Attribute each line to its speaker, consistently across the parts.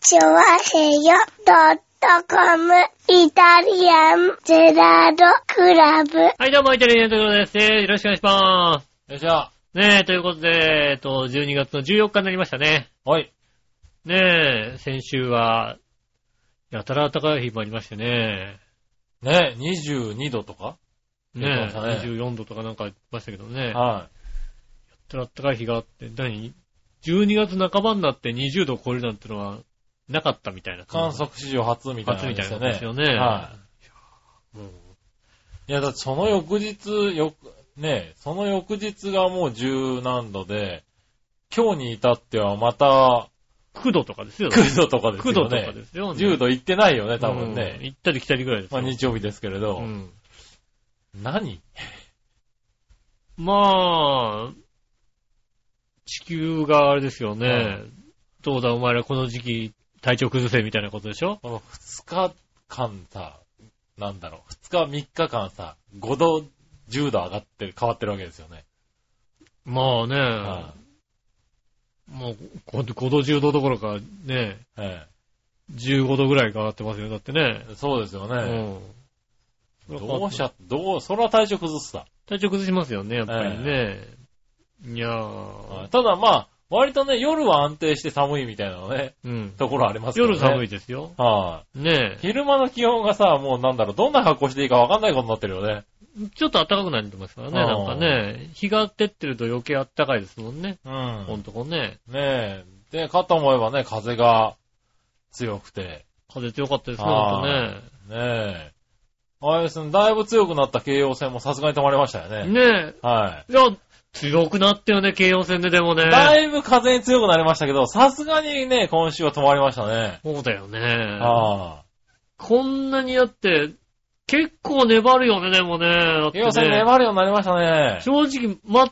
Speaker 1: チョワヘヨドットコムイタリアンゼラードクラブ。
Speaker 2: はい、どうも、イタリアンということです。えーよろしくお願いします。
Speaker 3: よっしゃ。
Speaker 2: ねえ、ということで、えっと、12月の14日になりましたね。
Speaker 3: はい。
Speaker 2: ねえ、先週は、やたら暖かい日もありましてね。
Speaker 3: ね、22度とか
Speaker 2: ねえ、
Speaker 3: そうだね
Speaker 2: 24度とかなんかありましたけどね。や
Speaker 3: は。
Speaker 2: たら暖かい日があって、何 ?12 月半ばになって20度を超えるなんてのは、なかったみたいない感
Speaker 3: 観
Speaker 2: じ。
Speaker 3: 測史上初みたい
Speaker 2: 初
Speaker 3: な感
Speaker 2: み
Speaker 3: じ
Speaker 2: た
Speaker 3: で
Speaker 2: い
Speaker 3: す
Speaker 2: な
Speaker 3: よ
Speaker 2: 感
Speaker 3: ね。
Speaker 2: じですよね。。
Speaker 3: はい
Speaker 2: もう、
Speaker 3: い。いや、だってその翌日、よく、ね、その翌日がもう十何度で、今日に至ってはまた
Speaker 2: 9度とかですよね。
Speaker 3: 9度とかです
Speaker 2: 9
Speaker 3: よ
Speaker 2: 度とか
Speaker 3: ね。
Speaker 2: ですよね。
Speaker 3: 10度いってないよね、
Speaker 2: 多
Speaker 3: 多
Speaker 2: 分
Speaker 3: 分
Speaker 2: ね。
Speaker 3: ね。
Speaker 2: 行ったり来たりぐらいです
Speaker 3: ま
Speaker 2: よ。
Speaker 3: あ日曜日ですけれど。
Speaker 2: うん
Speaker 3: 何
Speaker 2: まあ、地球があれですよね。
Speaker 3: う
Speaker 2: どうだお前らこの時期体調崩せみたいなことでしょ
Speaker 3: この2日間さ、なんだろう、2日3日間さ、5度、10度上がってる、変わってるわけですよね。
Speaker 2: まあね、
Speaker 3: は
Speaker 2: もう 5, 度10度どころかね、
Speaker 3: いえ
Speaker 2: 15度ぐらい上がってますよ。だってね。
Speaker 3: えそうですよね。
Speaker 2: うん。
Speaker 3: どうしちゃっどう、それは体調崩すさ。
Speaker 2: 体調崩しますよね、やっぱりね。いやー、
Speaker 3: ただまあ、割とね、夜は安定して寒いみたいなのね、
Speaker 2: うん。
Speaker 3: ところありますよね。
Speaker 2: 夜寒
Speaker 3: い。
Speaker 2: いですよ。
Speaker 3: は
Speaker 2: ね
Speaker 3: い。昼間の気温がさ、もうなんだろう、どんな格好していいかわかんないことになってるよね。
Speaker 2: ちょっと暖かくなってますからね、なんかね。日が照ってると余計暖かいですもんね。
Speaker 3: う
Speaker 2: ほんとこね。
Speaker 3: ん。ねえ。で、かと思えばね、風が強くて、
Speaker 2: 風強かったですね、
Speaker 3: あ
Speaker 2: ほ
Speaker 3: ー
Speaker 2: んとね。
Speaker 3: ねえ。あれですね、だいぶ強くなった京王線もさすがに止まりましたよね。
Speaker 2: ね
Speaker 3: は
Speaker 2: え。いや、強くなったよね、京王線ででもね
Speaker 3: い。。だいぶ風に強くなりましたけど、さすがにね、今週は止まりましたね。
Speaker 2: そうだよね。
Speaker 3: あ
Speaker 2: こんなにやって、結構粘るよね、でもね。だっ
Speaker 3: あ。
Speaker 2: て
Speaker 3: 京王線
Speaker 2: ね
Speaker 3: 粘るようになりましたね。
Speaker 2: 正直、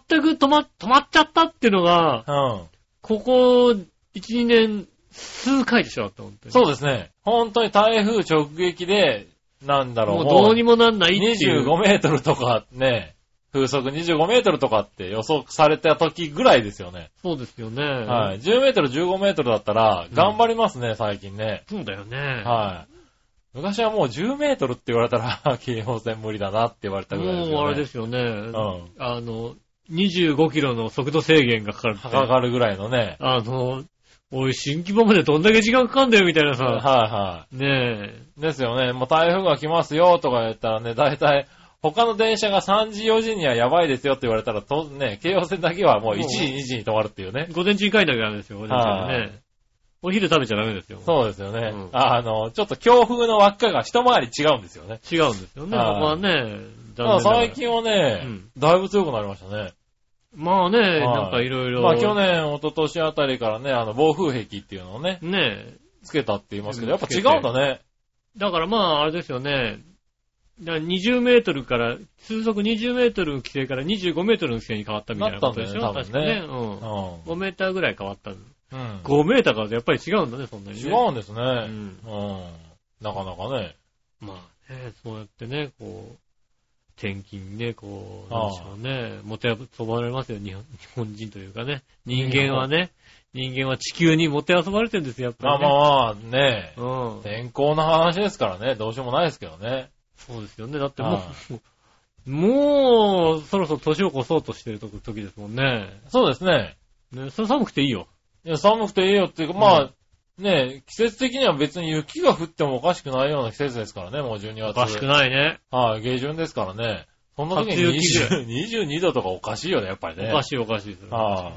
Speaker 2: 全く止ま、止まっちゃったっていうのが、
Speaker 3: うん。
Speaker 2: ここ、1、2年、数回でしょ、だって、本当に。
Speaker 3: そうですね。本当に台風直撃で、なんだろう、
Speaker 2: もうどうにもなんないっていう。
Speaker 3: 25メートルとかね、風速25メートルとかって予測された時ぐらいですよね。
Speaker 2: そうですよね。
Speaker 3: はい。10メートル、15メートルだったら、
Speaker 2: うん
Speaker 3: 頑張りますね、最近ね。
Speaker 2: そうだよね。
Speaker 3: はい。昔はもう10メートルって言われたら、 京王線無理だなって言われたぐらいですよね。。
Speaker 2: もう、あれですすよね。
Speaker 3: うん。
Speaker 2: あの、25キロの速度制限がかかるって。
Speaker 3: かかるぐらいのね。
Speaker 2: あの、おい、新規場までどんだけ時間かかんだよ、みたいな
Speaker 3: はい
Speaker 2: さ。
Speaker 3: は
Speaker 2: ねえ。
Speaker 3: い。ですよね。もう台風が来ますよとか言ったらね、大体、他の電車が3時4時にはやばいですよって言われたら、とね、京王線だけはもう1時
Speaker 2: もう
Speaker 3: 2時に止まるっていうね。
Speaker 2: 午前中に帰んなきゃダメですよ、午前中
Speaker 3: は
Speaker 2: にね。お昼食べちゃダメですよ。
Speaker 3: そうですよね。
Speaker 2: うん
Speaker 3: あの、ちょっと強風の輪っかが一回り違うんですよね。
Speaker 2: 違うんですよね。そこ
Speaker 3: はい
Speaker 2: はね、残
Speaker 3: だから
Speaker 2: 念ながら
Speaker 3: 最近はね、
Speaker 2: うん
Speaker 3: だいぶ強くなりましたね。
Speaker 2: まあね、
Speaker 3: い
Speaker 2: なんかいろいろ。
Speaker 3: まあ去年、一昨年あたりからね、あの、暴風壁っていうのをね、
Speaker 2: ねえ。
Speaker 3: つけたって言いますけど、
Speaker 2: う
Speaker 3: や
Speaker 2: ん
Speaker 3: っぱ違うんだね。
Speaker 2: だからまあ、あれですよね。だから20メートルから、通速20メートルの規制から25メートルの規制に変わったみたいなことでしょ
Speaker 3: なったんだよ
Speaker 2: 確
Speaker 3: ね
Speaker 2: かね。
Speaker 3: う
Speaker 2: うん
Speaker 3: ん。
Speaker 2: 5メーターぐらい変わった。
Speaker 3: うん。
Speaker 2: 5メーターからやっぱり違うんだね、そんなに、ね。
Speaker 3: 違うんです
Speaker 2: う
Speaker 3: ね。
Speaker 2: ん。
Speaker 3: うん。なかなかね。
Speaker 2: まあね、そうやってね、こう、転勤にね、こう、
Speaker 3: あ
Speaker 2: な
Speaker 3: あ
Speaker 2: んでしょうね、もてあそばれますよ、日本日本人というかね。人間はね、人間は地球にもてあそばれてるんですよ、やっぱ
Speaker 3: まあ
Speaker 2: り、ね。
Speaker 3: まあまあ、ね
Speaker 2: うん。
Speaker 3: 天候の話ですからね、どうしようもないですけどね。
Speaker 2: そうですよね。だっても
Speaker 3: あ
Speaker 2: う、もう、そろそろ年を越そうとしてる時時ですもんね。
Speaker 3: そうですね。
Speaker 2: ね、それ寒くていいよ。
Speaker 3: いや寒くていいよっていうか、まあ、ね季節的には別に雪が降ってもおかしくないような季節ですからね、もう12月。
Speaker 2: おかしくないね。
Speaker 3: はい、下旬ですからね。そんな時に
Speaker 2: 初雪ぐ
Speaker 3: 20 22度とかおかしいよね、やっぱりね。
Speaker 2: おか
Speaker 3: い。
Speaker 2: しいおかしいですよ
Speaker 3: ああ。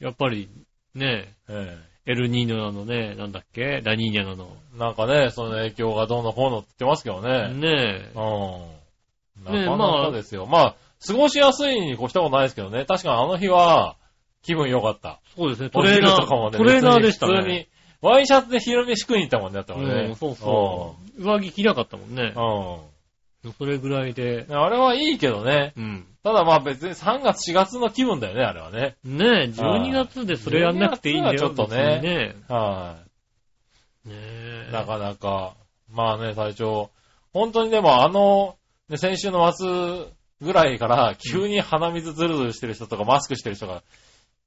Speaker 2: やっぱり、ね、
Speaker 3: え
Speaker 2: エルニーニョなのね、なんだっけラニーニャなの。
Speaker 3: え。なんかね、その影響がどうのこうのって言ってますけどね。
Speaker 2: ね
Speaker 3: うん。
Speaker 2: ねえ
Speaker 3: なかなかですよ。まあ、過ごしやすいに越したことないですけどね。確かにあの日は、気分良かった。
Speaker 2: そうですね、トレーナ
Speaker 3: お昼とかも
Speaker 2: ー、
Speaker 3: ね
Speaker 2: トレーナーでした
Speaker 3: 普通
Speaker 2: ね。
Speaker 3: に、ワイシャツで昼飯食いに行ったもんね、だったもんね。
Speaker 2: うん、そうそう。上着着なかったもんね
Speaker 3: う。ん。
Speaker 2: それぐらいで
Speaker 3: う。ん。あれはいいけどね。
Speaker 2: うん。
Speaker 3: ただまあ別に3月4月の気分だよね、あれはね。
Speaker 2: ねえ、12月でそれやんなくていいんだよ。
Speaker 3: 12月はちょっとね
Speaker 2: 別にね。
Speaker 3: はい、
Speaker 2: ねえ。
Speaker 3: なかなか。まあね、最初。本当にでもあの、ね、先週の末ぐらいから、急に鼻水ズルズルしてる人とか、マスクしてる人が、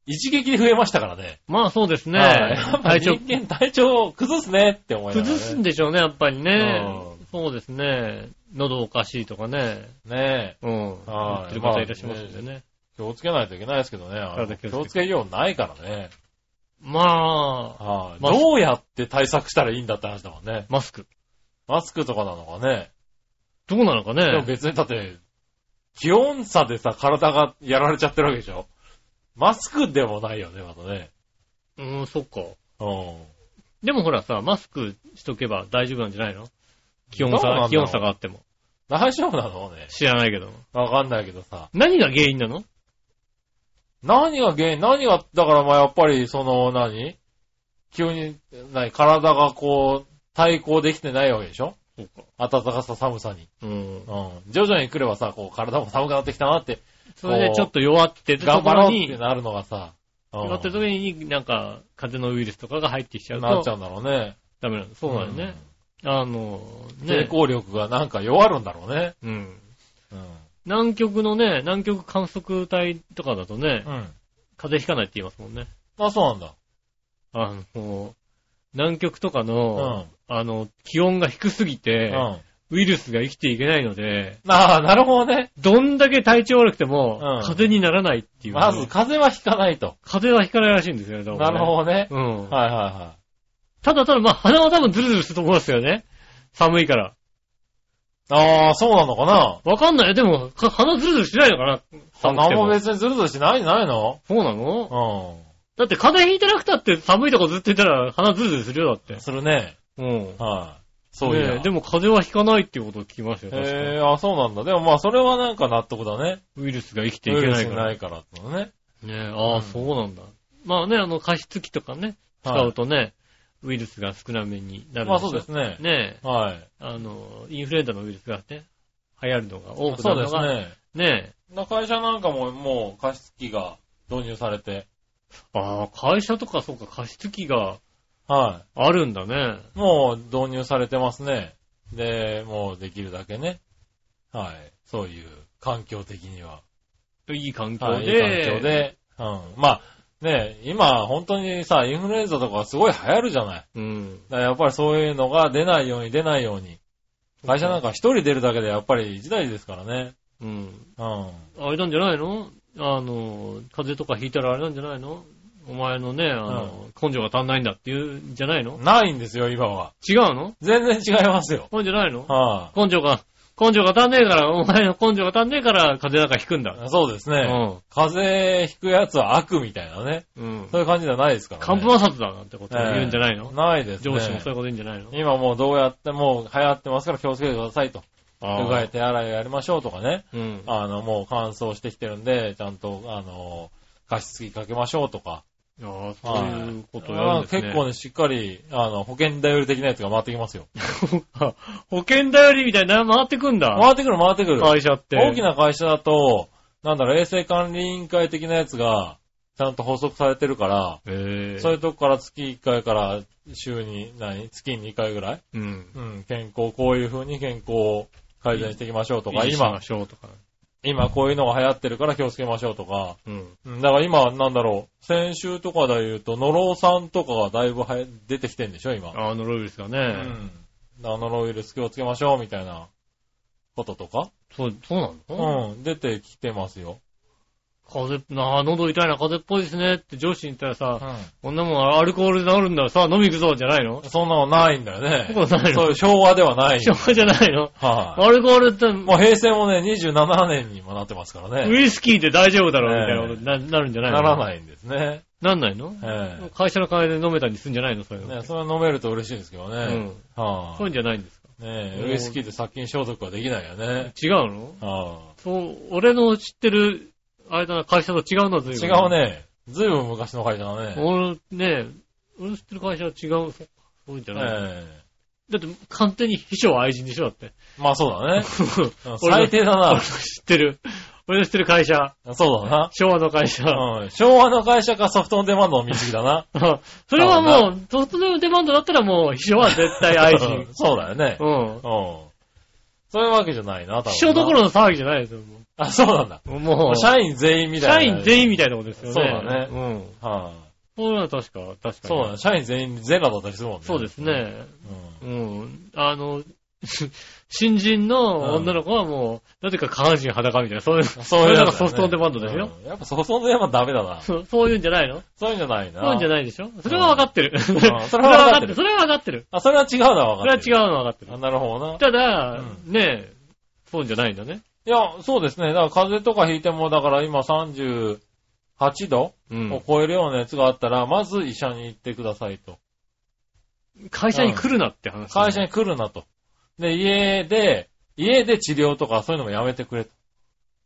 Speaker 3: 一撃で増えましたからね。
Speaker 2: まあそうですね。
Speaker 3: はいやっぱ
Speaker 2: 体
Speaker 3: り
Speaker 2: 調
Speaker 3: 人間体調を崩すねって思いながら、
Speaker 2: 崩
Speaker 3: ね。
Speaker 2: すんでしょうね、やっぱりね
Speaker 3: う。
Speaker 2: そうですね。喉おかしいとかね。
Speaker 3: ねえ。
Speaker 2: うん。
Speaker 3: は
Speaker 2: 言っ
Speaker 3: い
Speaker 2: てる方いらっしゃいますんでね。
Speaker 3: 気をつけないといけないですけどね。あの
Speaker 2: 体気
Speaker 3: 気
Speaker 2: をつけて
Speaker 3: をつけようないからね。
Speaker 2: まあ、
Speaker 3: はい、
Speaker 2: まあ
Speaker 3: どうやって対策したらいいんだって話だもんね。
Speaker 2: マスク。
Speaker 3: マスクとかなのかね。
Speaker 2: どうなのかね。
Speaker 3: でも別にだって、気温差でさ、体がやられちゃってるわけでしょ。マスクでもないよね、またね。
Speaker 2: うん、そっか。
Speaker 3: うん。
Speaker 2: でもほらさ、マスクしとけば大丈夫なんじゃないの気温
Speaker 3: どうなんだろ
Speaker 2: 差、
Speaker 3: う
Speaker 2: 気温差があっても。
Speaker 3: 大丈夫なのね。
Speaker 2: 知らないけど。
Speaker 3: わかんないけどさ。
Speaker 2: 何が原因なの
Speaker 3: 何が原因、何が、だからまあやっぱり、その何、急に、何、体がこう、対抗できてないわけでしょ
Speaker 2: そうか。
Speaker 3: 暖かさ、寒さに。
Speaker 2: うん。
Speaker 3: うん。徐々に来ればさ、こう、体も寒くなってきたなって、
Speaker 2: それでちょっと弱ってる
Speaker 3: 頑
Speaker 2: とこ
Speaker 3: 張
Speaker 2: ろ
Speaker 3: ろうって
Speaker 2: に、
Speaker 3: なるのがさ、うん
Speaker 2: 弱ってるところになんか、風邪のウイルスとかが入ってきちゃう
Speaker 3: なっち
Speaker 2: と、
Speaker 3: ゃうんだろうね。
Speaker 2: ダメなの。そうなんだよね。あの、
Speaker 3: 抵
Speaker 2: ね。
Speaker 3: 抗力がなんか弱るんだろうね。
Speaker 2: うん。
Speaker 3: うん。
Speaker 2: 南極のね、南極観測隊とかだとね、
Speaker 3: うん。
Speaker 2: 風邪ひかないって言いますもんね。
Speaker 3: あ、そうなんだ。
Speaker 2: あの、南極とか
Speaker 3: う
Speaker 2: の、
Speaker 3: ん。
Speaker 2: あの、気温が低すぎて、
Speaker 3: うん。
Speaker 2: ウイルスが生きていけないので、
Speaker 3: ああ、なるほどね。
Speaker 2: どんだけ体調悪くても、
Speaker 3: ん
Speaker 2: 風邪にならないっていう。
Speaker 3: まず、風邪はひかないと。
Speaker 2: 風邪はひかないらしいんですよね、どうもね
Speaker 3: なるほどね。
Speaker 2: うん。
Speaker 3: はいはいは
Speaker 2: ただただ、まあ、鼻は多分ズルズルすると思いますよね。寒いから。
Speaker 3: い。ああ、そうなのかな
Speaker 2: わかんない。でも、か鼻ズルズルしてないのかな寒くて
Speaker 3: 鼻も別にズルズルしないんじゃないの
Speaker 2: そうなの
Speaker 3: う
Speaker 2: だって風邪ひいてなくたって寒いとこずっといたら鼻ズルズルするよ、だって
Speaker 3: ん。。するね。
Speaker 2: うん。
Speaker 3: はい。そうい
Speaker 2: ね
Speaker 3: う。
Speaker 2: えでも風邪はひかないっていうことを聞きましたよ、確か
Speaker 3: へえ、あ、そうなんだ。でもまあ、それはなんか納得だね。
Speaker 2: ウイルスが生きていけないから。
Speaker 3: な
Speaker 2: ね
Speaker 3: いからってのね。
Speaker 2: えああ、
Speaker 3: うん
Speaker 2: そうなんだ。まあね、あの、加湿器とかね、使うとね、ウイルスが少なめになる
Speaker 3: まあそうです
Speaker 2: ね。
Speaker 3: ね。
Speaker 2: ねえ、
Speaker 3: はい。
Speaker 2: あの、インフルエンザのウイルスがね、流行るのが多く
Speaker 3: そ
Speaker 2: な
Speaker 3: う
Speaker 2: る
Speaker 3: で
Speaker 2: のが、
Speaker 3: す
Speaker 2: ね
Speaker 3: ね。
Speaker 2: ね
Speaker 3: な会社なんかももう加湿器が導入されて。
Speaker 2: え、ああ、会社とかそうか、加湿器が
Speaker 3: は
Speaker 2: あるんだね。
Speaker 3: い。もう導入されてますね。で、もうできるだけね。はい。そういう環境的には。
Speaker 2: いい環境で。
Speaker 3: はい。いい環境で。うん。まあ、ね、今本当にさ、インフルエンザとかすごい流行るじゃない。
Speaker 2: うん。
Speaker 3: だからやっぱりそういうのが出ないように出ないように。会社なんか一人出るだけでやっぱり一大事ですからね。
Speaker 2: うん。
Speaker 3: うん。
Speaker 2: あれなんじゃないのあの、風邪とかひいたらあれなんじゃないのお前のね、あの、根性が足んないんだって言うんじゃないの
Speaker 3: ないんですよ、今は。
Speaker 2: 違うの
Speaker 3: 全然違いますよ。
Speaker 2: そうじゃないの
Speaker 3: は
Speaker 2: 根性が、根性が足んねえから、お前の根性が足んねえから、風邪なんかひくんだ。
Speaker 3: い。そうです
Speaker 2: う
Speaker 3: ね。
Speaker 2: ん。
Speaker 3: 風邪ひくやつは悪みたいなね。
Speaker 2: うん
Speaker 3: そ。ういう感じじゃないですからね。
Speaker 2: 幹部摩擦だなんてことを言うんじゃないの、
Speaker 3: ええないですね。
Speaker 2: 上司もそういうこと言うんじゃないの
Speaker 3: 今もうどうやってもう流行ってますから気をつけてくださいと。うがい手洗いをやりましょうとかね。
Speaker 2: うん。
Speaker 3: あの、もう乾燥してきてるんで、ちゃんと、あの、加湿器かけましょうとか。
Speaker 2: ああ、そういうことをや
Speaker 3: あ
Speaker 2: るん
Speaker 3: あ
Speaker 2: ですね。
Speaker 3: 結構ね、しっかり、あの、保険頼り的なやつが回ってきますよ。
Speaker 2: 結 構保険頼りみたいな、回ってくんだ。
Speaker 3: 回ってくる回ってくる。
Speaker 2: 会社って。
Speaker 3: 大きな会社だと、なんだろう、衛生管理委員会的なやつが、ちゃんと補足されてるから、
Speaker 2: へえ
Speaker 3: そういうとこから月1回から週に、何月に2回ぐらい
Speaker 2: うん。
Speaker 3: うん、健康、こういう風に健康を改善していきましょうとか、
Speaker 2: 維持しま
Speaker 3: 今、
Speaker 2: しょうとか。
Speaker 3: 今こういうのが流行ってるから気をつけましょうとか、
Speaker 2: うん。
Speaker 3: うん、だから今、なんだろう、先週とかで言うと、ノロウさんとかがだいぶはや出てきてんでしょ、今。
Speaker 2: ああ、ノロウイルスがね。
Speaker 3: うん。ナノロウイルス気をつけましょう、みたいなこととか、
Speaker 2: そう、そうなの
Speaker 3: うん、出てきてますよ。
Speaker 2: 風邪、なあ、喉痛いな、風邪っぽいですねって上司に言ったら
Speaker 3: う
Speaker 2: さ、
Speaker 3: ん。
Speaker 2: こんなもんアルコールで治るんだ、さあ飲み行くぞ、じゃないの
Speaker 3: そんなのないんだよね。
Speaker 2: そうないの
Speaker 3: そういう昭和ではない。
Speaker 2: しょうがじゃないの
Speaker 3: は
Speaker 2: アルコールって、
Speaker 3: い。もう平成もね、27年にもなってますから
Speaker 2: ウ
Speaker 3: ね。
Speaker 2: イスキーで大丈夫だろ、
Speaker 3: ねえ
Speaker 2: みたいなことにななるんじゃないの
Speaker 3: なら
Speaker 2: い。
Speaker 3: ないんですね。
Speaker 2: なんないの
Speaker 3: え
Speaker 2: 会社の金で飲めたりするんじゃないのそうい
Speaker 3: え
Speaker 2: う
Speaker 3: ね
Speaker 2: の。
Speaker 3: それは飲めると嬉しいですけど
Speaker 2: う
Speaker 3: ね。
Speaker 2: ん。
Speaker 3: は
Speaker 2: そういうん
Speaker 3: い。
Speaker 2: じゃないんですか
Speaker 3: ね
Speaker 2: う
Speaker 3: え
Speaker 2: ん
Speaker 3: ウイスキーで殺菌消毒はできないよね。
Speaker 2: 違うの
Speaker 3: は
Speaker 2: そう、俺の知ってる、あれだな、会社と違うな、
Speaker 3: い
Speaker 2: 随
Speaker 3: 違
Speaker 2: 分。
Speaker 3: う。ね。ずいぶん昔の会社だね。
Speaker 2: 俺、ね俺の知ってる会社は違う、そそういうんじゃない、
Speaker 3: え
Speaker 2: だって、完全に秘書は愛人でしょ、だ って。
Speaker 3: えまあそう だね。うん
Speaker 2: 俺の
Speaker 3: 最低だ
Speaker 2: 俺の
Speaker 3: な。
Speaker 2: 知ってる、俺の知ってる会社、
Speaker 3: そうだな。
Speaker 2: 昭和の会社。
Speaker 3: うん昭和の会社かソフトオンデマンドの見過ぎだな。
Speaker 2: それはもう、トストのデマンドだったらもう、秘書は絶対愛 人。
Speaker 3: そうだよね。
Speaker 2: うん。
Speaker 3: うん。そういうわけじゃないな、多分な。
Speaker 2: 秘書どころの騒ぎじゃないですよ、もう
Speaker 3: あ、そうなんだ。
Speaker 2: もう、社
Speaker 3: 社員全員みたいな。
Speaker 2: 員全
Speaker 3: 員。
Speaker 2: 員みたいなことですよね。
Speaker 3: そうだね
Speaker 2: うん。
Speaker 3: はい、
Speaker 2: そうなの確か、確かに。
Speaker 3: そうなんだ。社員全員ゼラだったりするもんね。
Speaker 2: そうですね。
Speaker 3: う
Speaker 2: うん。あの、 新人の女の子はもう、なぜか下半身裸みたいな、 そういう、
Speaker 3: ん。
Speaker 2: そういうなんかソフトオンデマンドですよ。
Speaker 3: うんやっぱソフトオンデマンドダメだな。
Speaker 2: そうそういうんじゃないの
Speaker 3: そういうんじゃないな。
Speaker 2: そういうんじゃ
Speaker 3: ない。
Speaker 2: ないでしょそれは分かってる。それ
Speaker 3: は
Speaker 2: は
Speaker 3: 分かって る
Speaker 2: それは分かってる。
Speaker 3: あ、それは違うな、
Speaker 2: そ
Speaker 3: わ
Speaker 2: れ
Speaker 3: か
Speaker 2: は
Speaker 3: って
Speaker 2: 違
Speaker 3: る。
Speaker 2: うのは分かって
Speaker 3: あ
Speaker 2: る。
Speaker 3: なるほどな。
Speaker 2: ただ
Speaker 3: う、
Speaker 2: ねえ、そうじゃないんだね。
Speaker 3: いや、そうですね。だから風邪とかひいても、だから今38度
Speaker 2: う
Speaker 3: を
Speaker 2: ん。
Speaker 3: 超えるようなやつがあったら、まず医者に行ってくださいと。
Speaker 2: 会社に来るなって話。
Speaker 3: 会社に来るなと。で、家で、家で治療とかそういうのもやめてくれと。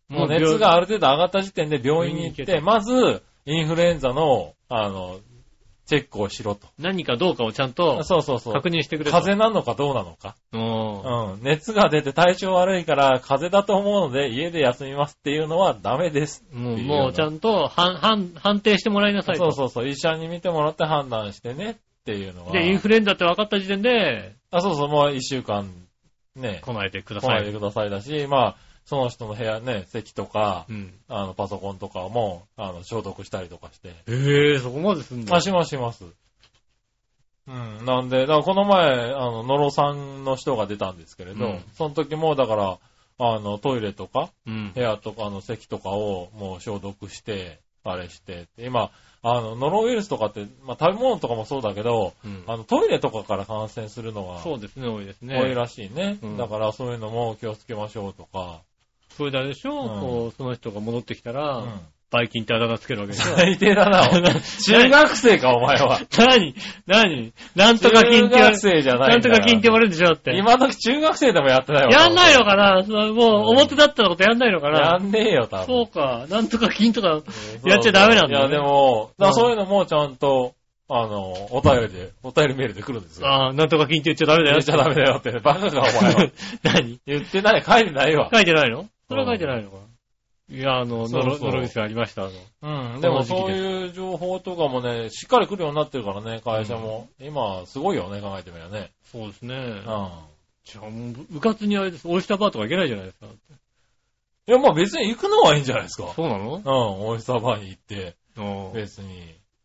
Speaker 3: もう熱がある程度上がった時点で病院に行っ
Speaker 2: 病
Speaker 3: て、
Speaker 2: 院
Speaker 3: まず、インフルエンザの、あの、チェックをしろと。
Speaker 2: 何かどうかをちゃんと
Speaker 3: そうそうそう。
Speaker 2: 確認してくれと
Speaker 3: 風邪なのかどうなのか。
Speaker 2: うん
Speaker 3: うん。熱が出て体調悪いから、風邪だと思うので、家で休みますっていうのはダメです。
Speaker 2: もう、
Speaker 3: いいよな
Speaker 2: もうちゃんと判、判、判定してもらいなさい
Speaker 3: そ
Speaker 2: と。
Speaker 3: うそうそう。医者に見てもらって判断してねっていうのは。
Speaker 2: で、インフルエンザって分かった時点で、
Speaker 3: あ、そうそう、もう一週間、ね、
Speaker 2: 来ないでくだ
Speaker 3: 来
Speaker 2: さ
Speaker 3: ないで
Speaker 2: い。
Speaker 3: くださいだし、まあ、その人の部屋ね、席とか、
Speaker 2: うん。
Speaker 3: あの、パソコンとかも、あの、消毒したりとかして。
Speaker 2: ええ、そこまですんだ
Speaker 3: あ、。しますします。うん、なんで、だからこの前、あの、野呂さんの人が出たんですけれど、
Speaker 2: うん
Speaker 3: その時も、だから、あの、トイレとか、
Speaker 2: うん
Speaker 3: 部。屋とかの席とかをもう消毒して、あれして、今、あの、ノロウイルスとかって、まあ、食べ物とかもそうだけど、
Speaker 2: うん
Speaker 3: あの、トイレとかから感染するのが、
Speaker 2: そうですね、多いですね。
Speaker 3: 多いらしいね。
Speaker 2: うん
Speaker 3: だからそういうのも気をつけましょうとか。
Speaker 2: それであれでしょ、
Speaker 3: うん
Speaker 2: こう、その人が戻ってきた
Speaker 3: う
Speaker 2: ら、
Speaker 3: ん。
Speaker 2: バイキンってあだ名つけるわけでし ょ。
Speaker 3: 最低だな、お前中学生か、お前は。
Speaker 2: 何何なんと
Speaker 3: 中
Speaker 2: か金って言わ
Speaker 3: 学
Speaker 2: れ
Speaker 3: 生じゃない
Speaker 2: なんとか金って言われるでしょだって。
Speaker 3: 今時中学生でもやってないわ。
Speaker 2: やんないのか
Speaker 3: な
Speaker 2: なそうもう、
Speaker 3: うん
Speaker 2: 表だったことやんないのか
Speaker 3: や
Speaker 2: な、
Speaker 3: んねえよ、多分。
Speaker 2: そうか、なんとか金とか、
Speaker 3: うん
Speaker 2: やっちゃダメなんだよね
Speaker 3: いや、でも、
Speaker 2: う
Speaker 3: だから
Speaker 2: ん
Speaker 3: そういうのもちゃんと、あの、お便りで、お便りメールで来るんですよ。
Speaker 2: ああ、なんとか金って言っちゃダメだよ。
Speaker 3: 言っちゃダメだよって、バカか、お前は。
Speaker 2: 何
Speaker 3: 言ってない、書いてない わ。
Speaker 2: 書いてないのそれは書いてないのかないや、あの、
Speaker 3: そう
Speaker 2: ノロ
Speaker 3: そう
Speaker 2: ノロウイルスありました。あの
Speaker 3: うん、でも
Speaker 2: この
Speaker 3: そ
Speaker 2: 時期
Speaker 3: う
Speaker 2: で
Speaker 3: いう情報とかもね、しっかり来るようになってるからね、会社も。今、すごいよね、考えてみればね。
Speaker 2: そうですね
Speaker 3: う。ん。
Speaker 2: じゃあもう、部活にあれです。オイスターバーとか行けないじゃないですか。
Speaker 3: いや、まあ別に行くのはいいんじゃないですか。
Speaker 2: そうなの
Speaker 3: うん、オイスターバーに行って、
Speaker 2: うん
Speaker 3: 別に。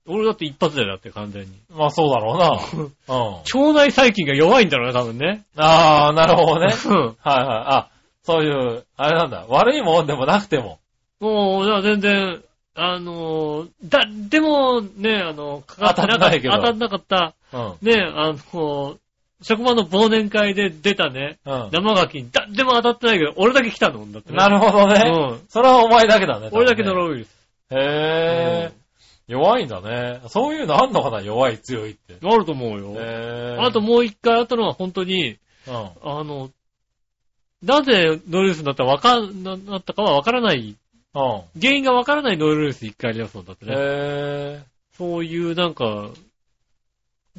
Speaker 2: 俺だって一発だよ、だって完全に。
Speaker 3: まあそうだ ろうな。うん。
Speaker 2: 腸内細菌が弱いんだろうね、多分ね。
Speaker 3: ああ、なるほどね。
Speaker 2: うん。
Speaker 3: はいはい。あ、そういう、あれなんだ。悪いもんでもなくても。
Speaker 2: もう、じゃあ全然、あのー、だ、でも、ね、あの、かかってなか
Speaker 3: 当たん
Speaker 2: っ
Speaker 3: ないけど
Speaker 2: 当たんなかった、
Speaker 3: うん。うん。
Speaker 2: ね、あの、職場の忘年会で出たね、生ガキに、だ、でも当たってないけど、俺だけ来たのだってね。
Speaker 3: なるほどね。
Speaker 2: うん。
Speaker 3: それはお前だけだね。
Speaker 2: 俺だけ
Speaker 3: 多
Speaker 2: の
Speaker 3: 分ね
Speaker 2: ロウイルス。
Speaker 3: へえ、弱いんだね。そういうのあんのかな弱い、強いって。へ
Speaker 2: あると思うよ。
Speaker 3: え
Speaker 2: あと、もう一回あったのは本当に、
Speaker 3: うん。あ
Speaker 2: あの、なぜノイルスになったかわかん、ななったかはわからない、
Speaker 3: うん。
Speaker 2: 原因がわからないノイルス一回ありますもんだってね。
Speaker 3: へえ
Speaker 2: そういうなんか、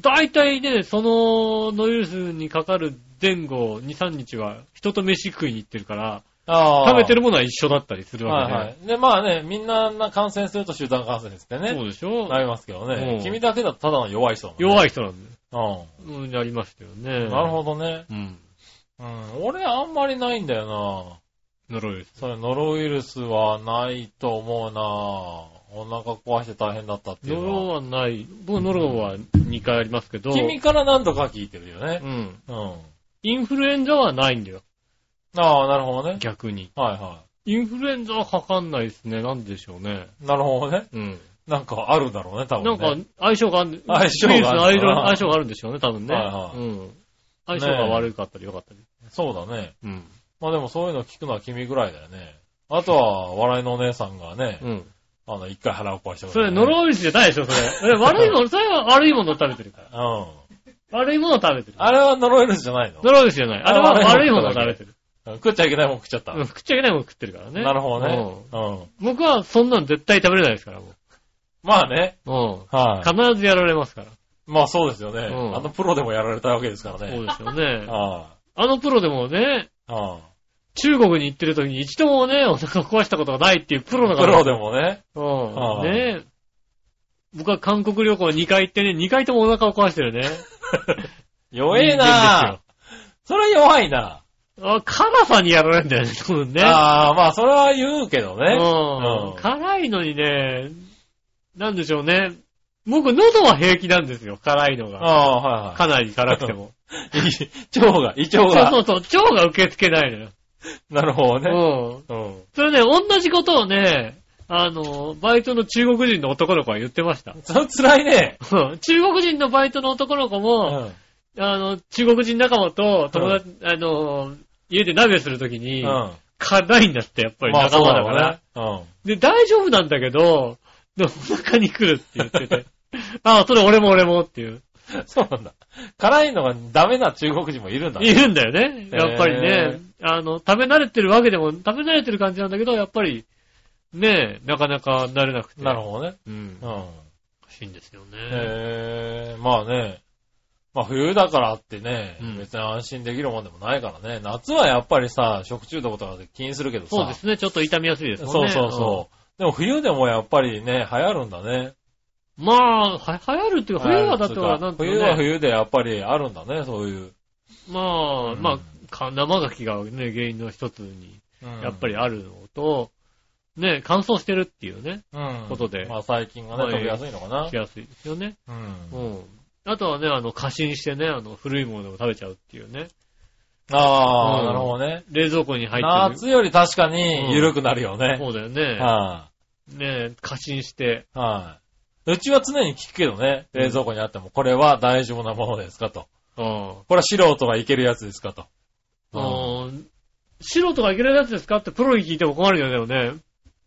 Speaker 2: 大体ね、そのノイルスにかかる前後2、3日は人と飯食いに行ってるから、
Speaker 3: ああ。
Speaker 2: 食べてるものは一緒だったりするわ
Speaker 3: はい
Speaker 2: けで。
Speaker 3: はい。で、まあね、みんなな感染すると集団感染ですって
Speaker 2: そ
Speaker 3: ね。
Speaker 2: うでしょ、
Speaker 3: なりますけどね。
Speaker 2: うん
Speaker 3: 君だけだとただの弱い人、ね。い。
Speaker 2: 弱い人なんで、
Speaker 3: う
Speaker 2: うん、やりましたよね。
Speaker 3: ん。なるほどね。
Speaker 2: ど。うん。
Speaker 3: うん。俺あんまりないんだよな。
Speaker 2: ノロウイルス。
Speaker 3: それノロウイルスはないと思うな。お腹壊して大変だったってい
Speaker 2: ノ
Speaker 3: うの
Speaker 2: ロ
Speaker 3: は。
Speaker 2: はない。僕ノロは2回ありますけど。
Speaker 3: 君から何度か聞いてるよ
Speaker 2: う
Speaker 3: ね。
Speaker 2: ん。
Speaker 3: うん。
Speaker 2: インフルエンザはないんだよ。
Speaker 3: ああ、なるほどね。
Speaker 2: 逆に。
Speaker 3: はいは
Speaker 2: インフルエンザはかかんないですね。なんでしょうね。
Speaker 3: い。なるほどね。
Speaker 2: うん。
Speaker 3: なんかあるんだろうね、多
Speaker 2: な
Speaker 3: 分
Speaker 2: ん
Speaker 3: ね。
Speaker 2: か、相性がある、
Speaker 3: 相性があるのかな
Speaker 2: ウイルスの相性相性があるんでしょうね、多分ね。
Speaker 3: はいはい
Speaker 2: うん。相性が悪かったり良かったり。
Speaker 3: そうだね。
Speaker 2: うん。
Speaker 3: まあでもそういうの聞くのは君ぐらいだよね。あとは、笑いのお姉さんがね、
Speaker 2: うん。
Speaker 3: あの、一回腹を壊したこ
Speaker 2: そ
Speaker 3: とね
Speaker 2: れ、ノロウイルスじゃないでしょ、それ。え悪いもの、それは悪いものを食べてるか
Speaker 3: うん。
Speaker 2: ら。悪いものを食べてる。
Speaker 3: あれはノロウイルスじゃないの
Speaker 2: ノロウイルスじゃない。あれは
Speaker 3: あ悪
Speaker 2: 悪
Speaker 3: い
Speaker 2: い
Speaker 3: も
Speaker 2: もの
Speaker 3: の
Speaker 2: を
Speaker 3: を食
Speaker 2: 食
Speaker 3: べ
Speaker 2: べ
Speaker 3: て
Speaker 2: てる。
Speaker 3: 食っちゃいけないもん食っちゃった。
Speaker 2: うん、食っちゃいけないもの食ってるからね。
Speaker 3: なるほどね
Speaker 2: うん。
Speaker 3: うん。
Speaker 2: 僕はそんなん絶対食べれないですから、も
Speaker 3: まあね。
Speaker 2: う。
Speaker 3: は
Speaker 2: うん。必ずやられますから。
Speaker 3: い。まあそうですよね。
Speaker 2: うん
Speaker 3: あのプロでもやられたわけですからね。
Speaker 2: そうですよね。
Speaker 3: は
Speaker 2: あのプロでもね、
Speaker 3: い。は
Speaker 2: 中国に行ってる時に一度もね、お 腹壊したことがないっていうプロ
Speaker 3: い。
Speaker 2: だ
Speaker 3: プ
Speaker 2: から
Speaker 3: ロ。でもね。ああ
Speaker 2: うん。ねえ。僕は韓国旅行2回行ってね、2回ともお腹を壊してるね。
Speaker 3: 弱え
Speaker 2: 人間
Speaker 3: な
Speaker 2: で
Speaker 3: それは弱いな。
Speaker 2: すあ辛さにやられるんだよね、多分ね。
Speaker 3: ああ、まあ、それは言うけどね。
Speaker 2: うん
Speaker 3: うん
Speaker 2: 辛いのにね、なんでしょうね。僕、喉は平気なんですよ、辛いのが。
Speaker 3: ああ、は
Speaker 2: かなり辛くても。
Speaker 3: いはい。い腸が、胃 腸
Speaker 2: そう
Speaker 3: が。
Speaker 2: そうそう、腸が受け付けないのよ。
Speaker 3: なるほどね。
Speaker 2: うん。
Speaker 3: うん。
Speaker 2: それね、同じことをね、あの、バイトの中国人の男の子は言ってました。
Speaker 3: それ辛いね。
Speaker 2: うん 中国人のバイトの男の子
Speaker 3: う
Speaker 2: も、
Speaker 3: ん。
Speaker 2: あの、中国人仲間と友達、あの、家で鍋するときに、
Speaker 3: うん。
Speaker 2: 辛いんだって、やっぱり
Speaker 3: まあ、
Speaker 2: 仲
Speaker 3: そう
Speaker 2: 間
Speaker 3: だ
Speaker 2: だから。
Speaker 3: ろうね。
Speaker 2: で、大丈夫なんだけど、でもお腹に来るって言ってて。 ああ、それ俺も俺もっていう。
Speaker 3: うん。そうなんだ。辛いのがダメな中国人もいるんだね。
Speaker 2: いるんだよね。
Speaker 3: へー
Speaker 2: やっぱりね。あの、食べ慣れてるわけでも、食べ慣れてる感じなんだけど、やっぱり、ねえ、なかなか慣れなくて。
Speaker 3: なるほどね。
Speaker 2: ど。うん。
Speaker 3: う
Speaker 2: ら
Speaker 3: ん。
Speaker 2: しいんですよね。
Speaker 3: へえ、まあね。まあ冬だからってね
Speaker 2: うん、
Speaker 3: 別に安心できるもんでもないからね。夏はやっぱりさ、食中毒とかで気にするけどさ。
Speaker 2: そうですね。ちょっと痛みやすいですも
Speaker 3: そ
Speaker 2: ん
Speaker 3: う
Speaker 2: ね。
Speaker 3: そうそう。でも冬でもやっぱりね、流行るんだね。
Speaker 2: うん。まあ、は流行るっていうか、冬はだってほら、なんていう
Speaker 3: 冬
Speaker 2: の
Speaker 3: は
Speaker 2: ね。
Speaker 3: 冬でやっぱりあるんだね、そういう。
Speaker 2: まあ、
Speaker 3: うん
Speaker 2: まあ、か生ガキがね、原因の一つに、やっぱりあるのと、ね、乾燥してるっていうね、
Speaker 3: うん、
Speaker 2: ことで
Speaker 3: まあ最近がね、
Speaker 2: はい
Speaker 3: 飛びやすいのかな
Speaker 2: し。やすいですよね。
Speaker 3: うん。
Speaker 2: うん。あとはね、あの、過信してね、あの、古いものでも食べちゃうっていうね。
Speaker 3: ああ、
Speaker 2: うん
Speaker 3: なるほどね。
Speaker 2: 冷蔵庫に入ってる。
Speaker 3: 夏より確かに緩くなるよね。
Speaker 2: そうだよね。
Speaker 3: は
Speaker 2: ねえ過信して。
Speaker 3: い、はい、うちは常に聞くけどね、冷蔵庫にあっても、これは大丈夫なものですかと。
Speaker 2: うん。
Speaker 3: これは素人がいけるやつですかと。
Speaker 2: うん。素人がいけるやつですかってプロに聞いても困るよね、でもね。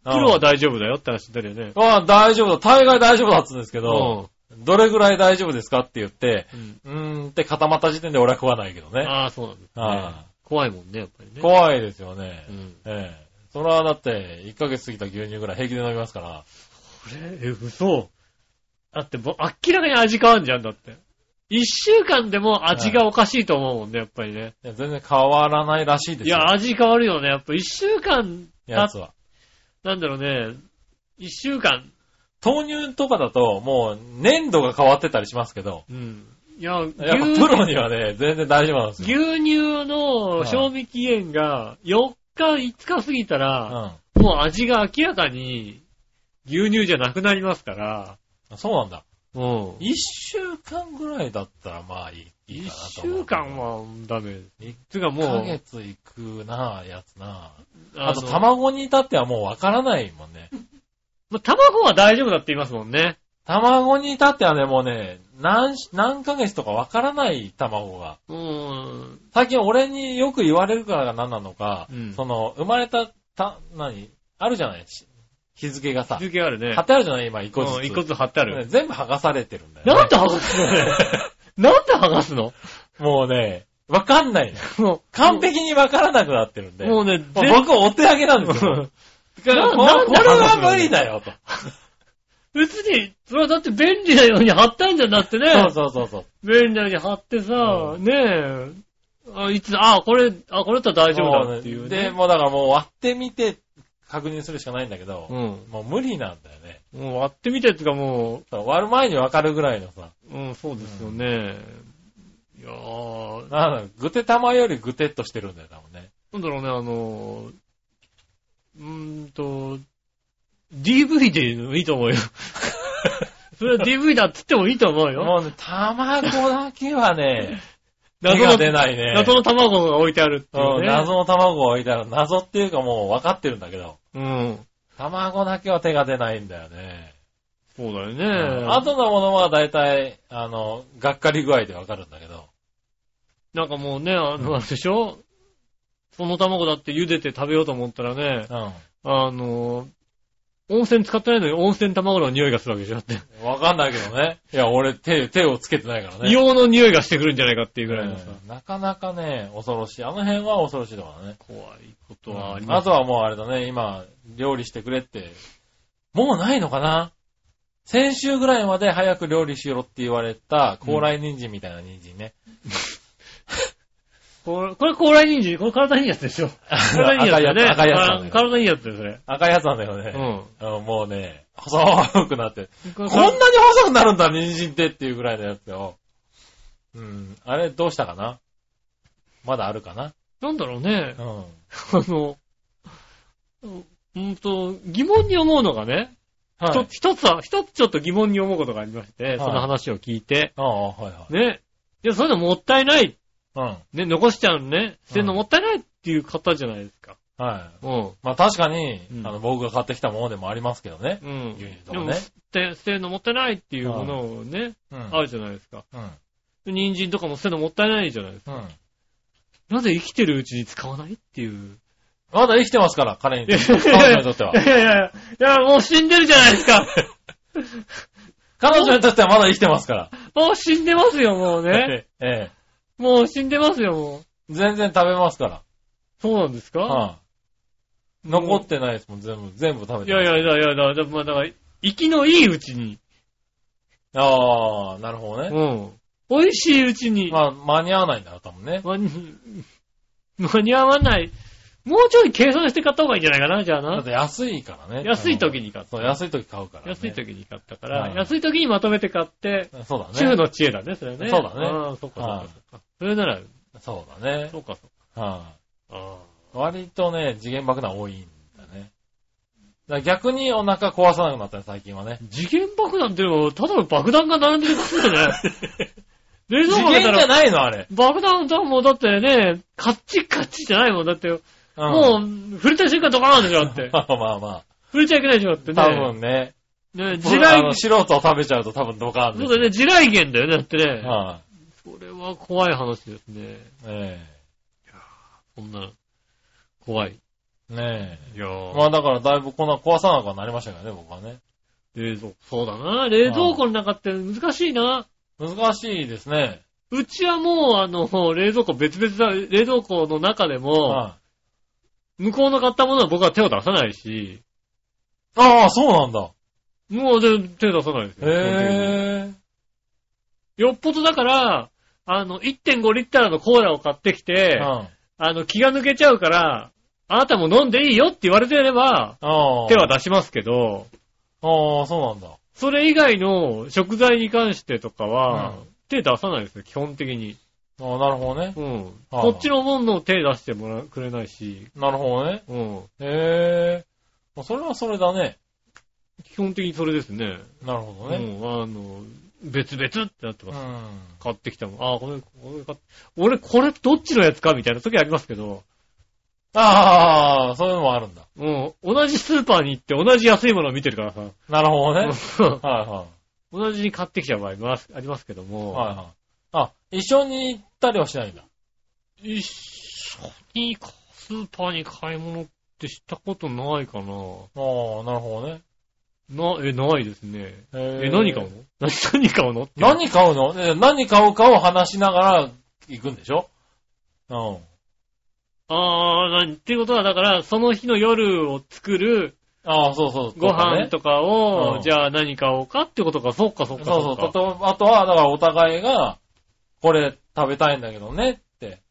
Speaker 2: プロは大丈夫だよって話になるよね。
Speaker 3: ああ、大丈夫だ。大概大丈夫だっつうんですけ
Speaker 2: う
Speaker 3: ど、どれぐらい大丈夫ですかって言って、
Speaker 2: んうん。
Speaker 3: うーんって固まった時点で俺は食わないけどね。
Speaker 2: ああ、そうなんですね。
Speaker 3: は
Speaker 2: 怖いもんね、やっぱり
Speaker 3: い
Speaker 2: ね。
Speaker 3: 怖いですよね。
Speaker 2: うん。
Speaker 3: ええそれはだって、1ヶ月過ぎた牛乳ぐらい平気で飲みますから。
Speaker 2: これ、え、嘘。だってもう明らかに味変わんじゃん、だって。一週間でも味がおかしいと思うもんね、やっぱりね。
Speaker 3: いや全然変わらないらしいで
Speaker 2: い
Speaker 3: すよ。
Speaker 2: や、味変わるよね。やっぱ一週間
Speaker 3: やつは。
Speaker 2: なんだろうね、一週間、
Speaker 3: 豆乳とかだと、もう粘度が変わってたりしますけど、
Speaker 2: うん。いや、牛
Speaker 3: やっぱプロにはね、全然大丈夫なんですよ。
Speaker 2: 牛乳の賞味期限が4日、5日過ぎたら、
Speaker 3: う
Speaker 2: もう味が明らかに牛乳じゃなくなりますから、
Speaker 3: ん。そうなんだ。
Speaker 2: うん。
Speaker 3: 1週間ぐらいだったら、まあいい、いい
Speaker 2: 一
Speaker 3: かなと思う。
Speaker 2: 週間はダメ。
Speaker 3: 一
Speaker 2: つうかも
Speaker 3: ヶ
Speaker 2: う、
Speaker 3: 月いくな、やつな。
Speaker 2: あ
Speaker 3: あと
Speaker 2: の
Speaker 3: 卵に至ってはもうわからないもんね。
Speaker 2: ま卵は大丈夫だって言いますもんね。
Speaker 3: 卵に至ってはね、もうね、何し、何ヶ月とかわからない卵が。
Speaker 2: うん。
Speaker 3: 最近俺によく言われるからが何なのか、
Speaker 2: うん
Speaker 3: その、生まれた、た、何あるじゃないし日付がさ。
Speaker 2: 続きあるね
Speaker 3: 貼。ってあるじゃない今、一個ずつ。
Speaker 2: うん、一個ずつ貼ってあ
Speaker 3: ね
Speaker 2: る。
Speaker 3: 全部剥がされてるんだよ、ね。
Speaker 2: なんで剥がすのねなんで剥がすの
Speaker 3: もうね、わかんないの。
Speaker 2: もう
Speaker 3: 完璧にわからなくなってるんで。
Speaker 2: も
Speaker 3: も
Speaker 2: うね、
Speaker 3: う
Speaker 2: 全
Speaker 3: 僕お手上げなんですよ。だからこ
Speaker 2: なん
Speaker 3: これ
Speaker 2: なんで剥がすの
Speaker 3: は無理だよ、と。
Speaker 2: 別に、それはだって便利なように貼ったんじゃなくてね。
Speaker 3: そうそうそうそう。
Speaker 2: 便利なように貼ってさ、
Speaker 3: う
Speaker 2: ねえ。あ、いつ、あ、これ、あ、これだったら大丈夫だっていう
Speaker 3: も
Speaker 2: ね。
Speaker 3: で、もうだからもう割ってみて確認するしかないんだけど、
Speaker 2: うん。
Speaker 3: もう無理なんだよね。
Speaker 2: もう割ってみてっていうかも
Speaker 3: そう割る前にわかるぐらいのさ、
Speaker 2: う、うん、そうですよね。いやー、
Speaker 3: なんだろう、ぐて玉よりぐてっとしてるんだよ、多分ね。
Speaker 2: なんだろうね、あの、うーんと、DV でいいのいいと思うよ。 それは DV だって言ってもいいと思うよ。
Speaker 3: もうね、卵だけはね、手
Speaker 2: 謎の
Speaker 3: が、出ないね。
Speaker 2: 謎の卵が置いてあるっていう
Speaker 3: うん
Speaker 2: ね。
Speaker 3: 謎の卵を置いたら、謎っていうかもう分かってるんだけど、
Speaker 2: うん。
Speaker 3: 卵だけは手が出ないんだよね。
Speaker 2: そうだよね。
Speaker 3: うん後のものは大体、あの、がっかり具合で分かるんだけど。
Speaker 2: なんかもうね、あの、あれでしょその卵だって茹でて食べようと思ったらね、
Speaker 3: う
Speaker 2: あの、温泉使ってないのに温泉卵の匂いがするわけでしょだって。
Speaker 3: ん。分かんないけどね。いや、俺手、手をつけてないからね。
Speaker 2: 硫黄の匂いがしてくるんじゃないかっていうぐらいのさ、
Speaker 3: うんなかなかね、恐ろしい。あの辺は恐ろしいとかね。
Speaker 2: 怖いことはあり
Speaker 3: あ
Speaker 2: ます。
Speaker 3: とはもうあれだね、今、料理してくれって。もうないのかな先週ぐらいまで早く料理しろって言われた、高麗人参みたいな人参ね。
Speaker 2: これ、これ高麗人参これ体にいいやつでしょ体にいいやつだよね。
Speaker 3: 赤いやつ赤いやつなんだよ
Speaker 2: あ体にいいやつだよ、それ。
Speaker 3: 赤いやつなんだよ
Speaker 2: う
Speaker 3: ね。
Speaker 2: ん。
Speaker 3: うんもうね、細くなって。
Speaker 2: こ
Speaker 3: こん
Speaker 2: れ
Speaker 3: なに細くなるんだ、人参ってっていうぐらいのやつよ。うん。あれ、どうしたかなまだあるかな
Speaker 2: なんだろう ね。
Speaker 3: うん。
Speaker 2: あの、うんと、疑問に思うのがね、
Speaker 3: はい。
Speaker 2: ちょ一つは、一つちょっと疑問に思うことがありまして、その話を聞いて、
Speaker 3: ああ、はいはい。
Speaker 2: ね。いや、そういうのもったいない。
Speaker 3: うん。
Speaker 2: ね、残しちゃうのね。捨てるのもったいないっていう方じゃないですか。
Speaker 3: はい。
Speaker 2: うん。
Speaker 3: まあ確かに、
Speaker 2: うん
Speaker 3: あの、僕が買ってきたものでもありますけどね。
Speaker 2: うん。
Speaker 3: 牛乳と
Speaker 2: で
Speaker 3: か
Speaker 2: も
Speaker 3: ね
Speaker 2: 捨て、捨てるのもったいないっていうものをね、
Speaker 3: うん。
Speaker 2: あるじゃないですか。
Speaker 3: うん。
Speaker 2: 人参とかも捨てるのもったいないじゃないですか。
Speaker 3: うん。
Speaker 2: なぜ生きてるうちに使わないっていう。
Speaker 3: まだ生きてますから、彼に。
Speaker 2: いや
Speaker 3: 彼 女にとっては。
Speaker 2: いやいやいや、もう死んでるじゃないです か。
Speaker 3: 彼女にとってはまだ生きてますから。
Speaker 2: もう死んでますよ、もうね。
Speaker 3: ええ。
Speaker 2: もう死んでますよ、もう。
Speaker 3: 全然食べますから。
Speaker 2: そうなんですか、
Speaker 3: はい。残ってないですもん、全部、全部食べ
Speaker 2: い
Speaker 3: て
Speaker 2: や
Speaker 3: ま
Speaker 2: い
Speaker 3: す。
Speaker 2: やいやいや、だだまあだから、生きのいいうちに、
Speaker 3: ああ、なるほど
Speaker 2: う
Speaker 3: ね。
Speaker 2: ん。美味しいうちに、
Speaker 3: まあ、間に合わないんだろう、多分ね。
Speaker 2: 間に、間に合わない。もうちょい計算して買った方がいいんじゃないかな、じゃあ
Speaker 3: だっ
Speaker 2: な。
Speaker 3: て安いからね。
Speaker 2: 安い時に買った
Speaker 3: そう、安い時買うからね。
Speaker 2: 安い時に買ったから、
Speaker 3: うん
Speaker 2: 安い時にまとめて買って、
Speaker 3: そうだね。
Speaker 2: 主婦の知恵だね、それはね。
Speaker 3: そうだね
Speaker 2: ああ、そっかそっかそっか。それなら、
Speaker 3: そうだね
Speaker 2: そ。うかそっ
Speaker 3: は
Speaker 2: か。あ
Speaker 3: い。割とね、次元爆弾多いんだね。だから逆にお腹壊さなくなったね、最近はね。
Speaker 2: ー次元爆弾っていうのは、ただの爆弾が並んでるだけじゃ ない冷
Speaker 3: 次
Speaker 2: 蔵庫開けた
Speaker 3: 元じ
Speaker 2: ら、
Speaker 3: ゃないの、あれ。
Speaker 2: 爆弾だもうだってね、カッチカチじゃないもん。だって、
Speaker 3: うん
Speaker 2: もう、触れた瞬間ドカーンでしょだって。
Speaker 3: まあまあま
Speaker 2: 触れちゃいけないでしょだって
Speaker 3: あ。
Speaker 2: ね。
Speaker 3: 多分ね。
Speaker 2: ね、地
Speaker 3: 僕あ
Speaker 2: 雷
Speaker 3: の、、素人を食べちゃうと多分ドカーン
Speaker 2: そ
Speaker 3: で
Speaker 2: う
Speaker 3: す
Speaker 2: だね、。地雷源だよね、だってね。
Speaker 3: は
Speaker 2: それは怖い話ですね。
Speaker 3: い。ね
Speaker 2: そんな、怖い。
Speaker 3: え。ね
Speaker 2: いや
Speaker 3: え。
Speaker 2: ー
Speaker 3: まあだからだいぶこんな壊さなくはなりましたけどね、僕はね。
Speaker 2: 冷蔵庫。そうだな。冷蔵庫の中って難しいな。
Speaker 3: 難しいですね。
Speaker 2: うちはもう、あの、冷蔵庫別々だ、冷蔵庫の中でも、
Speaker 3: はい
Speaker 2: 向こうの買ったものは僕は手を出さないし、
Speaker 3: ああ、そうなんだ。
Speaker 2: もう全然手出さないですよ。基本的に
Speaker 3: へえ。
Speaker 2: よっぽどだから、あの、1.5リッターのコーラを買ってきて、
Speaker 3: うん
Speaker 2: あの、気が抜けちゃうから、あなたも飲んでいいよって言われてれば、
Speaker 3: ああ。
Speaker 2: 手は出しますけど、
Speaker 3: ああ、そうなんだ。
Speaker 2: それ以外の食材に関してとかは、
Speaker 3: うん
Speaker 2: 手出さないですね、基本的に。
Speaker 3: ああ、なるほどね。
Speaker 2: うん。
Speaker 3: ああ
Speaker 2: こっちのものを手出してもらくれないし、
Speaker 3: なるほどね。
Speaker 2: うん。
Speaker 3: へえ。まあそれはそれだね。
Speaker 2: 基本的にそれですね。
Speaker 3: なるほど
Speaker 2: う
Speaker 3: ね。
Speaker 2: ん。あの、別々ってなって
Speaker 3: う
Speaker 2: ます。
Speaker 3: ん。
Speaker 2: 買ってきたもん。ああ、これ、これ買っ俺、これどっちのやつかみたいな時ありますけど、
Speaker 3: ああ、そういうのもあるんだ。
Speaker 2: うん。同じスーパーに行って同じ安いものを見てるからさ、
Speaker 3: なるほどね。
Speaker 2: うん
Speaker 3: はいは
Speaker 2: 同じに買ってきちゃう場合もありますけども、
Speaker 3: い。はいはい。あ、一緒に行ったりはしないんだ。
Speaker 2: 一緒にスーパーに買い物ってしたことないかな
Speaker 3: ああ、なるほどね。
Speaker 2: な、え、ないですね。
Speaker 3: へ
Speaker 2: え、何買うの何何買うのって
Speaker 3: 何買うのえ何買うかを話しながら行くんでしょうん。
Speaker 2: あー、なんっていうことは、だから、その日の夜を作る
Speaker 3: ああ、そうそう。
Speaker 2: ご飯
Speaker 3: とかね
Speaker 2: とかを、
Speaker 3: うん
Speaker 2: じゃあ何買おうかってことか、そっかそっか
Speaker 3: そ
Speaker 2: そ
Speaker 3: うそう
Speaker 2: っか。
Speaker 3: とあとは、だからお互いが、これ食べたいんだけどねって、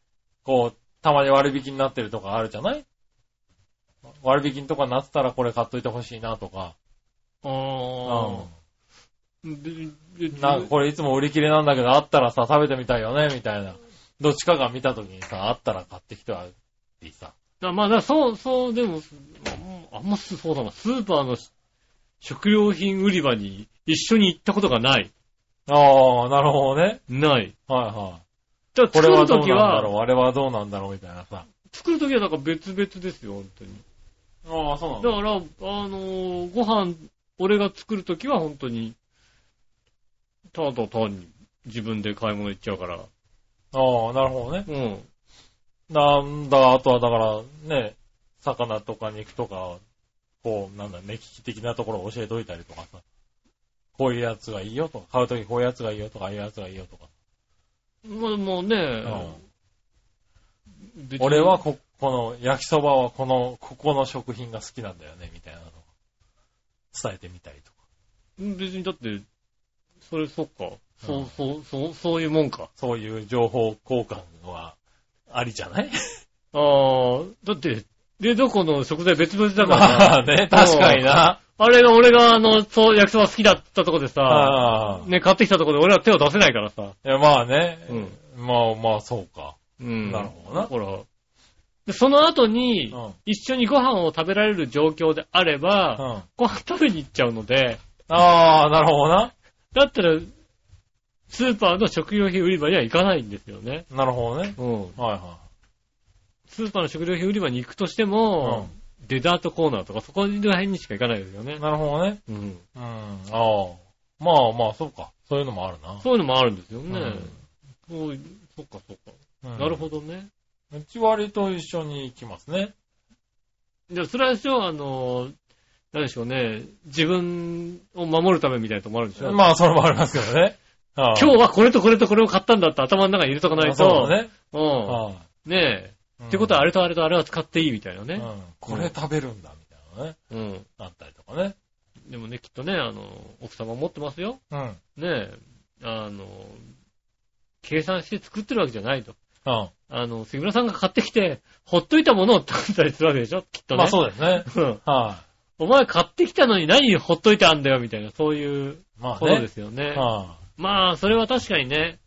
Speaker 3: こう、たまに割引になってるとかあるじゃない割引とかになってたらこれ買っといてほしいなとか。
Speaker 2: あ
Speaker 3: う
Speaker 2: ーでで
Speaker 3: ん。なんかこれいつも売り切れなんだけど、あったらさ、食べてみたいよね、みたいな。どっちかが見た時にさ、あったら買ってきてはってさ。
Speaker 2: だまあ、だそう、そう、でも、あんまあんまそうだな、スーパーのし食料品売り場に一緒に行ったことがない。
Speaker 3: ああ、なるほどね。
Speaker 2: ない。
Speaker 3: はいはい。
Speaker 2: だから
Speaker 3: これ
Speaker 2: 作
Speaker 3: は
Speaker 2: る
Speaker 3: どう
Speaker 2: と
Speaker 3: なん
Speaker 2: き
Speaker 3: だ
Speaker 2: は、
Speaker 3: ろう、あれはどうなんだろう、みたいなさ。
Speaker 2: 作るときはなんか別々ですよ、本当に。
Speaker 3: ああ、そうな
Speaker 2: だから、あのーご飯、俺が作るときは本当に、ただ単に自分で買い物行っちゃうから。
Speaker 3: ああ、なるほどね。
Speaker 2: うん。
Speaker 3: なんだ、あとはだから、ね、魚とか肉とか、こう、なんだ、目利き的なところを教えといたりとかさ。こういうやつがいいよとか、買うときこういうやつがいいよとか、ああいうやつがいいよとか。
Speaker 2: まあ、もうね、別に
Speaker 3: 俺はこ、この焼きそばはこの、ここの食品が好きなんだよね、みたいなのを伝えてみたりとか。
Speaker 2: 別にだって、それそっか。そううんそう、そう、そういうもんか。
Speaker 3: そういう情報交換は、ありじゃない
Speaker 2: ああ、だって、冷蔵庫の食材別々だから
Speaker 3: まあね、確かにな。
Speaker 2: あれが俺があの、そう、焼きそば好きだったとこでさ、
Speaker 3: ああ。
Speaker 2: ね、買ってきたとこで俺は手を出せないからさ。
Speaker 3: いや、まあね。
Speaker 2: う
Speaker 3: まあまあ、そうか。
Speaker 2: うん
Speaker 3: なるほどな
Speaker 2: だから、で、その後に
Speaker 3: う、ん。
Speaker 2: 一緒にご飯を食べられる状況であれば、
Speaker 3: うん。
Speaker 2: ご飯食べに行っちゃうので、
Speaker 3: ああ、なるほどな。
Speaker 2: だったら、スーパーの食料品売り場には行かないんですよね。
Speaker 3: なるほどね。
Speaker 2: うん。
Speaker 3: はいは
Speaker 2: スーパーの食料品売り場に行くとしても、デザートコーナーとか、そこら辺にしか行かないですよね
Speaker 3: い。。なるほどね。
Speaker 2: うん。
Speaker 3: うん。ああ。まあまあ、そうか。そういうのもあるな。
Speaker 2: そういうのもあるんですよね。
Speaker 3: うん
Speaker 2: そういそっかそっか。
Speaker 3: うん
Speaker 2: なるほどね。
Speaker 3: うち割と一緒に行きますね。
Speaker 2: じゃあ、それは一応、あの、何でしょうね、自分を守るためみたいなとこもあるんでしょ、
Speaker 3: まあ、それもありますけどね。今
Speaker 2: 今日はこれとこれとこれを買ったんだって頭の中に入れとかないと、
Speaker 3: そうだね。
Speaker 2: う
Speaker 3: は
Speaker 2: ん。ね
Speaker 3: い
Speaker 2: え。ってことは、あ
Speaker 3: れ
Speaker 2: れとあれとあれは使っていいみたいなね。
Speaker 3: これ食べるんだ、みたいなね。
Speaker 2: うん。
Speaker 3: あったりとかね。
Speaker 2: でもね、きっとね、あの、奥様持ってますよ。
Speaker 3: うん。
Speaker 2: ねえ。あの、計算して作ってるわけじゃないと。
Speaker 3: うん。
Speaker 2: あの、杉村さんが買ってきて、ほっといたものを食べたりするわけでしょきっとね。
Speaker 3: まあ、そうですね。
Speaker 2: うん。
Speaker 3: は
Speaker 2: お前買ってきたのに何ほっといたんだよ、みたいな、そういう
Speaker 3: い。まあ
Speaker 2: ことで
Speaker 3: ね。
Speaker 2: すよね。
Speaker 3: は
Speaker 2: まあ、それは確かにね、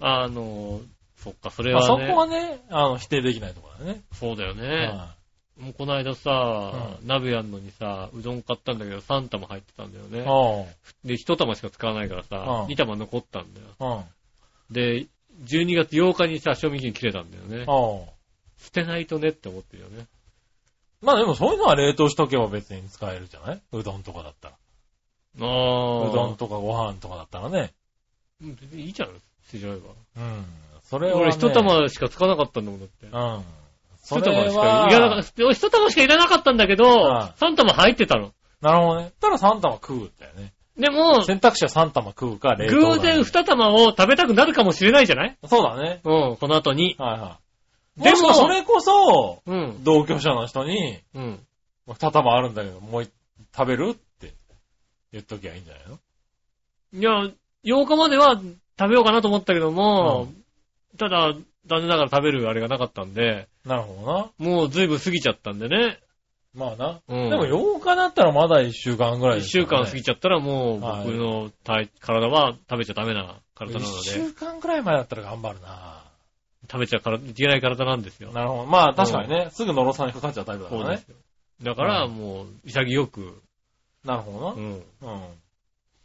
Speaker 2: あの、そっか、そ
Speaker 3: い。
Speaker 2: れ
Speaker 3: まあ、そ
Speaker 2: はね、
Speaker 3: こはね、あの、否定できないところだね。
Speaker 2: そうだよね。
Speaker 3: は
Speaker 2: もうこの間さ、鍋やんのにさ、うどん買ったんだけど3玉入ってたんだよ
Speaker 3: い。
Speaker 2: ね。
Speaker 3: うん。
Speaker 2: で、1玉しか使わないからさ
Speaker 3: う、ん
Speaker 2: 2玉残ったんだよ。
Speaker 3: うん。
Speaker 2: で、12月8日にさ、賞味期限切れたんだよね。
Speaker 3: うん。
Speaker 2: 捨てないとねって思ってるよね。
Speaker 3: まあでもそういうのは冷凍しとけば別に使えるじゃないうどんとかだったら。
Speaker 2: ああ。
Speaker 3: うどんとかご飯とかだったらね。
Speaker 2: うん。別にいいじゃん、捨てちゃえば。
Speaker 3: うん。それは、ね。
Speaker 2: 俺1。玉しか使わなかったんだもんだって。
Speaker 3: うん。そ
Speaker 2: 一
Speaker 3: れ
Speaker 2: 玉
Speaker 3: は
Speaker 2: しかいらなかった。俺一玉しかいらなかったんだけど、
Speaker 3: は
Speaker 2: 3玉入ってたの。
Speaker 3: なるほどね。たら3玉食うだよね。
Speaker 2: でも、
Speaker 3: 選択肢は3玉食うか冷凍だよね、
Speaker 2: 偶然2玉を食べたくなるかもしれないじゃない
Speaker 3: そうだね。
Speaker 2: うん、この後に。
Speaker 3: はいはい。
Speaker 2: で
Speaker 3: で
Speaker 2: も
Speaker 3: も、それこそ、
Speaker 2: うん、
Speaker 3: 同居者の人に、
Speaker 2: うん。
Speaker 3: 2玉あるんだけど、もう一食べるって言っときゃいいんじゃないの
Speaker 2: いや、8日までは食べようかなと思ったけども、ただ、残念ながら食べるあれがなかったんで、
Speaker 3: なるほどな。
Speaker 2: もう随分過ぎちゃったんでね。
Speaker 3: まあな。
Speaker 2: うん。
Speaker 3: でも8日だったらまだ1週間ぐらい
Speaker 2: 1週間過ぎちゃったらもう
Speaker 3: はい
Speaker 2: 僕の体、体は食べちゃダメな体なので、
Speaker 3: 一週間くらい前だったら頑張るな
Speaker 2: 食べちゃからいけない体なんですよ。
Speaker 3: なるほど。まあ確かにね、すぐのろさにかかっちゃうタイプだか
Speaker 2: そうで
Speaker 3: ら
Speaker 2: す
Speaker 3: ね。
Speaker 2: よ。だからもう潔く、
Speaker 3: なるほど
Speaker 2: う
Speaker 3: な。
Speaker 2: ん、
Speaker 3: うん。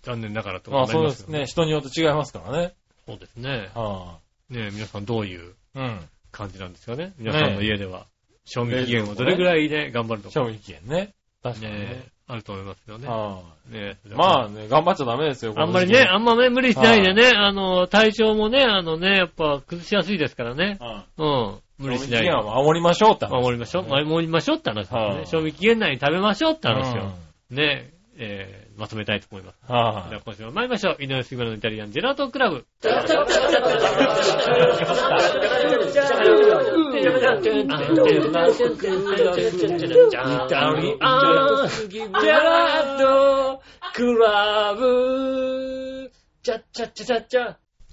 Speaker 2: 残念ながらってこ
Speaker 3: まあ
Speaker 2: とになり
Speaker 3: そうで
Speaker 2: ます
Speaker 3: す
Speaker 2: よね。
Speaker 3: ね。人によって違いますからね。
Speaker 2: そうですね。
Speaker 3: は
Speaker 2: ねえ皆さんどういう
Speaker 3: あ、うん。
Speaker 2: 感じなんですかね。皆さんの家では、賞味期限をどれぐらいで頑張るのか、
Speaker 3: 賞味期限ね。確かに
Speaker 2: ね
Speaker 3: ね。、
Speaker 2: あると思いますよね。
Speaker 3: は
Speaker 2: ね
Speaker 3: いまあね、頑張っちゃダメですよ。
Speaker 2: あ、あんまりね、
Speaker 3: こ
Speaker 2: あんまね、無理しないでね、あの、体調もね、あのね、やっぱ崩しやすいですからね。
Speaker 3: の時期
Speaker 2: うん。無
Speaker 3: うん。
Speaker 2: 理
Speaker 3: 賞
Speaker 2: し
Speaker 3: 味
Speaker 2: な
Speaker 3: 期
Speaker 2: いで
Speaker 3: 限。は守りましょうって話
Speaker 2: 守りましょう。守りましょうって話ですよ
Speaker 3: は
Speaker 2: ね。
Speaker 3: い
Speaker 2: 賞味期限内に食べましょうって
Speaker 3: うん
Speaker 2: 話を、ね、えーまとめたいと思います。
Speaker 3: は
Speaker 2: で
Speaker 3: い
Speaker 2: は今週も参りましょう。井上杉村のイタリアンジェラートクラブ。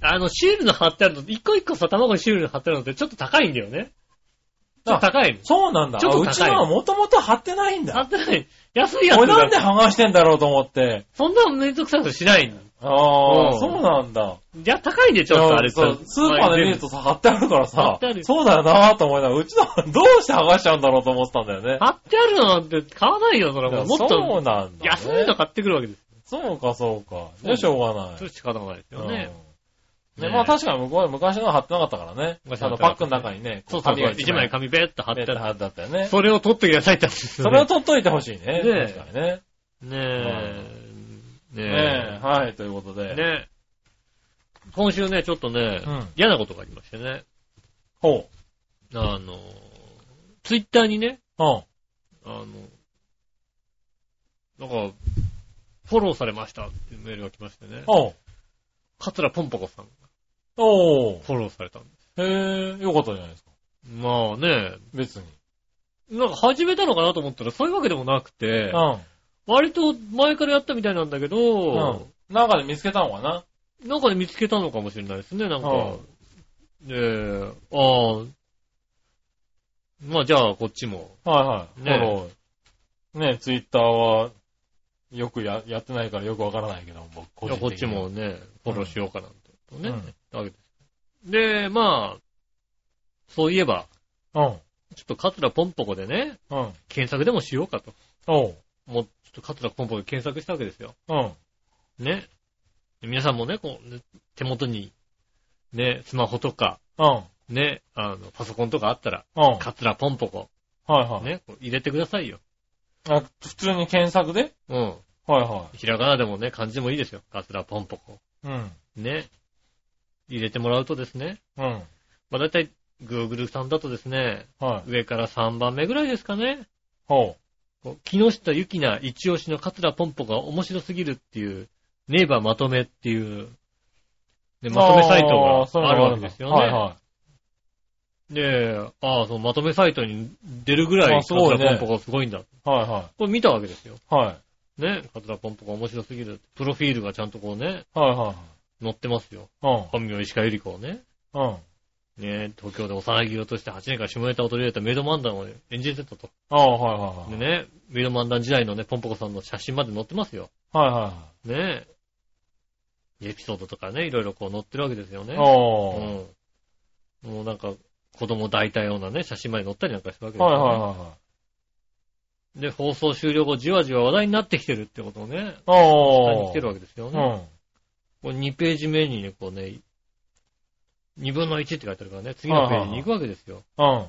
Speaker 2: あの、シールの貼ってあるの、一個一個さ、卵にシールの貼ってあるのってちょっと高いんだよね。ちょっと高いの。
Speaker 3: そうなんだ。
Speaker 2: ちょっと
Speaker 3: あ
Speaker 2: 高いう
Speaker 3: ちのはもともと貼ってないん
Speaker 2: 貼
Speaker 3: だ。
Speaker 2: ってない。安いやつ
Speaker 3: これなんで
Speaker 2: だ。
Speaker 3: 剥がしてんだろうと思って。
Speaker 2: そんなめんどくさいことしないの。
Speaker 3: あ
Speaker 2: うん
Speaker 3: あ、そうなんだ。
Speaker 2: いや、高いんで、ちょっとあれ
Speaker 3: いやそうスーパーで見るとさ、貼ってあるか
Speaker 2: 貼
Speaker 3: らさ
Speaker 2: ってあるよ、
Speaker 3: そうだよなぁと思いながら、うちのはどうして剥がしちゃうんだろうと思ってたんだよ ね。
Speaker 2: 貼ってあるのなんて買わないよ、それ
Speaker 3: い
Speaker 2: はも
Speaker 3: や
Speaker 2: う。もっ
Speaker 3: そう
Speaker 2: と、
Speaker 3: なんだ、ね。
Speaker 2: 安いの買ってくるわけです。
Speaker 3: そうか、そうか。じゃあしょうがない
Speaker 2: それ。仕方がないですよね。
Speaker 3: うんで
Speaker 2: ね
Speaker 3: まあ確かに向こう昔のは貼ってなかったからね。
Speaker 2: 昔
Speaker 3: あ
Speaker 2: の貼
Speaker 3: の
Speaker 2: ってな
Speaker 3: パ
Speaker 2: か
Speaker 3: ッ
Speaker 2: った
Speaker 3: クの中にね、
Speaker 2: そうそう
Speaker 3: 紙
Speaker 2: そう
Speaker 3: が一
Speaker 2: 一枚
Speaker 3: 枚貼っ
Speaker 2: 紙ベーっと貼っててあっ
Speaker 3: あったよね
Speaker 2: た。。それを取ってくださいって話です
Speaker 3: そ
Speaker 2: よ
Speaker 3: れを
Speaker 2: ね。
Speaker 3: 取っといてほしいね。
Speaker 2: ね
Speaker 3: 確かにね。
Speaker 2: ねえ。
Speaker 3: ね
Speaker 2: ね
Speaker 3: え、はい、ということ
Speaker 2: え。
Speaker 3: で。
Speaker 2: ねえ。今週ね、ちょっとね
Speaker 3: うん、
Speaker 2: 嫌なことがありましてね。
Speaker 3: ほ
Speaker 2: あの、ツイッターにね、
Speaker 3: う。うん。
Speaker 2: あの、なんか、フォローされましたっていうメールが来ましてね。
Speaker 3: おう。
Speaker 2: 桂ぽんぽこさんが
Speaker 3: おう。
Speaker 2: フォローされたんで
Speaker 3: へえ、よかったじゃないですか。
Speaker 2: す。まあね、
Speaker 3: 別に。
Speaker 2: なんか始めたのかなと思ったらそういうわけでもなくて、
Speaker 3: う
Speaker 2: 割と前からやったみたいなんだけど、
Speaker 3: ん。なんかで見つけたのかな
Speaker 2: なんかで見つけたのかもしれないですね、なんか。
Speaker 3: う
Speaker 2: で、ああ、まあじゃあこっちも。
Speaker 3: はいはい。
Speaker 2: ねえ
Speaker 3: ねえ。ねえ、ツイッターは、よくや、やってないからよくわからないけど、僕、個
Speaker 2: じゃ
Speaker 3: 人
Speaker 2: あこっ
Speaker 3: 的
Speaker 2: ち
Speaker 3: に
Speaker 2: も。ね、フォローしようかなんてことね、
Speaker 3: うん
Speaker 2: わけです。で、まあ、そういえば、
Speaker 3: うん。
Speaker 2: ちょっとカツラポンポコでね、
Speaker 3: うん。
Speaker 2: 検索でもしようかと。
Speaker 3: おう。
Speaker 2: もう、ちょっとカツラポンポコで検索したわけですよ。
Speaker 3: うん。
Speaker 2: ね。皆さんもね、こう、手元に、ね、スマホとか、
Speaker 3: うん。
Speaker 2: ね、あの、パソコンとかあったら、
Speaker 3: うん。はい
Speaker 2: カツラポンポコ、
Speaker 3: はい。
Speaker 2: ね、こう入れてくださいよ。
Speaker 3: あ普通に検索で
Speaker 2: うん。
Speaker 3: はいは
Speaker 2: ひらがなでもね、漢字でもいいですよ。カツラポンポコ。
Speaker 3: い。うん。
Speaker 2: ね。入れてもらうとですね、
Speaker 3: うん。
Speaker 2: まあ大体、Google さんだとですね、
Speaker 3: はい。
Speaker 2: 上から3番目ぐらいですかね。
Speaker 3: ほ
Speaker 2: こう木下ゆきな一押しのカツラポンポが面白すぎるっていう、ネイバーまとめっていう、ね、
Speaker 3: う。
Speaker 2: まとめサイト
Speaker 3: ーそうい
Speaker 2: がある
Speaker 3: うのが
Speaker 2: わけですよね。
Speaker 3: はいは
Speaker 2: で、ああ、そのまとめサイトに出るぐらい
Speaker 3: あす
Speaker 2: カ
Speaker 3: ご
Speaker 2: ツ
Speaker 3: いね
Speaker 2: ラポンポがすごいんだ。
Speaker 3: い。はいは
Speaker 2: これ見たわけですよ。
Speaker 3: い。はい。
Speaker 2: ね、カツラポンポが面白すぎる。プロフィールがちゃんとこうね、
Speaker 3: はいは
Speaker 2: 載ってますよ。
Speaker 3: いはい。
Speaker 2: 本名石川ゆり子をね。
Speaker 3: うん。うん。
Speaker 2: ね、東京で幼い芸をとして8年間下ネタを取り入れたメイド漫談を演じてたと。
Speaker 3: ああ、はいはいはい
Speaker 2: で。ね、メイド漫談時代のね、ポンポコさんの写真まで載ってますよ。
Speaker 3: はいは
Speaker 2: ねえ。エピソードとかね、いろいろこう載ってるわけですよね
Speaker 3: いはい。。おー。
Speaker 2: うん。もうなんか、子供抱いたようなね、写真まで載ったりなんかしたわけですよ、
Speaker 3: はい
Speaker 2: ね。
Speaker 3: はいは
Speaker 2: で、放送終了後、じわじわ話題になってきてるってことをね、
Speaker 3: いはい。
Speaker 2: 下
Speaker 3: お
Speaker 2: に
Speaker 3: ー。
Speaker 2: 来てるわけですよ
Speaker 3: う
Speaker 2: ね。
Speaker 3: ん。
Speaker 2: これ2ページ目にね、こうね、2分の1って書いてあるからね、次のページに行くわけですよ。
Speaker 3: うん。あ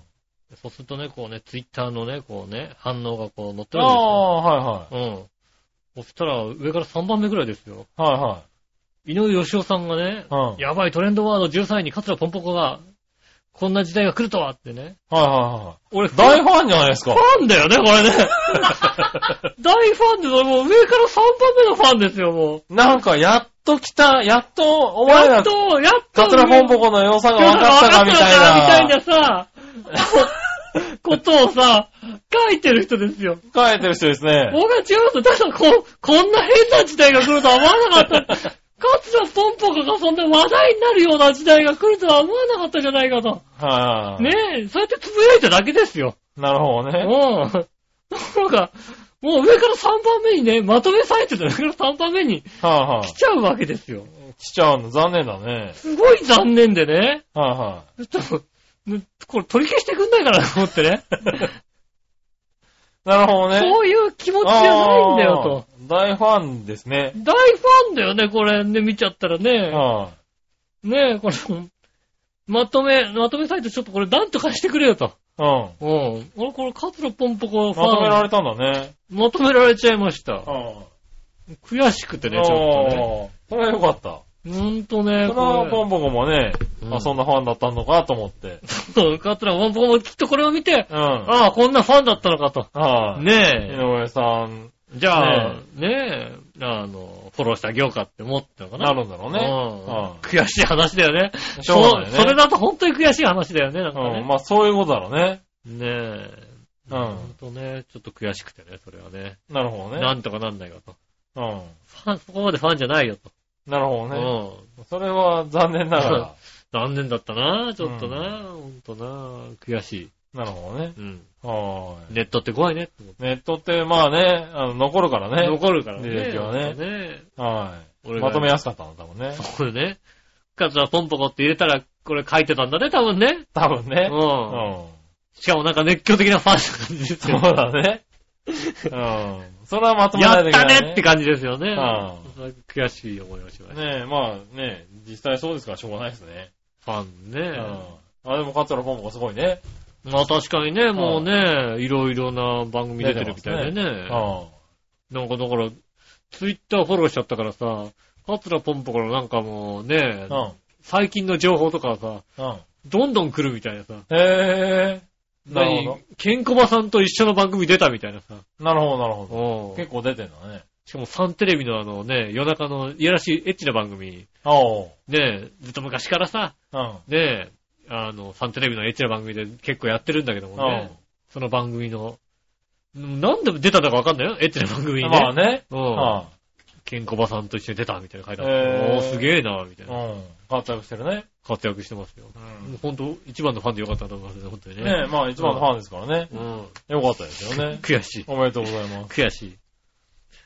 Speaker 2: そうするとね、こうね、ツイッターのね、こうね、反応がこう載ってるわ
Speaker 3: あ、はいは
Speaker 2: けですよ。うん。そしたら、上から3番目ぐらいですよ。
Speaker 3: い。はいは
Speaker 2: 井上義雄さんがね、
Speaker 3: い。うん。はい
Speaker 2: やばい、トレンドワード13位に桂ポンポコが、こんな時代が来るとはってね。
Speaker 3: はいは
Speaker 2: 俺、
Speaker 3: い。大ファンじゃないですか。
Speaker 2: ファンだよね、こ れね。大ファンで、もう上から3番目のファンですよ、もう。
Speaker 3: なんか、やっと来た、やっと、お前
Speaker 2: やっ
Speaker 3: ら、
Speaker 2: と、やっと。
Speaker 3: カツラポンポコの良さが
Speaker 2: 今日
Speaker 3: 分
Speaker 2: が
Speaker 3: かったか、
Speaker 2: 分 か
Speaker 3: み
Speaker 2: った
Speaker 3: た
Speaker 2: か
Speaker 3: い
Speaker 2: みたいな
Speaker 3: な。
Speaker 2: さ、 ことをさ、書いてる人ですよ。
Speaker 3: 書いてる人ですね。
Speaker 2: 僕は違いますよ。ただこ、こんな変な時代が来るとは思わなかった。かつらポンポコがそんな話題になるような時代が来るとは思わなかったじゃないかと。
Speaker 3: はいはい。
Speaker 2: ねえ、そうやってつぶやいただけですよ。
Speaker 3: なるほど
Speaker 2: うん。
Speaker 3: ね。
Speaker 2: なんか、もう上から3番目にね、まとめサイトで上から3番目に
Speaker 3: はいは
Speaker 2: 来ちゃうわけですよ。
Speaker 3: い。来ちゃうの、残念だね。
Speaker 2: すごい残念でね。
Speaker 3: はいは
Speaker 2: ちょっと、ねこれ取り消してくんないかなと思ってね。
Speaker 3: い。なるほどね。
Speaker 2: そういう気持ちじゃないんだよと。
Speaker 3: あー大ファンですね。
Speaker 2: 大ファンだよね、これね、見ちゃったらね。
Speaker 3: は
Speaker 2: ねえ、これ、まとめ、まとめサイトちょっとこれなんとかしてくれよと。
Speaker 3: い。うん。
Speaker 2: うん。俺これカツラポンポコファン、
Speaker 3: まとめられたんだね。
Speaker 2: まとめられちゃいました。
Speaker 3: うん。
Speaker 2: 悔しくてね、ちょっとね。
Speaker 3: おーそれはよかった。
Speaker 2: ほんとね、
Speaker 3: そのポ
Speaker 2: ン
Speaker 3: ンポコもね、
Speaker 2: うん
Speaker 3: あ、そんなファンだったのかと思って。
Speaker 2: ポコ。カツラポンポコもきっとこれを見て、
Speaker 3: うん。は
Speaker 2: ああ、こんなファンだったのかと。
Speaker 3: い。井
Speaker 2: ね
Speaker 3: 上さん、
Speaker 2: え。じゃあ、ねえ、あの、フォローしてあげようかって思ったのかな。
Speaker 3: なるんだろうね。
Speaker 2: うん
Speaker 3: うん
Speaker 2: 悔しい話だよね。
Speaker 3: しょうがない
Speaker 2: そそれ
Speaker 3: ね。
Speaker 2: だと本当に悔しい話だよね、なんかね。
Speaker 3: うん。まあ、そういうことだろうね。
Speaker 2: ねえ。
Speaker 3: うん
Speaker 2: 本当ね、ちょっと悔しくてね、それはね。
Speaker 3: なるほど
Speaker 2: な
Speaker 3: ね。
Speaker 2: んとかなんないかと。
Speaker 3: うん。
Speaker 2: ファン、そこまでファンじゃないよと。
Speaker 3: なるほどね。
Speaker 2: うん。
Speaker 3: それは残念ながら。
Speaker 2: 残念だったな、ちょっとな、ほんとな、悔しい。
Speaker 3: なるほどね。
Speaker 2: うん。
Speaker 3: はーい。
Speaker 2: ネットって怖いねって思って
Speaker 3: ネットって、まあね、あの、残るからね。
Speaker 2: 残るからね。
Speaker 3: 履歴はね
Speaker 2: 本当ね
Speaker 3: は
Speaker 2: 俺
Speaker 3: い。
Speaker 2: が
Speaker 3: まとめやすかったんだもんね。
Speaker 2: これね。カツラポンポコって入れたら、これ書いてたんだね、多分ね。
Speaker 3: 多分ね。う
Speaker 2: うん。
Speaker 3: ん。
Speaker 2: しかもなんか熱狂的なファンって感じです
Speaker 3: そう
Speaker 2: よ。
Speaker 3: だね。うん。それはまとめ
Speaker 2: や
Speaker 3: ない
Speaker 2: っ
Speaker 3: といけ
Speaker 2: た
Speaker 3: ない、
Speaker 2: ねって感じですよね
Speaker 3: う。
Speaker 2: 悔しい思いをしました。
Speaker 3: ねえ、まあね実際そうですからしょうがないですね。
Speaker 2: ファン
Speaker 3: う
Speaker 2: ね。
Speaker 3: ん。あ、でもカツラポンポコすごいね。
Speaker 2: まあ確かにね、もうね、いろいろな番組出てるみたいでね
Speaker 3: うん。。は
Speaker 2: なんかだから、ツイッターフォローしちゃったからさ、カツラポンポコのなんかもうね
Speaker 3: い、うん。
Speaker 2: 最近の情報とかさ、
Speaker 3: うん。
Speaker 2: どんどん来るみたいなさ。
Speaker 3: へえ。なるほ
Speaker 2: 何ケンコバさんと一緒の番組出たみたいなさ。
Speaker 3: ど。なるほど、なるほど。
Speaker 2: お
Speaker 3: 結構出てんだね。
Speaker 2: しかもサンテレビのあのね、夜中のいやらしいエッチな番組、
Speaker 3: あおう。
Speaker 2: ね、ずっと昔からさ、
Speaker 3: うん。
Speaker 2: ね、あの、サンテレビのエッチな番組で結構やってるんだけどもね、その番組の、うんなんで出たんだかわかんないよ、エッチな番組
Speaker 3: う
Speaker 2: に
Speaker 3: ん。
Speaker 2: ね。
Speaker 3: まあね。
Speaker 2: うん。
Speaker 3: は
Speaker 2: ケンコバさんと一緒に出たみたいな書いてあ
Speaker 3: へ
Speaker 2: る。
Speaker 3: ー
Speaker 2: おー、すげえな、みたい
Speaker 3: い。
Speaker 2: な。
Speaker 3: うん。活躍してるね。
Speaker 2: 活躍してますよ。
Speaker 3: う。
Speaker 2: もうんほんと、一番のファンでよかったと思いますね、ほんとにね。
Speaker 3: ねえ、まあ一番のファンですからね。
Speaker 2: うん。
Speaker 3: よかったですよね。
Speaker 2: 悔しい。
Speaker 3: おめでとうございま
Speaker 2: 悔しい。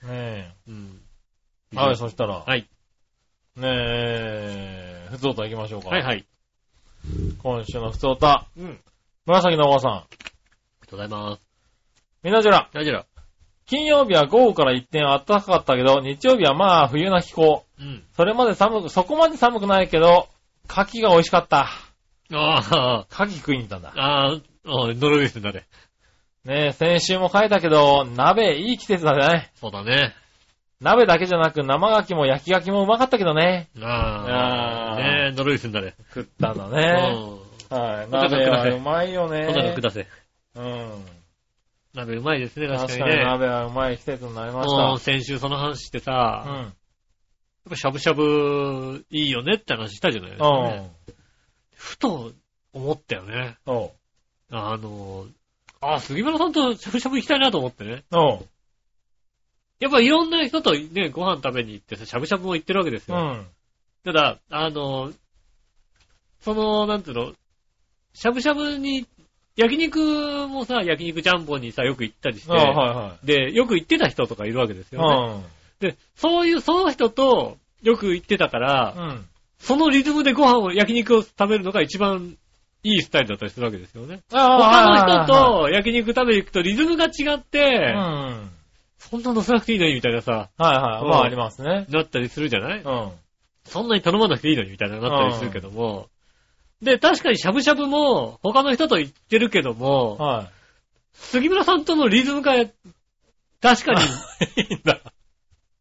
Speaker 3: す。ね
Speaker 2: うん。
Speaker 3: え。はい、そしたら。
Speaker 2: はい。
Speaker 3: ねえ、ふつおた行きましょうか。
Speaker 2: はいはい。
Speaker 3: 今週のふつおた。
Speaker 2: うん。
Speaker 3: 紫のおばさん。
Speaker 2: とうございます。
Speaker 3: みなじら、
Speaker 2: ラジラ。
Speaker 3: 金曜日は午後から一転暖かかったけど、日曜日はまあ冬な気候。
Speaker 2: うん。
Speaker 3: それまで寒く、そこまで寒くないけど、牡蠣が美味しかった。
Speaker 2: ああ、
Speaker 3: 牡蠣食いに行ったんだ。
Speaker 2: あーあー、ノルウェーですね、あれ。
Speaker 3: ねえ、先週も書いたけど、鍋、いい季節だね。
Speaker 2: そうだね。
Speaker 3: 鍋だけじゃなく生牡蠣も焼き牡蠣もうまかったけどね。
Speaker 2: ああ、
Speaker 3: あー
Speaker 2: ねえ、ノルウェーですね、あれ。
Speaker 3: 食ったんだ
Speaker 2: う
Speaker 3: ね。
Speaker 2: ん。
Speaker 3: はい。
Speaker 2: 小高
Speaker 3: 鍋は
Speaker 2: くださいう
Speaker 3: まい
Speaker 2: 小
Speaker 3: よ
Speaker 2: 高く
Speaker 3: ね。
Speaker 2: 出せ。
Speaker 3: うん。
Speaker 2: 鍋うまいですね、確か
Speaker 3: 確
Speaker 2: に
Speaker 3: か
Speaker 2: ね。
Speaker 3: に鍋はうまい季節になりまし
Speaker 2: もう先週その話してさ、
Speaker 3: た。う
Speaker 2: やっ
Speaker 3: ん。
Speaker 2: ぱしゃぶしゃぶいいよねって話したじゃないですか、
Speaker 3: う
Speaker 2: ね。
Speaker 3: ん。
Speaker 2: ふと思ったよね。
Speaker 3: おう。
Speaker 2: あの、あ、杉村さんとしゃぶしゃぶ行きたいなと思ってね。
Speaker 3: おう。
Speaker 2: やっぱいろんな人とね、ご飯食べに行ってさ、しゃぶしゃぶも行ってるわけです
Speaker 3: う
Speaker 2: よ。
Speaker 3: ん。
Speaker 2: ただ、あの、その、なんていうの、しゃぶしゃぶに、焼肉もさ、焼肉ジャンボにさ、よく行ったりして、
Speaker 3: あは
Speaker 2: で、よく行ってた人とかいるわけです
Speaker 3: い
Speaker 2: よね。
Speaker 3: はい。
Speaker 2: で、そういう、その人とよく行ってたから、
Speaker 3: うん。うん。
Speaker 2: そのリズムでご飯を、焼肉を食べるのが一番いいスタイルだったりするわけですよね。他の人と焼肉食べに行くとリズムが違っ
Speaker 3: とう
Speaker 2: て、
Speaker 3: ん。
Speaker 2: そんなのせなくていいのにみたいなさ、
Speaker 3: はいはい。
Speaker 2: うん
Speaker 3: まあありますね。
Speaker 2: なったりするじゃない
Speaker 3: うん。
Speaker 2: そんなに頼まなくていいのにみたいななったりするけども。で、確かにしゃぶしゃぶも他の人と行ってるけども、
Speaker 3: は
Speaker 2: 杉村さんとのリズムが、確かに、
Speaker 3: い。いいんだ。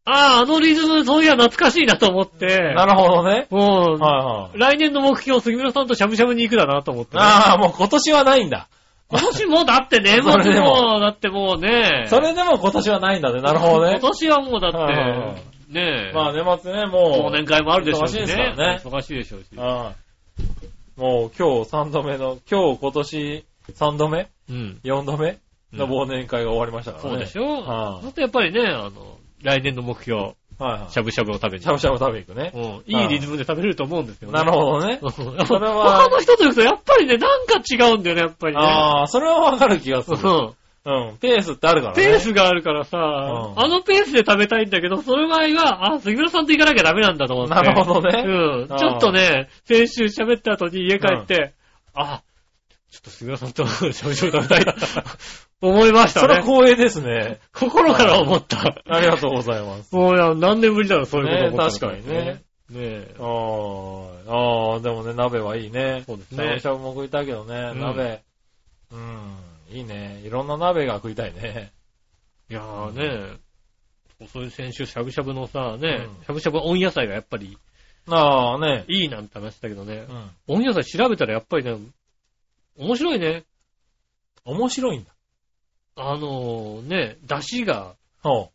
Speaker 2: ああ、あのリズム、そういや懐かしいなと思って、
Speaker 3: なるほどね。
Speaker 2: もう、
Speaker 3: はいは
Speaker 2: 来
Speaker 3: い。
Speaker 2: 年の目標、杉村さんとしゃぶしゃぶに行くだなと思ってね、
Speaker 3: ああ、もう今年はないんだ。
Speaker 2: 今年もだって 年
Speaker 3: それ
Speaker 2: 末
Speaker 3: で
Speaker 2: も、
Speaker 3: も
Speaker 2: だってもうね。
Speaker 3: それでも今年はないんだね。なるほどね
Speaker 2: 今。年はもうだって、
Speaker 3: はいはいはい
Speaker 2: ねえ。
Speaker 3: まあ年末ね、
Speaker 2: 忘
Speaker 3: も
Speaker 2: 年会もあるでしょうしね。
Speaker 3: 忙しいですからね
Speaker 2: 忙しいでしょうし。
Speaker 3: う。はい。もう今日3度目の、今日今年3度目
Speaker 2: うん。
Speaker 3: ?4 度目
Speaker 2: うん
Speaker 3: の忘年会が終わりましたからね。
Speaker 2: そうでしょ
Speaker 3: は
Speaker 2: あ
Speaker 3: い
Speaker 2: とやっぱりね、あの、来年の目標、
Speaker 3: はいはい。
Speaker 2: しゃぶしゃぶを食べに。
Speaker 3: しゃぶしゃぶ食べに行くね。
Speaker 2: うん。いいリズムで食べれると思うんですよね。
Speaker 3: なるほどね。
Speaker 2: ほど。
Speaker 3: それは
Speaker 2: 他の人と行くとやっぱりね、なんか違うんだよね、やっぱりね。
Speaker 3: ああ、それはわかる気がす
Speaker 2: う
Speaker 3: る。
Speaker 2: ん。
Speaker 3: うん。ペースってあるからね。
Speaker 2: ペースがあるからさ、
Speaker 3: ん
Speaker 2: あのペースで食べたいんだけど、その場合は、あ、杉村さんと行かなきゃダメなんだと思って。
Speaker 3: なるほどね。
Speaker 2: うん
Speaker 3: あー
Speaker 2: ちょっとね、先週喋った後に家帰って、あ、ちょっと杉浦さんとしゃぶしゃぶ食べたいな思いまし
Speaker 3: そ
Speaker 2: た
Speaker 3: れは
Speaker 2: ね。
Speaker 3: 光栄ですね。
Speaker 2: 心から思った。
Speaker 3: ありがとうございます。
Speaker 2: もういや何年ぶりだろ、そういうこと思ったの
Speaker 3: ね確かにね。
Speaker 2: ねえ
Speaker 3: あ。ーあー、でもね、鍋はいいね。
Speaker 2: そうです
Speaker 3: しゃ
Speaker 2: ね
Speaker 3: ぶしゃぶも食いたいけどね、
Speaker 2: うん
Speaker 3: 鍋。うん、いいね。いろんな鍋が食いた いね。
Speaker 2: いやーねそういう先週、しゃぶしゃぶのさ、ね
Speaker 3: う、ん
Speaker 2: しゃぶしゃぶ温野菜がやっぱり
Speaker 3: ああ、ね。
Speaker 2: いいなんて話したけどね
Speaker 3: う、ん。
Speaker 2: 温野菜調べたらやっぱりね、面白いね。
Speaker 3: 面白いんだ。
Speaker 2: あのーね、出汁が
Speaker 3: ほ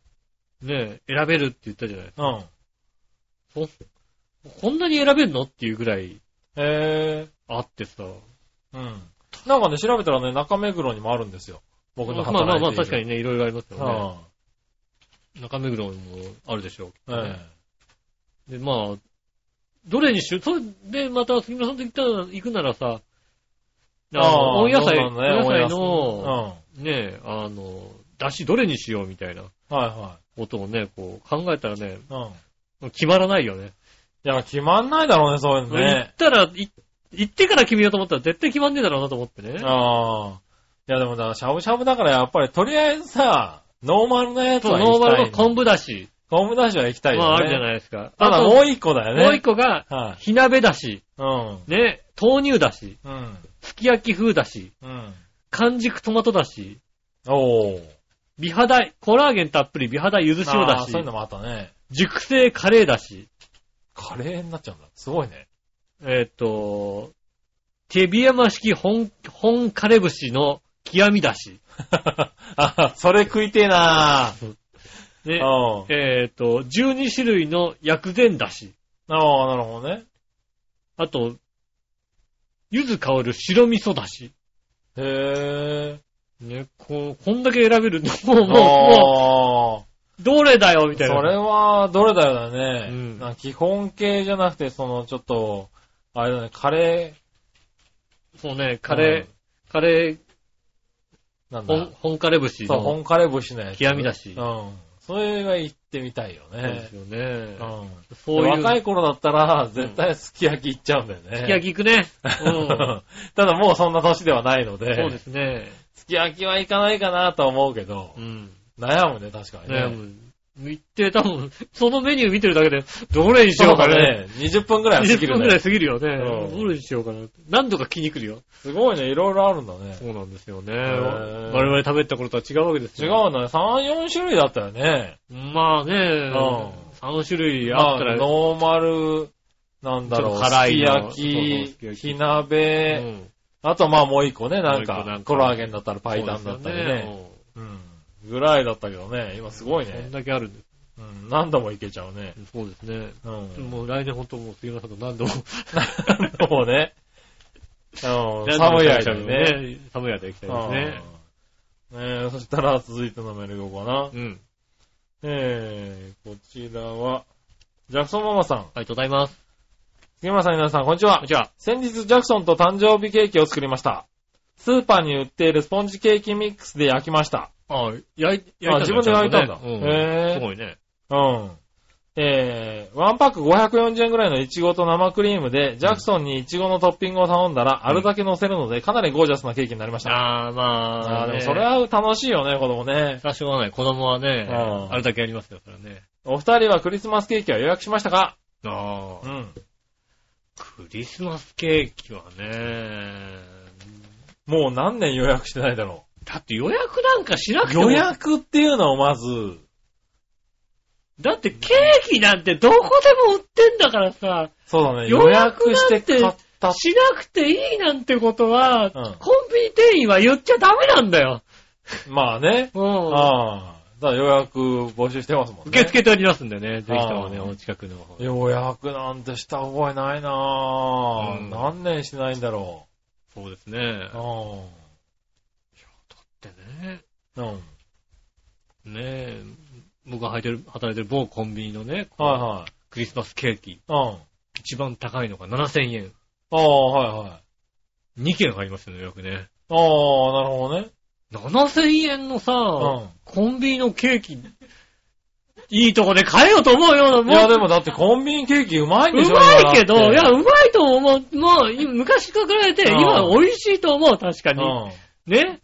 Speaker 2: ね、選べるって言ったじゃない。
Speaker 3: う。うん。
Speaker 2: こんなに選べんのっていうぐらい
Speaker 3: へえ。
Speaker 2: あってさ。
Speaker 3: うん。なんかね、調べたらね、中目黒にもあるんですよ。僕
Speaker 2: ま
Speaker 3: の
Speaker 2: あ
Speaker 3: 働いている
Speaker 2: まあまあ、確かにね、いろいろありますよ
Speaker 3: は
Speaker 2: ね。中目黒もあるでしょう、
Speaker 3: い。え
Speaker 2: で、まあ、どれにしよう。それで、また杉村さんと行ったら、行くならさ、あ
Speaker 3: え
Speaker 2: の、温野菜、
Speaker 3: ど
Speaker 2: 温
Speaker 3: んなね
Speaker 2: 野菜
Speaker 3: うん。
Speaker 2: の、
Speaker 3: は
Speaker 2: ね、あの、出汁どれにしようみたいない
Speaker 3: は
Speaker 2: ことをね、こう考えたらね、
Speaker 3: い。うん。
Speaker 2: 決まらないよね。
Speaker 3: いや、決まんないだろうね、そういうの
Speaker 2: 行
Speaker 3: ね
Speaker 2: っ。たら、い行ってから決めようと思ったら絶対決まんねえだろうなと思ってね。
Speaker 3: ああ。いや、でもだ、しゃぶしゃぶだからやっぱり、とりあえずさ、ノーマルなやつ
Speaker 2: そう
Speaker 3: は
Speaker 2: ノ
Speaker 3: 行
Speaker 2: ー
Speaker 3: きた
Speaker 2: マ
Speaker 3: い、
Speaker 2: ルの昆布だし、
Speaker 3: 昆布だしは行きたいよ
Speaker 2: ま
Speaker 3: ね。
Speaker 2: ああるじゃないですか。
Speaker 3: た
Speaker 2: あ
Speaker 3: だ
Speaker 2: と
Speaker 3: もう一個だよね。
Speaker 2: もう一個が、
Speaker 3: はい、
Speaker 2: 火鍋だし、ね、豆乳だし、
Speaker 3: うん。うん。
Speaker 2: すき焼き風だし、
Speaker 3: うん。
Speaker 2: 完熟トマトだし、
Speaker 3: おー。
Speaker 2: 美肌、コラーゲンたっぷり美肌ゆず塩
Speaker 3: あ
Speaker 2: だ
Speaker 3: ー
Speaker 2: し
Speaker 3: そういう、のもあったね。
Speaker 2: 熟成カレーだし、
Speaker 3: カレーになっちゃうんだ。すごいね。
Speaker 2: えーっと、手ビ山式本、本カレ節の極みだし、
Speaker 3: あ、それ食いてえなぁ。
Speaker 2: ね、
Speaker 3: おー
Speaker 2: えーっと、12種類の薬膳だし、
Speaker 3: あーなるほどね。
Speaker 2: あと、ゆず香る白味噌だし、
Speaker 3: へ
Speaker 2: ね、こう、こんだけ選べる。 もう、も
Speaker 3: ぇー。
Speaker 2: う、も
Speaker 3: あ
Speaker 2: う、どれだよ、み
Speaker 3: ー
Speaker 2: たいな。
Speaker 3: それは、どれだよだね。
Speaker 2: うん
Speaker 3: なんか基本系じゃなくて、その、ちょっと、あれだね、カレ
Speaker 2: そうね、カレー、カレー、
Speaker 3: ー、なんだ。
Speaker 2: 本、本カレ節
Speaker 3: そう、
Speaker 2: の
Speaker 3: 本カレー節のやつ。
Speaker 2: 極みだし
Speaker 3: う。ん。それはいってみたいよ
Speaker 2: そうで
Speaker 3: ね
Speaker 2: す。よね。
Speaker 3: うん。
Speaker 2: そういう。
Speaker 3: 若
Speaker 2: す
Speaker 3: い頃だったら、絶対すき焼き行っちゃうんだよね。
Speaker 2: き焼き行く ね。うん。
Speaker 3: ただもうそんな年ではないので、
Speaker 2: そうですね。
Speaker 3: すき焼きは行かないかなとは思うけど
Speaker 2: う、ん。
Speaker 3: 悩むね、確かにね。
Speaker 2: ね、もう行って、多分、そのメニュー見てるだけで、どれにし
Speaker 3: そ
Speaker 2: よ
Speaker 3: う
Speaker 2: うか
Speaker 3: だ
Speaker 2: ね。
Speaker 3: ね。20分くらいは過ぎ
Speaker 2: 20
Speaker 3: る
Speaker 2: 分くら
Speaker 3: ね
Speaker 2: い。過ぎるよね。
Speaker 3: うん
Speaker 2: どれにしようかな。何度か気に来るよ。
Speaker 3: すごいね、いろいろあるんだね。
Speaker 2: そうなんですよね。
Speaker 3: ー
Speaker 2: 我々食べた頃とは違うわけです
Speaker 3: 違う
Speaker 2: よ。
Speaker 3: んだね。3、4種類だったよね。
Speaker 2: 違う。まあね、3種類あった
Speaker 3: まあ
Speaker 2: ら、
Speaker 3: ノーマル、なんだ
Speaker 2: ち
Speaker 3: ろ
Speaker 2: ょ
Speaker 3: う、
Speaker 2: っと辛いの
Speaker 3: すき
Speaker 2: そうそう
Speaker 3: 焼
Speaker 2: すき
Speaker 3: き、
Speaker 2: 焼き
Speaker 3: 火
Speaker 2: う
Speaker 3: 鍋、
Speaker 2: ん
Speaker 3: あとまあもう一個ね、なん
Speaker 2: もう一個な
Speaker 3: か
Speaker 2: んか、
Speaker 3: コラーゲンだったらパイタンだったりね。うん。ぐらいだったけどね、今すご
Speaker 2: そう
Speaker 3: い
Speaker 2: ですよねうんそんだ
Speaker 3: ね。
Speaker 2: けあるんです。
Speaker 3: うん、何度もいけちゃうね。
Speaker 2: そうですね。
Speaker 3: うん。
Speaker 2: もう来年本当もう杉村さんと何度も。
Speaker 3: も うね。
Speaker 2: 何
Speaker 3: うん、
Speaker 2: 度も食
Speaker 3: 寒い
Speaker 2: べち
Speaker 3: 間
Speaker 2: ゃう
Speaker 3: に
Speaker 2: よ
Speaker 3: ね。
Speaker 2: ね。寒い間行きたいですね。
Speaker 3: うんねえ、そしたら続いてのメール行こうかな。
Speaker 2: うん。
Speaker 3: えー、こちらは、ジャクソンママさん。
Speaker 2: ありがとうございます。
Speaker 3: 杉村さん、皆さん、こんにちは。
Speaker 2: こんにちは。
Speaker 3: 先日、ジャクソンと誕生日ケーキを作りました。スーパーに売っているスポンジケーキミックスで焼きました。
Speaker 2: あ、焼い、
Speaker 3: あ自分で焼いたんだ
Speaker 2: ちゃとね
Speaker 3: へー
Speaker 2: うん。すごいね。
Speaker 3: うん。えー、ワンパック540円ぐらいのイチゴと生クリームで、ジャクソンにイチゴのトッピングを頼んだら、あるだけ乗せるので、かなりゴージャスなケーキになりました。
Speaker 2: あー、まあ、
Speaker 3: あーでも
Speaker 2: ね
Speaker 3: それ、は楽しいよね、子供ね。
Speaker 2: 多少はない。子供はね
Speaker 3: う、ん
Speaker 2: あれだけやりますよ、それはね。
Speaker 3: お二人はクリスマスケーキは予約しましたか
Speaker 2: あ
Speaker 3: う
Speaker 2: あ、
Speaker 3: ん。
Speaker 2: クリスマスケーキはね、
Speaker 3: もう何年予約してないだろ
Speaker 2: だって予約なんかしなく
Speaker 3: う。
Speaker 2: ても。
Speaker 3: 予約っていうのをまず、
Speaker 2: だってケーキなんてどこでも売ってんだからさ、
Speaker 3: そうだね、予
Speaker 2: 予
Speaker 3: 約
Speaker 2: 約
Speaker 3: して買
Speaker 2: なん
Speaker 3: ってた。
Speaker 2: しなくていいなんてことは、
Speaker 3: うん
Speaker 2: コンビニ店員は言っちゃダメなんだよ。
Speaker 3: まあね。
Speaker 2: うん。
Speaker 3: ああ。だから予約募集してますもんね。
Speaker 2: 受け付けておりますんでね、ぜひともね、
Speaker 3: あー
Speaker 2: お近くの方。
Speaker 3: 予約なんてした覚えないなぁ、
Speaker 2: うん
Speaker 3: 何年してないんだろ
Speaker 2: そうですね
Speaker 3: う。。うん。
Speaker 2: だってね。
Speaker 3: うん。はい
Speaker 2: ねえ、僕が働いてる、働いてる某コンビニのね、
Speaker 3: はい。
Speaker 2: クリスマスケーキ、
Speaker 3: うん。あ
Speaker 2: 一番高いのが7000円。
Speaker 3: あ、はいはい。
Speaker 2: 2件ありますよね、よくね。
Speaker 3: ああ、なるほどね。
Speaker 2: 7000円のさ、
Speaker 3: う
Speaker 2: コンビニのケーキ、いいとこで買えようと思うよ、
Speaker 3: ん。いやで
Speaker 2: も
Speaker 3: もだってコンビニケーキうまいんでし
Speaker 2: う
Speaker 3: ょ
Speaker 2: まいけど、
Speaker 3: 今だっ
Speaker 2: い
Speaker 3: て
Speaker 2: や、うまいと思う。もう、今昔と比べて、
Speaker 3: うん
Speaker 2: 今美味しいと思う、確か
Speaker 3: う
Speaker 2: に。
Speaker 3: ん。
Speaker 2: ね。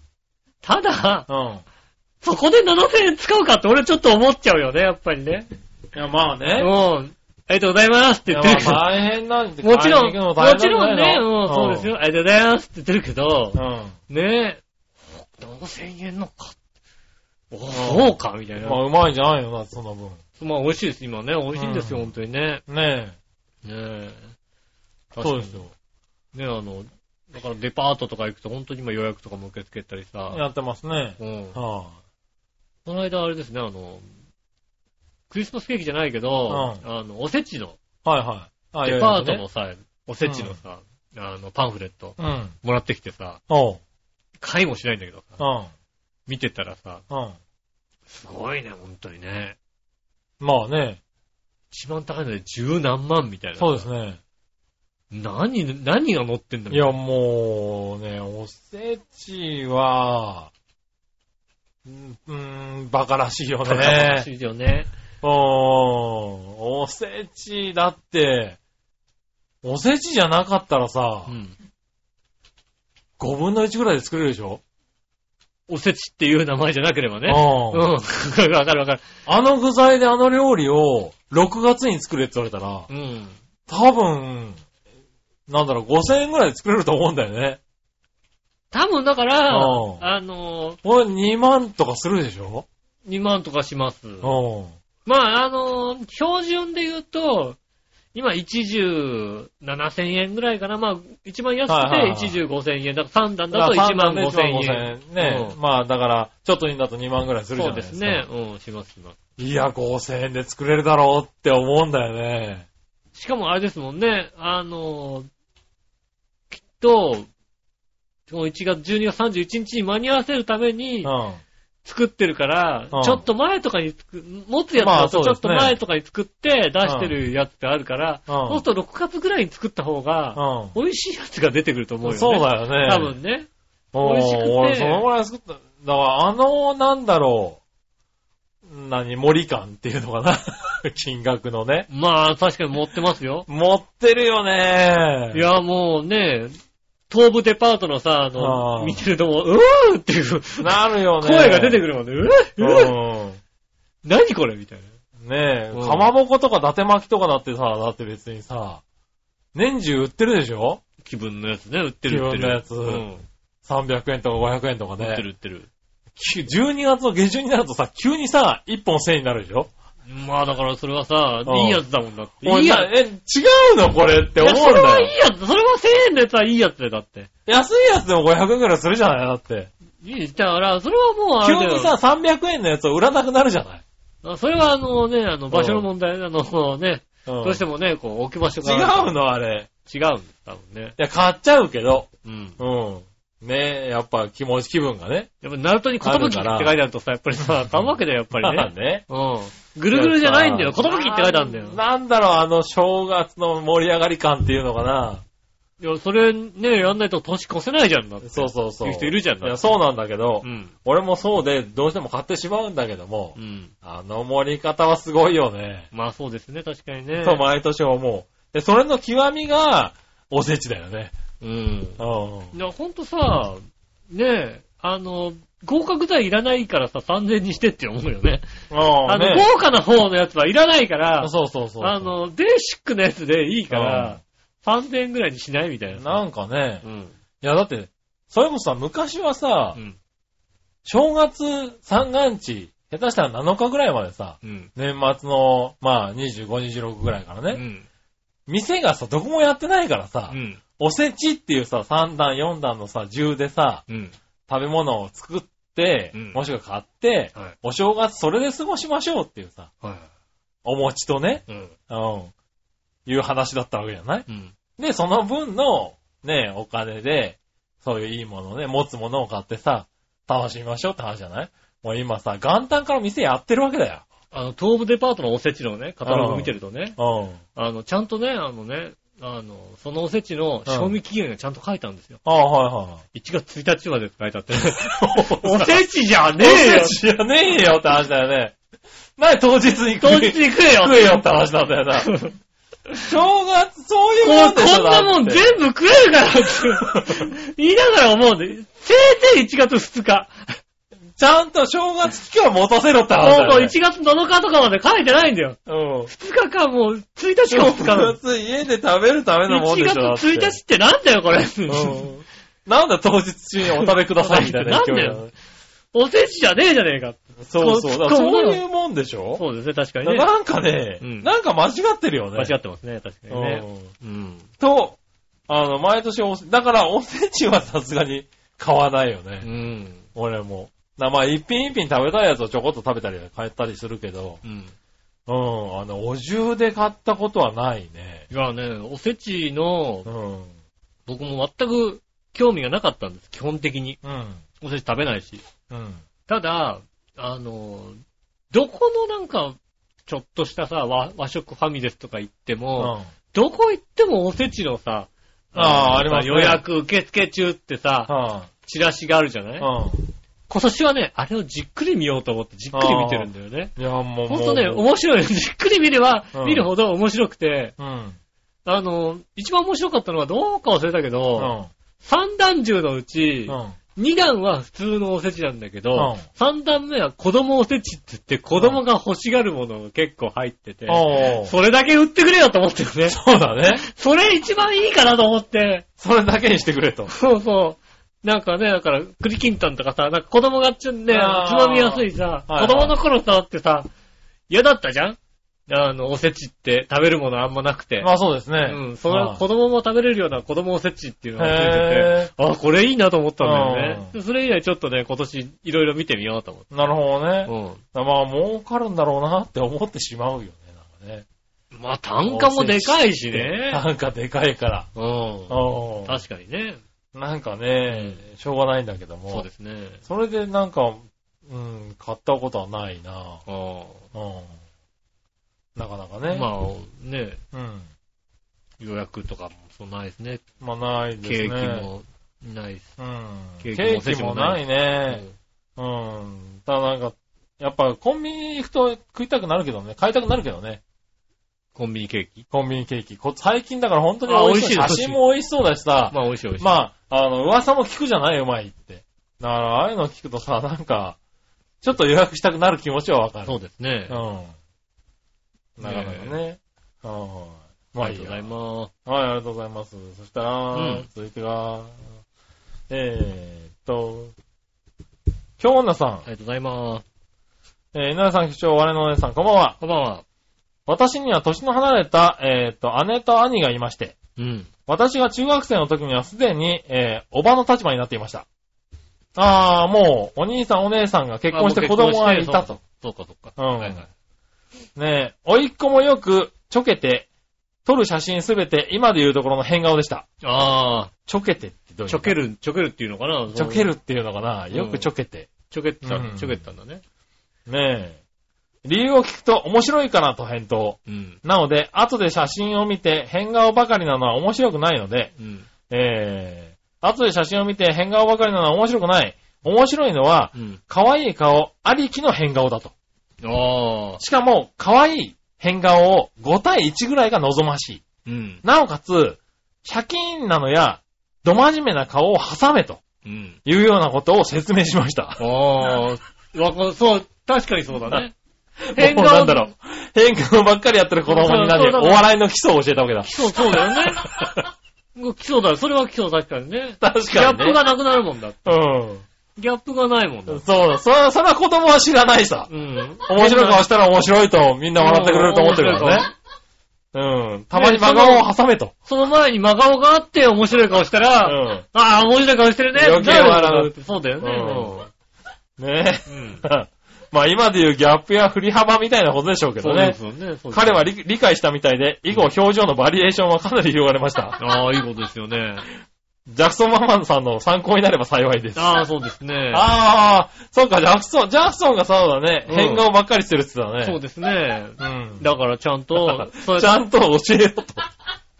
Speaker 2: ただ、
Speaker 3: うん。
Speaker 2: そこで7000円使うかって俺ちょっと思っちゃうよね、やっぱりね。
Speaker 3: いや、まあ
Speaker 2: う
Speaker 3: ね。
Speaker 2: ん。ありがとうございますって
Speaker 3: い
Speaker 2: 言
Speaker 3: や
Speaker 2: って
Speaker 3: ま
Speaker 2: る
Speaker 3: あ
Speaker 2: け ど
Speaker 3: 大変なんで
Speaker 2: もちろん、もちろんね、うん、
Speaker 3: も
Speaker 2: そうです。よ。ありがとうございますって言ってるけど
Speaker 3: う、ん。
Speaker 2: ねえ、7000円のか。おーそうか、みたいな。
Speaker 3: まあ、うまいんじゃないよな、その分。
Speaker 2: まあ、美味しいです、今ね。美味しいんですよ、
Speaker 3: うん
Speaker 2: 本当にね。
Speaker 3: ね
Speaker 2: ねえ。
Speaker 3: え。
Speaker 2: 確か
Speaker 3: そう
Speaker 2: に
Speaker 3: ですよ。。
Speaker 2: ねえ、あの、だからデパートとか行くと、本当に今予約とかも受け付けたりさ。
Speaker 3: やってますね。
Speaker 2: うん。
Speaker 3: は
Speaker 2: この間、あれですね、あの、クリスマスケーキじゃないけど、
Speaker 3: う
Speaker 2: あの、おせちの、
Speaker 3: あはいはい。あ
Speaker 2: デパート。
Speaker 3: いろいろね
Speaker 2: のさ、おせちのさ、あの、パンフレット
Speaker 3: うん。
Speaker 2: もらってきてさ、
Speaker 3: おう。
Speaker 2: 買いもしないんだけどさ
Speaker 3: う、ん。
Speaker 2: 見てたらさ、
Speaker 3: うん。
Speaker 2: すごいね、本当にね。
Speaker 3: まあね。
Speaker 2: 一番高いので十何万みたいな。
Speaker 3: そうですね。
Speaker 2: 何、何が乗ってんだ
Speaker 3: いや、もうね、おせちは、うんうーん、バカらしいよ
Speaker 2: 高々
Speaker 3: ね。
Speaker 2: しいよね。
Speaker 3: うーん。おせちだって、おせちじゃなかったらさ
Speaker 2: う、ん。
Speaker 3: 5分の1ぐらいで作れるでしょ
Speaker 2: おせちっていう名前じゃなければ
Speaker 3: う
Speaker 2: ね。うん。
Speaker 3: ん。
Speaker 2: わかるわかるわかる。
Speaker 3: あの具材であの料理を6月に作れって言われたら、
Speaker 2: うん。
Speaker 3: 多分、なんだろう、5000円ぐらいで作れると思うんだよね。
Speaker 2: 多分だから、
Speaker 3: うん
Speaker 2: あの、
Speaker 3: これ2万とかするでしょ
Speaker 2: 2万とかします。
Speaker 3: うん。
Speaker 2: まあ、あの、標準で言うと、今、一十七千円ぐらいかな。まあ、一番安
Speaker 3: はいはいはい
Speaker 2: くて一十五千円。だから三段だと1万五千円。
Speaker 3: 15000ね、
Speaker 2: う
Speaker 3: まあだから、ちょっとにだと2万ぐらいするじゃ
Speaker 2: そう
Speaker 3: ないで
Speaker 2: ですす
Speaker 3: か。
Speaker 2: ね。うん、します、します。
Speaker 3: いや、5000円で作れるだろうって思うんだよね。
Speaker 2: しかもあれですもんね、あの、きっと、その1月、12月31日に間に合わせるため
Speaker 3: う
Speaker 2: に
Speaker 3: ん。は
Speaker 2: 作ってるから、
Speaker 3: うん
Speaker 2: ちょっと前とかに作、持つやつ
Speaker 3: まあ
Speaker 2: だと
Speaker 3: そう
Speaker 2: ち
Speaker 3: で
Speaker 2: ょ
Speaker 3: す
Speaker 2: っ
Speaker 3: ね
Speaker 2: と前とかに作って出してるやつってあるから、
Speaker 3: うん
Speaker 2: そうすると6月ぐらいに作った方が、
Speaker 3: う。
Speaker 2: 美味しいやつが出てくると思うんよね。
Speaker 3: そうだよね。
Speaker 2: 多分ね。
Speaker 3: うん。
Speaker 2: 美味しくて
Speaker 3: 俺、そのぐらい作った。だから、あの、なんだろう。何、森感っていうのかな 金額のね。
Speaker 2: まあ、確かに持ってますよ。
Speaker 3: 持ってるよね
Speaker 2: いや、もうね、東武デパートのさ、あ
Speaker 3: あ
Speaker 2: の、
Speaker 3: ー
Speaker 2: 見てるともう、うーっていう
Speaker 3: なるよね
Speaker 2: 声が出て
Speaker 3: る。
Speaker 2: くるもんね。うーうー
Speaker 3: うん。
Speaker 2: 何これみたいな。
Speaker 3: ねえ、
Speaker 2: うん
Speaker 3: かまぼことか伊達巻きとかだってさ、だって別にさ、年中売ってるでしょ
Speaker 2: 気分のやつね、売ってる売ってる。
Speaker 3: 気分のやつ
Speaker 2: うん。
Speaker 3: ?300 円とか500円とか
Speaker 2: 売ってる
Speaker 3: ね。
Speaker 2: 売ってる。
Speaker 3: き12月の下旬になるとさ、急にさ、1本1000円になるでしょ
Speaker 2: まあだからそれはさ、
Speaker 3: うん
Speaker 2: いいやつだもんだって。
Speaker 3: いや、え、違うのこれって
Speaker 2: い
Speaker 3: 思
Speaker 2: や
Speaker 3: うん
Speaker 2: それは
Speaker 3: だ
Speaker 2: いい
Speaker 3: よ。
Speaker 2: やつ、それは1000円のやつはいいやつだよ、だって。
Speaker 3: 安いやつでも500円くらいするじゃないだって。
Speaker 2: いい、だから、それはもうあれ
Speaker 3: 急
Speaker 2: だよ。
Speaker 3: にさ、300円のやつを売らなくなるじゃない。
Speaker 2: あそれはあのね、あの場所の問題、あのそうね、
Speaker 3: ど
Speaker 2: どうしてもね、こう置き場所が
Speaker 3: 違
Speaker 2: あ
Speaker 3: う
Speaker 2: る
Speaker 3: のあれ。
Speaker 2: から。違うんです、多分ね。
Speaker 3: いや、買っちゃうけど。
Speaker 2: うん。
Speaker 3: うん。ねえ、やっぱ気持ち気分がね。
Speaker 2: やっぱ、ナルトに寿って書いてあるとさ、やっぱりさ、買うわけだよ、やっぱり
Speaker 3: まあ
Speaker 2: ね。
Speaker 3: ね。
Speaker 2: うん。ぐるぐるじゃないんだよ、寿って書いてあるんだよ。
Speaker 3: なんだろう、あの正月の盛り上がり感っていうのかな。
Speaker 2: いや、それね、やんないと年越せないじゃんなって。
Speaker 3: そうそうそう。
Speaker 2: いう人いるじゃん
Speaker 3: いや、そうなんだけど、
Speaker 2: うん。
Speaker 3: 俺もそうで、どうしても買ってしまうんだけども、
Speaker 2: うん。
Speaker 3: あの盛り方はすごいよね。
Speaker 2: まあそうですね、確かにね。
Speaker 3: と毎年思う。で、それの極みが、おせちだよね。
Speaker 2: うん。
Speaker 3: う
Speaker 2: いや、ほんとさ、ねえ、あの、合格剤いらないからさ、3000にしてって思うよね。
Speaker 3: ん。あ
Speaker 2: あの、豪華な方のやつはいらないから、
Speaker 3: そうそうそう。
Speaker 2: あ、の、ベーシックなやつでいいから、3000円ぐらいにしないみたいなさ。
Speaker 3: なんかね、
Speaker 2: うん。
Speaker 3: いやだって、それもさ、昔はさ、
Speaker 2: うん。
Speaker 3: 正月三が日、下手したら7日ぐらいまでさ、
Speaker 2: うん。
Speaker 3: 年末の、まあ、25、26ぐらいからね、
Speaker 2: うん。
Speaker 3: 店がさ、どこもやってないからさ、
Speaker 2: うん。
Speaker 3: おせちっていうさ、3段、4段のさ、銃でさ、
Speaker 2: うん。
Speaker 3: 食べ物を作って、
Speaker 2: うん
Speaker 3: もしくは買って、
Speaker 2: はい。
Speaker 3: お正月それで過ごしましょうっていうさ、
Speaker 2: は
Speaker 3: お餅とね、
Speaker 2: い。うん。
Speaker 3: うん、いう話だったわけじゃない
Speaker 2: うん。
Speaker 3: で、その分の、ね、お金で、そういういいものをね、持つものを買ってさ、楽しみましょうって話じゃないもう今さ、元旦から店やってるわけだよ。
Speaker 2: あの、東武デパートのおせちのね、カタログ見てるとね、
Speaker 3: うん。
Speaker 2: あの、ちゃんとね、あのね、あの、そのおせちの賞味期限がちゃんと書いてあるんですよ。
Speaker 3: ああ、はいはい。
Speaker 2: 1月1日までって書いてあって。
Speaker 3: お
Speaker 2: おせちじゃねえよ
Speaker 3: おせちじゃねえよって話だよね。なに当日に食
Speaker 2: 当
Speaker 3: え
Speaker 2: 日に食えよ
Speaker 3: 食えよって話なんだよな。
Speaker 2: こ
Speaker 3: 正月、そういうもんでしょ
Speaker 2: こんなもん
Speaker 3: だっ
Speaker 2: 全
Speaker 3: て
Speaker 2: 部食える からって言いながら思うんで、せいぜい1月2日。
Speaker 3: ちゃんと正月期間持たせろって話だ
Speaker 2: も
Speaker 3: よ、
Speaker 2: う
Speaker 3: ね。
Speaker 2: 1月7日とかまで書いてないんだよ。
Speaker 3: うん。
Speaker 2: 2日間もう1日間も使う
Speaker 3: 正。月家で食べるためのもん
Speaker 2: 1
Speaker 3: でしょだっ
Speaker 2: 月
Speaker 3: て
Speaker 2: 1日ってなんだよ、これ。
Speaker 3: うんなんだ当日中にお食べくださいみたいな勢い
Speaker 2: なんだよおせちじゃねえじゃねえか。
Speaker 3: そうそう。だからそういうもんでしょ
Speaker 2: そうですね、確か
Speaker 3: だ
Speaker 2: にね
Speaker 3: から。なんかね、
Speaker 2: うん
Speaker 3: なんか間違ってるよね。
Speaker 2: 間違ってますね、確かにね。
Speaker 3: うん
Speaker 2: うん。
Speaker 3: と、あの、毎年おせ、だからおせちはさすがに買わないよね。
Speaker 2: うん。
Speaker 3: 俺も。なまあ、一品一品食べたいやつをちょこっと食べたり、買ったりするけど、
Speaker 2: うん。
Speaker 3: うん、あの、お重で買ったことはないね。
Speaker 2: いやね、おせちの
Speaker 3: う、ん。
Speaker 2: 僕も全く興味がなかったんです、基本的に。
Speaker 3: うん。
Speaker 2: おせち食べないし。
Speaker 3: うん。
Speaker 2: ただ、あの、どこのなんか、ちょっとしたさ、和和食ファミレスとか行っても、
Speaker 3: あ
Speaker 2: どこ行ってもおせちのさ、
Speaker 3: あー、ありますね。
Speaker 2: 予。約受付中ってさ、
Speaker 3: は。
Speaker 2: チラシがあるじゃないい
Speaker 3: うん。
Speaker 2: 今年はね、あれをじっくり見ようと思ってじっくり見てるんだよね。
Speaker 3: いや、もう、
Speaker 2: ほんとね、
Speaker 3: もう
Speaker 2: 面白い。じっくり見れば
Speaker 3: うん、
Speaker 2: 見るほど面白くて、
Speaker 3: うん。
Speaker 2: あの、一番面白かったのはどうか忘れたけ
Speaker 3: う
Speaker 2: ど、
Speaker 3: ん。
Speaker 2: 三段重のうち、
Speaker 3: うん。
Speaker 2: 2段は普通のおせちなんだけ
Speaker 3: うん
Speaker 2: ど、3段目は子供おせちって言って子供が欲しがるものが結構入ってて、
Speaker 3: おー
Speaker 2: それだけ売ってくれよと思ってるね。
Speaker 3: そうだね。
Speaker 2: それ一番いいかなと思って。
Speaker 3: それだけにしてくれと。
Speaker 2: そうそう。なんかね、だから、栗きんとんとかさ、なんか子供がちょね、
Speaker 3: あー
Speaker 2: つまみやすいさ、
Speaker 3: はいはい
Speaker 2: 子供の頃さ、ってさ、嫌だったじゃんあの、おせちって食べるものあんまなくて。
Speaker 3: まあそうですね。
Speaker 2: うん、そ
Speaker 3: は
Speaker 2: の
Speaker 3: い
Speaker 2: 子供も食べれるような子供おせちっていうのがつい
Speaker 3: へ
Speaker 2: てて、あ、これいいなと思ったんだよね。
Speaker 3: う
Speaker 2: でそれ以来ちょっとね、今年いろいろ見てみようと思って。
Speaker 3: なるほどね。
Speaker 2: う
Speaker 3: まあ、儲かるんだろうなって思ってしまうよね、なんかね。
Speaker 2: ん。まあ単価もでかいしね。
Speaker 3: なんかでかいから。
Speaker 2: うん。
Speaker 3: うん
Speaker 2: 確かにね。
Speaker 3: なんかね、しょうがないんだけども。
Speaker 2: そうですね。
Speaker 3: それでなんか、うん、買ったことはないな
Speaker 2: うん
Speaker 3: うん。なかなかね。
Speaker 2: まあ、ね、
Speaker 3: うん。
Speaker 2: 予約とかもそうないですね。
Speaker 3: まあ、ないです
Speaker 2: ケ
Speaker 3: ね。
Speaker 2: ーキ。もないし。
Speaker 3: うん。
Speaker 2: ケ
Speaker 3: ケ
Speaker 2: ーキもお
Speaker 3: ー
Speaker 2: せ
Speaker 3: キ
Speaker 2: ち
Speaker 3: も
Speaker 2: も
Speaker 3: な
Speaker 2: ないい
Speaker 3: ね。うん。ただなんか、やっぱコンビニ行くと食いたくなるけどね、買いたくなるけどね。
Speaker 2: コンビニケーキ。
Speaker 3: コンビニケーキ。こ最近だから本当に美味しい。
Speaker 2: あ美味しい
Speaker 3: 写真も美味しそうだしさ。
Speaker 2: まあ、美味しい美味しい。
Speaker 3: まあ、あの、噂も聞くじゃないうまいって。だから、ああいうの聞くとさ、なんか、ちょっと予約したくなる気持ちはわかる。
Speaker 2: そうですね。
Speaker 3: うん。なかなかね。はい。ま
Speaker 2: あ
Speaker 3: あ
Speaker 2: り
Speaker 3: い
Speaker 2: がとうござい
Speaker 3: いや
Speaker 2: ます。
Speaker 3: はい、ありがとうございます。そしたら、
Speaker 2: うん
Speaker 3: 続いてが、えーっと、京女さん
Speaker 2: あ、りがとうございます。
Speaker 3: えー、稲田さん、局長、我のお姉さん、こんばんは。
Speaker 2: こんばんは。
Speaker 3: 私には年の離れた、えーっと、姉と兄がいまして、
Speaker 2: うん。
Speaker 3: 私が中学生の時にはすでに、えー、おばの立場になっていました。あー、もう、お兄さんお姉さんが結婚して
Speaker 2: あ
Speaker 3: 子
Speaker 2: もう結婚
Speaker 3: 供がいたと。
Speaker 2: そうか、そうか。
Speaker 3: うん
Speaker 2: はいはい。
Speaker 3: ねえ、おいっ子もよく、ちょけて、撮る写真すべて、今で言うところの変顔でした。
Speaker 2: あ
Speaker 3: ちょけてって
Speaker 2: あ、
Speaker 3: どういう
Speaker 2: ちょける、ちょけるっていうのかな
Speaker 3: ちょけ。るっていうのかなよくちょけて。
Speaker 2: ちょけった
Speaker 3: う、ん
Speaker 2: ちょけったんだね。
Speaker 3: ねえ。理由を聞くと面白いからと返答。
Speaker 2: うん。
Speaker 3: なので、後で写真を見て変顔ばかりなのは面白くないので、
Speaker 2: うん。
Speaker 3: えー、後で写真を見て変顔ばかりなのは面白くない。面白いのは、
Speaker 2: うん。
Speaker 3: 可愛い顔ありきの変顔だと。
Speaker 2: ああ。
Speaker 3: しかも、可愛い変顔を5対1ぐらいが望ましい。
Speaker 2: うん。
Speaker 3: なおかつ、シャキーンなのや、ど真面目な顔を挟めと
Speaker 2: うん。
Speaker 3: いうようなことを説明しました。
Speaker 2: ああ。わか、そう、確かにそうだね。
Speaker 3: 変顔なんだろう。変顔ばっかりやってる子供に何
Speaker 2: そうそうそう
Speaker 3: お笑いの基礎を教えたわけだ。
Speaker 2: そう、そうだよ ね。基礎だよ。それは基礎確かにね。
Speaker 3: 確
Speaker 2: ギャ
Speaker 3: か
Speaker 2: ッ
Speaker 3: に、ね。
Speaker 2: プがなくなるもんだ。
Speaker 3: う
Speaker 2: ギャップがないもんだ
Speaker 3: ん。。そうだ。それは、それは子供は知らないさ。
Speaker 2: うん。
Speaker 3: 面白い顔したら面白いと、みんな笑ってくれると思ってるからね。うん。たまに真顔を挟めと。
Speaker 2: その前に真顔があって面白い顔した
Speaker 3: う
Speaker 2: ら、
Speaker 3: ん。
Speaker 2: ああ、面白い顔してるね。
Speaker 3: 余計笑う
Speaker 2: なるそうだよね。
Speaker 3: ね
Speaker 2: うんうん
Speaker 3: え。まあ今でいうギャップや振り幅みたいなことでしょうけ
Speaker 2: そ
Speaker 3: ど
Speaker 2: うで
Speaker 3: ね
Speaker 2: す。よね。そうですよね
Speaker 3: 彼は理理解したみたいで、以後表情のバリエーションはかなり広がれました。
Speaker 2: ああ、いいことですよね。
Speaker 3: ジャクソンママンさんの参考になれば幸いです。
Speaker 2: ああ、そうですね。
Speaker 3: ああ、そうか、ジャクソン、ジャクソンがそうだね、
Speaker 2: うん
Speaker 3: 変顔ばっかりしてるって言ってた
Speaker 2: そう
Speaker 3: ね。
Speaker 2: ですね。
Speaker 3: うん。
Speaker 2: だからちゃんと、そうやっ
Speaker 3: ち
Speaker 2: て、こ
Speaker 3: ゃんと教えようと。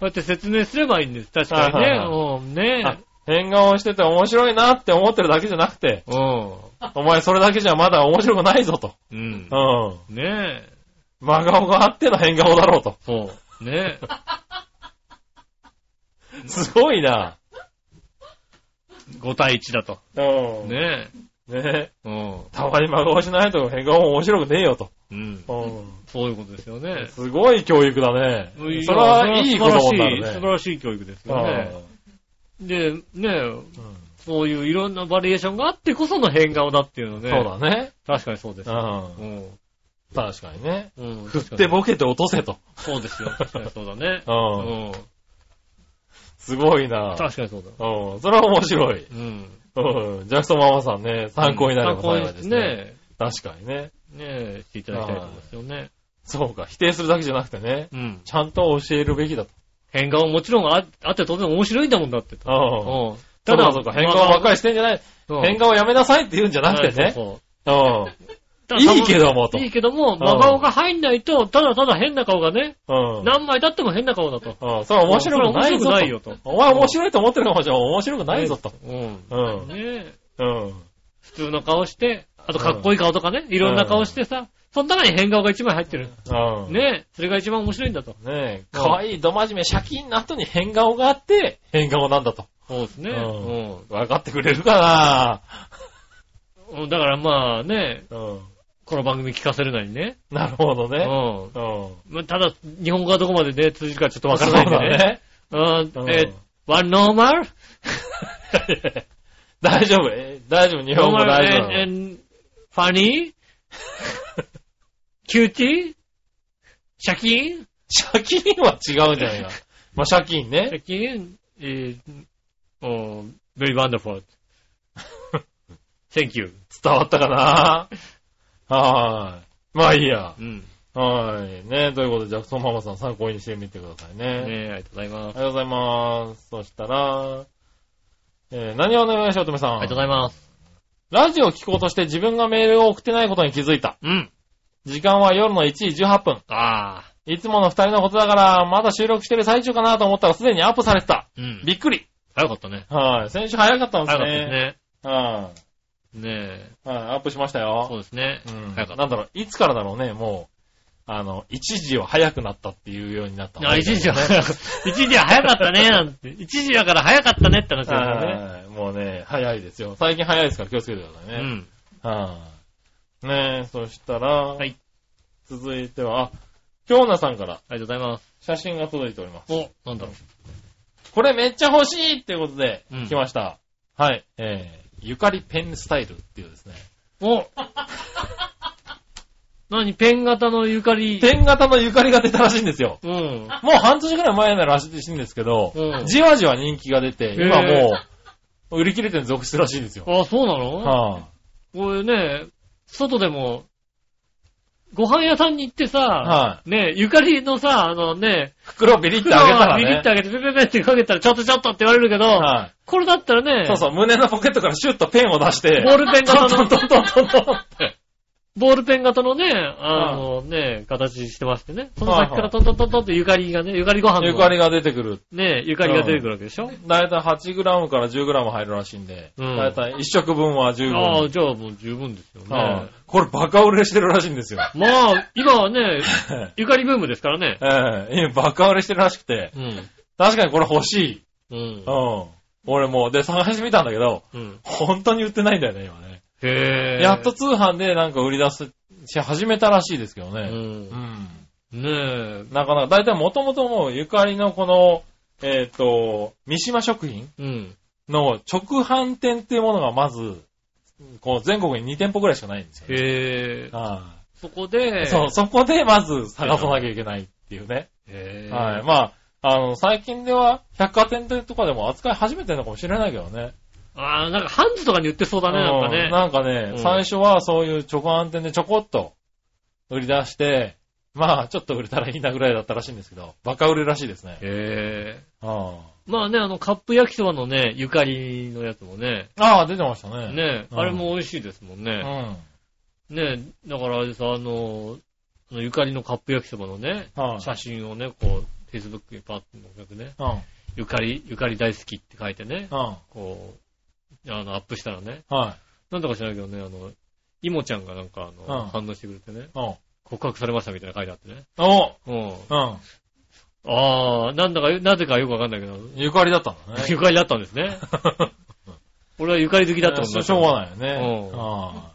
Speaker 2: うやって説明すればいいんです。確かに
Speaker 3: は
Speaker 2: ね
Speaker 3: いはい。
Speaker 2: うん、ね
Speaker 3: あ変顔してて面白いなって思ってるだけじゃなく て、
Speaker 2: う
Speaker 3: お前それだけじゃまだ面白くないぞと。
Speaker 2: ん。うん
Speaker 3: う。ん。
Speaker 2: ねえ。
Speaker 3: 真顔があっての変顔だろうと。
Speaker 2: そう。 ねえ。
Speaker 3: すごいな。
Speaker 2: 5対1だと。
Speaker 3: うん。ね
Speaker 2: ね
Speaker 3: ね
Speaker 2: え。う
Speaker 3: たまに真顔しないと変顔も面白くねえよと。
Speaker 2: ん。うん。
Speaker 3: うん。
Speaker 2: そういうことですよね。
Speaker 3: すごい教育だね。それはいい子供になるね。
Speaker 2: 素晴らしい素晴らしい教育ですよね。で、ねえ、
Speaker 3: うんうん
Speaker 2: そういういろんなバリエーションがあってこその変顔だっていうのね。
Speaker 3: そう。だね。
Speaker 2: 確かにそうです。
Speaker 3: う。
Speaker 2: うんん。
Speaker 3: 確かにね。
Speaker 2: うん。
Speaker 3: 振ってボケて落とせと。
Speaker 2: そうですよ。確かにそうだ ね。
Speaker 3: う。
Speaker 2: うんん。
Speaker 3: すごいな。
Speaker 2: 確かにそうだ。
Speaker 3: うん。それは面白い。
Speaker 2: うん。
Speaker 3: うん。ジャクソンママさんね、参考になれば
Speaker 2: 参考
Speaker 3: 幸い
Speaker 2: に
Speaker 3: ですね。確かにね。
Speaker 2: ねえ、していただきたいと思いますよね。
Speaker 3: そうか。否定するだけじゃなくてね。
Speaker 2: うん。
Speaker 3: ちゃんと教えるべきだと。
Speaker 2: 変顔もちろんああって当然面白いんだもんだって。
Speaker 3: うん。
Speaker 2: うん。
Speaker 3: ただ、そうか。変顔ばっかりしてんじゃない。変
Speaker 2: 顔
Speaker 3: 顔やめなさいって言うんじゃなくてね。うん。いいけどもと
Speaker 2: いいけども、真顔が入んないと、ただただ変な顔がね、
Speaker 3: うん。
Speaker 2: 何枚経っても変な顔だと。
Speaker 3: うん。それは面白くない
Speaker 2: 面白く
Speaker 3: ぞ
Speaker 2: な
Speaker 3: と
Speaker 2: い。よと。
Speaker 3: お前面白いと思ってるかもしれない。面白くないぞと。
Speaker 2: うん。
Speaker 3: うん。
Speaker 2: ねえ。
Speaker 3: うん。
Speaker 2: 普通の顔して、あとかっこいい顔とかね、いろんな顔してさ、その中に変顔が一枚入ってる。
Speaker 3: うん。ね
Speaker 2: ねえ、それが一番面白いんだと。
Speaker 3: え。かわいい、ど真面目、シャキーンな後に変顔があって、変顔なんだと。
Speaker 2: そうですね。
Speaker 3: う分かってくれるか
Speaker 2: うんうん。だからまあね、
Speaker 3: なうん。
Speaker 2: この番組聞かせるなりね。
Speaker 3: なるほど
Speaker 2: う
Speaker 3: ね。
Speaker 2: ん。
Speaker 3: うん。
Speaker 2: まあただ、日本語がどこまでね、通じるかちょっとわか
Speaker 3: そう
Speaker 2: ら
Speaker 3: だ
Speaker 2: ないんでね。
Speaker 3: ね。
Speaker 2: うん。え
Speaker 3: うん、
Speaker 2: ワンノーマル
Speaker 3: 大丈夫。え大 丈夫。
Speaker 2: ノ
Speaker 3: 日
Speaker 2: ー
Speaker 3: 本語
Speaker 2: マ
Speaker 3: 大
Speaker 2: ル
Speaker 3: 丈
Speaker 2: え、ファニーキューティーシャキーン
Speaker 3: 夫。シャキーンは違うんじ ゃないか。まあ、シャキーン
Speaker 2: シ
Speaker 3: ね。
Speaker 2: ャキーンえー、very wonderful. Thank you.
Speaker 3: 伝わったかなはーい。まあいいや。
Speaker 2: うん。ね
Speaker 3: はーい。ねということで、ジャクソンママさん参考にしてみてください
Speaker 2: え、あ
Speaker 3: ね。
Speaker 2: りがとうございます。
Speaker 3: ありがとうございます。そしたら、えー、何をお願いしようとめさん。
Speaker 2: ありがとうございます。
Speaker 3: ラジオを聞こうとして自分がメールを送ってないことに気づいた。
Speaker 2: うん。
Speaker 3: 時間は夜の1時18分。
Speaker 2: ああ。
Speaker 3: いつもの二人のことだから、まだ収録してる最中かなと思ったらすでにアップされてた。
Speaker 2: うん。
Speaker 3: びっくり。
Speaker 2: 早かったね。
Speaker 3: はい。先週早かったんで
Speaker 2: 早
Speaker 3: す
Speaker 2: かったです
Speaker 3: ね。
Speaker 2: ね。
Speaker 3: はい。
Speaker 2: ねえ。
Speaker 3: はい、アップしました
Speaker 2: そう
Speaker 3: よ。
Speaker 2: ですね。
Speaker 3: うん。
Speaker 2: 早
Speaker 3: な
Speaker 2: かっ
Speaker 3: ん
Speaker 2: た。
Speaker 3: だろう、いつからだろうね、もう、あの、一時は早くなったっていうようになった。
Speaker 2: あ、一時は早かった。一時は早かったね、なんて。一時だから早かったねって話だからね。
Speaker 3: はいもうね、早いですよ。最近早いですから気をつけてくださいうね。
Speaker 2: ん。
Speaker 3: はい。ねえ、そしたら、
Speaker 2: はい
Speaker 3: 続いては、あ、京奈さんから
Speaker 2: ありがとうございます。
Speaker 3: 写真が届いております。
Speaker 2: お、なんだろ
Speaker 3: これめっちゃ欲しいっていうことで
Speaker 2: うん、
Speaker 3: 来ました。はい。えー、ゆかりペンスタイルっていうですね。
Speaker 2: う。お 何ペン型のゆかり。
Speaker 3: ペン型のゆかりが出たらしいんですよ。
Speaker 2: うん。
Speaker 3: もう半年くらい前になるらしいんですけど、
Speaker 2: うん
Speaker 3: じわじわ人気が出て、今
Speaker 2: へ
Speaker 3: もう、売り切れてる続出らしいんですよ。
Speaker 2: あ、そうなの
Speaker 3: は
Speaker 2: これね、外でも、ご飯屋さんに行ってさ、
Speaker 3: いはい。
Speaker 2: ね、ゆかりのさ、あのね、
Speaker 3: 袋をビリッとあげたらね。
Speaker 2: ビリッとあげて、ペペペってかけたら、ちょっとちょっとって言われるけど、
Speaker 3: は
Speaker 2: これだったらね、
Speaker 3: い。そうそう、胸のポケットからシュッとペンを出して、
Speaker 2: ボールペン
Speaker 3: トン
Speaker 2: 型
Speaker 3: トン
Speaker 2: の、
Speaker 3: トントントントンって。
Speaker 2: ボールペン型のね、あのね、形してましてね、その先からトントントントンってゆかりがね、ゆかりご飯の
Speaker 3: ゆかりが出てくる。
Speaker 2: ね、ゆかりが出てくるわけでしょ、
Speaker 3: だいたい 8g から 10g 入るらしいんで、
Speaker 2: うん
Speaker 3: だいたい1食分は十分。
Speaker 2: ああ、じゃあもう十分ですよね。
Speaker 3: はいこれバカ売れしてるらしいんですよ。
Speaker 2: まあ、今は ね、
Speaker 3: え
Speaker 2: ゆかりブームですからね。
Speaker 3: え今バカ売れしてるらしくて、
Speaker 2: うん。
Speaker 3: 確かにこれ欲しい。
Speaker 2: うん
Speaker 3: う。ん。俺もう、で、探してみたんだけど、
Speaker 2: うん。
Speaker 3: 本当に売ってないんだよね、今ね。
Speaker 2: へえ。
Speaker 3: やっと通販でなんか売り出す、し始めたらしいですけど
Speaker 2: う
Speaker 3: ね。
Speaker 2: ん
Speaker 3: う。ん。
Speaker 2: ね
Speaker 3: なかなか、だいたいもともともうゆかりのこの、えっ、と、三島食品
Speaker 2: え。うん。
Speaker 3: の直販店っていうものがまず、こう全国に2店舗ぐらいしかないんですよ、ね。
Speaker 2: へえ。
Speaker 3: は
Speaker 2: そこで、
Speaker 3: いそう、そこでまず探さなきゃいけないっていうね。
Speaker 2: へえ。
Speaker 3: はい。まあ、あの、最近では百貨店とかでも扱い始めてるのかもしれないけどね。
Speaker 2: ああ、なんかハンズとかに売ってそうだね、なんか
Speaker 3: う
Speaker 2: ね。
Speaker 3: なんかね、
Speaker 2: うん
Speaker 3: 最初はそういう直販店でちょこっと売り出して、まあ、ちょっと売れたらいいなぐらいだったらしいんですけど、バカ売れらしいですね。
Speaker 2: へえ。
Speaker 3: あ
Speaker 2: まあね、あの、カップ焼きそばのね、ゆかりのやつもね、
Speaker 3: あ、出てましたね。
Speaker 2: ね、
Speaker 3: うん
Speaker 2: あれも美味しいですもん
Speaker 3: う
Speaker 2: ね。
Speaker 3: ん。
Speaker 2: ね、だからあれさ、あの、あのゆかりのカップ焼きそばのね、
Speaker 3: はい
Speaker 2: 写真をね、こう、Facebook にパッと載せてね、
Speaker 3: うん。
Speaker 2: ゆかり、ゆかり大好きって書いてね、
Speaker 3: うん。
Speaker 2: こう、あの、アップしたらね、
Speaker 3: はい。
Speaker 2: なんだか知らないけどね、あの、いもちゃんがなんかあの、
Speaker 3: うん
Speaker 2: 反応してくれてね、
Speaker 3: うん。
Speaker 2: 告白されましたみたいな書いてあってね。
Speaker 3: お
Speaker 2: うん。
Speaker 3: うん。
Speaker 2: ああ、なんだか、なぜかよくわかんないけど、
Speaker 3: ゆかりだったんだね。
Speaker 2: ゆかりだったんです ね。俺はゆかり好きだったもん
Speaker 3: しょ
Speaker 2: ね。
Speaker 3: しょうがないよね。
Speaker 2: うん
Speaker 3: は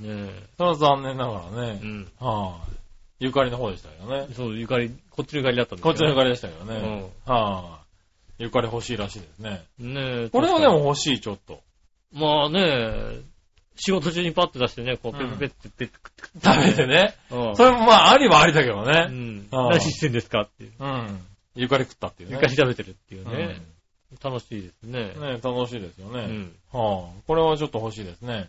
Speaker 3: い
Speaker 2: ねえ。
Speaker 3: それは残念ながらね
Speaker 2: う。ん。
Speaker 3: はい。ゆかりの方でしたけどね。
Speaker 2: そう、ゆかり、こっちのゆかりだったんです
Speaker 3: こっちのゆか
Speaker 2: り。
Speaker 3: りでしたけどね。はい。ゆかり欲しいらしいですね。
Speaker 2: うん。ねえ。
Speaker 3: これは
Speaker 2: 確
Speaker 3: で
Speaker 2: かに。
Speaker 3: も欲しい、ちょっと。
Speaker 2: まあねえ、仕事中にパッと出してね、こう、ペ
Speaker 3: うん
Speaker 2: ペペって、ペッて
Speaker 3: 食べてね。
Speaker 2: 食って。
Speaker 3: それもまあ、ありはありだけど
Speaker 2: う
Speaker 3: ね。
Speaker 2: ん。
Speaker 3: ああ
Speaker 2: 何してんですかっていう。
Speaker 3: うん。ゆかり食ったっていうね。
Speaker 2: ゆかり食べてるっていうね
Speaker 3: ね。。
Speaker 2: 楽しいですね。
Speaker 3: ね楽しいですよ
Speaker 2: う
Speaker 3: ね。
Speaker 2: ん。
Speaker 3: はあ、これはちょっと欲しいですね。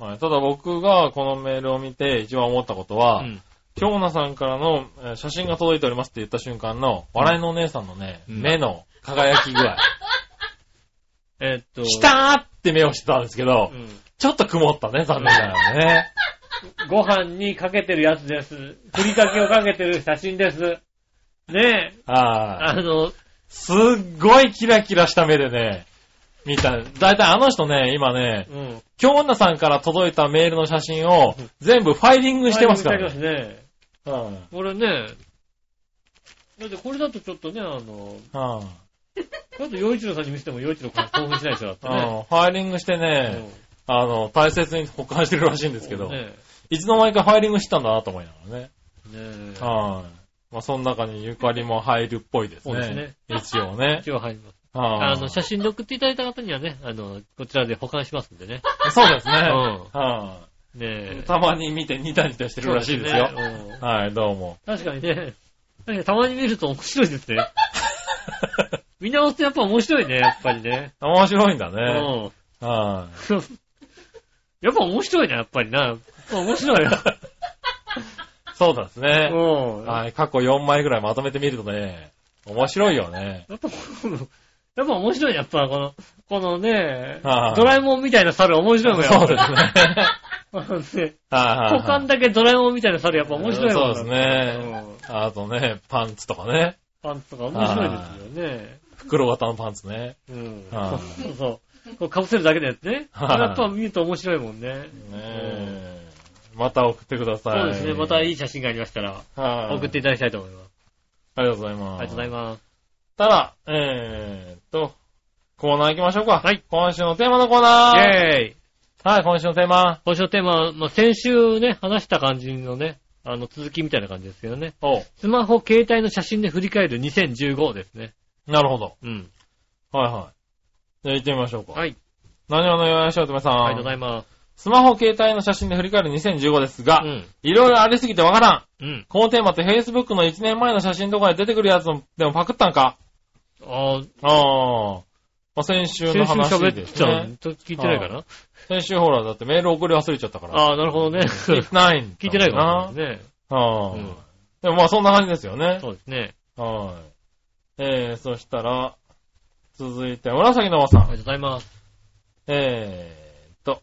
Speaker 3: はい。ただ僕がこのメールを見て一番思ったこと
Speaker 2: う
Speaker 3: は、
Speaker 2: ん。
Speaker 3: 京奈さんからのえー写真が届いておりますって言った瞬間の、笑いのお姉さんのね、
Speaker 2: うん
Speaker 3: 目の輝き具合。
Speaker 2: えーっと。
Speaker 3: きたーって目をしてたんですけど
Speaker 2: う、ん。
Speaker 3: ちょっと曇ったね、残念ながらね。
Speaker 2: ご飯にかけてるやつです。ふりかけをかけてる写真です。ねえ、
Speaker 3: はい
Speaker 2: あの、
Speaker 3: すっごいキラキラした目でね、見た。だいたいあの人ね、今ね、
Speaker 2: うん。
Speaker 3: 京女さんから届いたメールの写真を全部ファイリングしてますか
Speaker 2: あれ
Speaker 3: ら
Speaker 2: し
Speaker 3: ね。
Speaker 2: てね。
Speaker 3: うん
Speaker 2: これね、だってこれだとちょっとね、あの、
Speaker 3: うん
Speaker 2: だって洋一郎さんに見せても洋一郎から興奮しないでしょ、だって
Speaker 3: う
Speaker 2: ね。
Speaker 3: んファイリングして
Speaker 2: うん
Speaker 3: ね、あの、大切に保管してるらしいんですけど、
Speaker 2: ね
Speaker 3: いつの間にかファイリングしたんだなと思いながらね。
Speaker 2: えねえ
Speaker 3: はい。まあ、その中にゆかりも入るっぽいです
Speaker 2: そうです
Speaker 3: ね
Speaker 2: ね。
Speaker 3: 一応ね。
Speaker 2: 一応入ります。
Speaker 3: は
Speaker 2: あ
Speaker 3: い
Speaker 2: の、写真で送っていただいた方にはね、あの、こちらで保管しますんでね。
Speaker 3: そうですね。
Speaker 2: う
Speaker 3: は
Speaker 2: ん。ね
Speaker 3: い
Speaker 2: え。
Speaker 3: たまに見てニタニタしてるらしいですよ
Speaker 2: そう。ねうん
Speaker 3: はい、どうも。
Speaker 2: 確かにね。確かにたまに見ると面白いですね。見直すとやっぱ面白いね、やっぱりね。
Speaker 3: 面白いんだ
Speaker 2: う
Speaker 3: ね。
Speaker 2: ん。
Speaker 3: は
Speaker 2: やっぱ面白いな、やっぱりな。やっぱ面白 いな。
Speaker 3: い。そうです
Speaker 2: う
Speaker 3: ね。
Speaker 2: ん。
Speaker 3: はい、過去4枚ぐらいまとめてみるとね、面白いよね。
Speaker 2: やっぱ、 やっぱ面白いね、やっぱこの、このね、
Speaker 3: はい
Speaker 2: ドラえもんみたいな猿面白いもんやっぱ
Speaker 3: そうですね。
Speaker 2: ね
Speaker 3: はいはいはい
Speaker 2: 股間だけドラえもんみたいな猿やっぱ面白いもん
Speaker 3: そうですね
Speaker 2: うん
Speaker 3: あとね、パンツとかね。
Speaker 2: パンツとか面白いですよね。
Speaker 3: 袋型のパンツね。
Speaker 2: うん。
Speaker 3: は
Speaker 2: そうそう。こう被せるだけのやつね。
Speaker 3: はい
Speaker 2: やっぱ見ると面白いもんね。
Speaker 3: ねえ。また送ってください。
Speaker 2: そうですね。またいい写真がありましたら、
Speaker 3: はい。
Speaker 2: 送っていただきたいと思います。
Speaker 3: ありがとうございます。
Speaker 2: ありがとうございます。
Speaker 3: たら、えーっと、コーナー行きましょうか。
Speaker 2: はい。
Speaker 3: 今週のテーマのコーナー。
Speaker 2: イェーイ
Speaker 3: はい、今週のテーマ。
Speaker 2: 今週のテーマは、まあ、先週ね、話した感じのね、あの、続きみたいな感じですけどね。
Speaker 3: おう
Speaker 2: スマホ、携帯の写真で振り返る2015ですね。
Speaker 3: なるほど。
Speaker 2: うん。
Speaker 3: はいはい。じゃあ行ってみましょうか。。
Speaker 2: はいい。
Speaker 3: 何話のよやしおとめさん。
Speaker 2: ありがとうございます。
Speaker 3: スマホ携帯の写真で振り返る2015です
Speaker 2: う
Speaker 3: が、
Speaker 2: ん。
Speaker 3: いろいろありすぎてわからん。
Speaker 2: うん。
Speaker 3: このテーマって Facebook の1年前の写真とかで出てくるやつもでもパクったんか
Speaker 2: ああ、
Speaker 3: ああ。まあ、先週の
Speaker 2: 先週
Speaker 3: 話
Speaker 2: 喋
Speaker 3: で
Speaker 2: っ
Speaker 3: す
Speaker 2: ちゃ
Speaker 3: ね
Speaker 2: う。。と聞いてないかな
Speaker 3: 先週ほら、だってメール送り忘れちゃったから。
Speaker 2: ああ、なるほどね。
Speaker 3: 聞いてないんだも ん
Speaker 2: 聞いてないかもしれないね。
Speaker 3: はあ、
Speaker 2: うん
Speaker 3: でもまあそんな感じですよね。
Speaker 2: そうですね。
Speaker 3: はい。えー、そしたら、続いて、紫の和さ
Speaker 2: ありがとう
Speaker 3: ん。
Speaker 2: ございます。
Speaker 3: えーっと、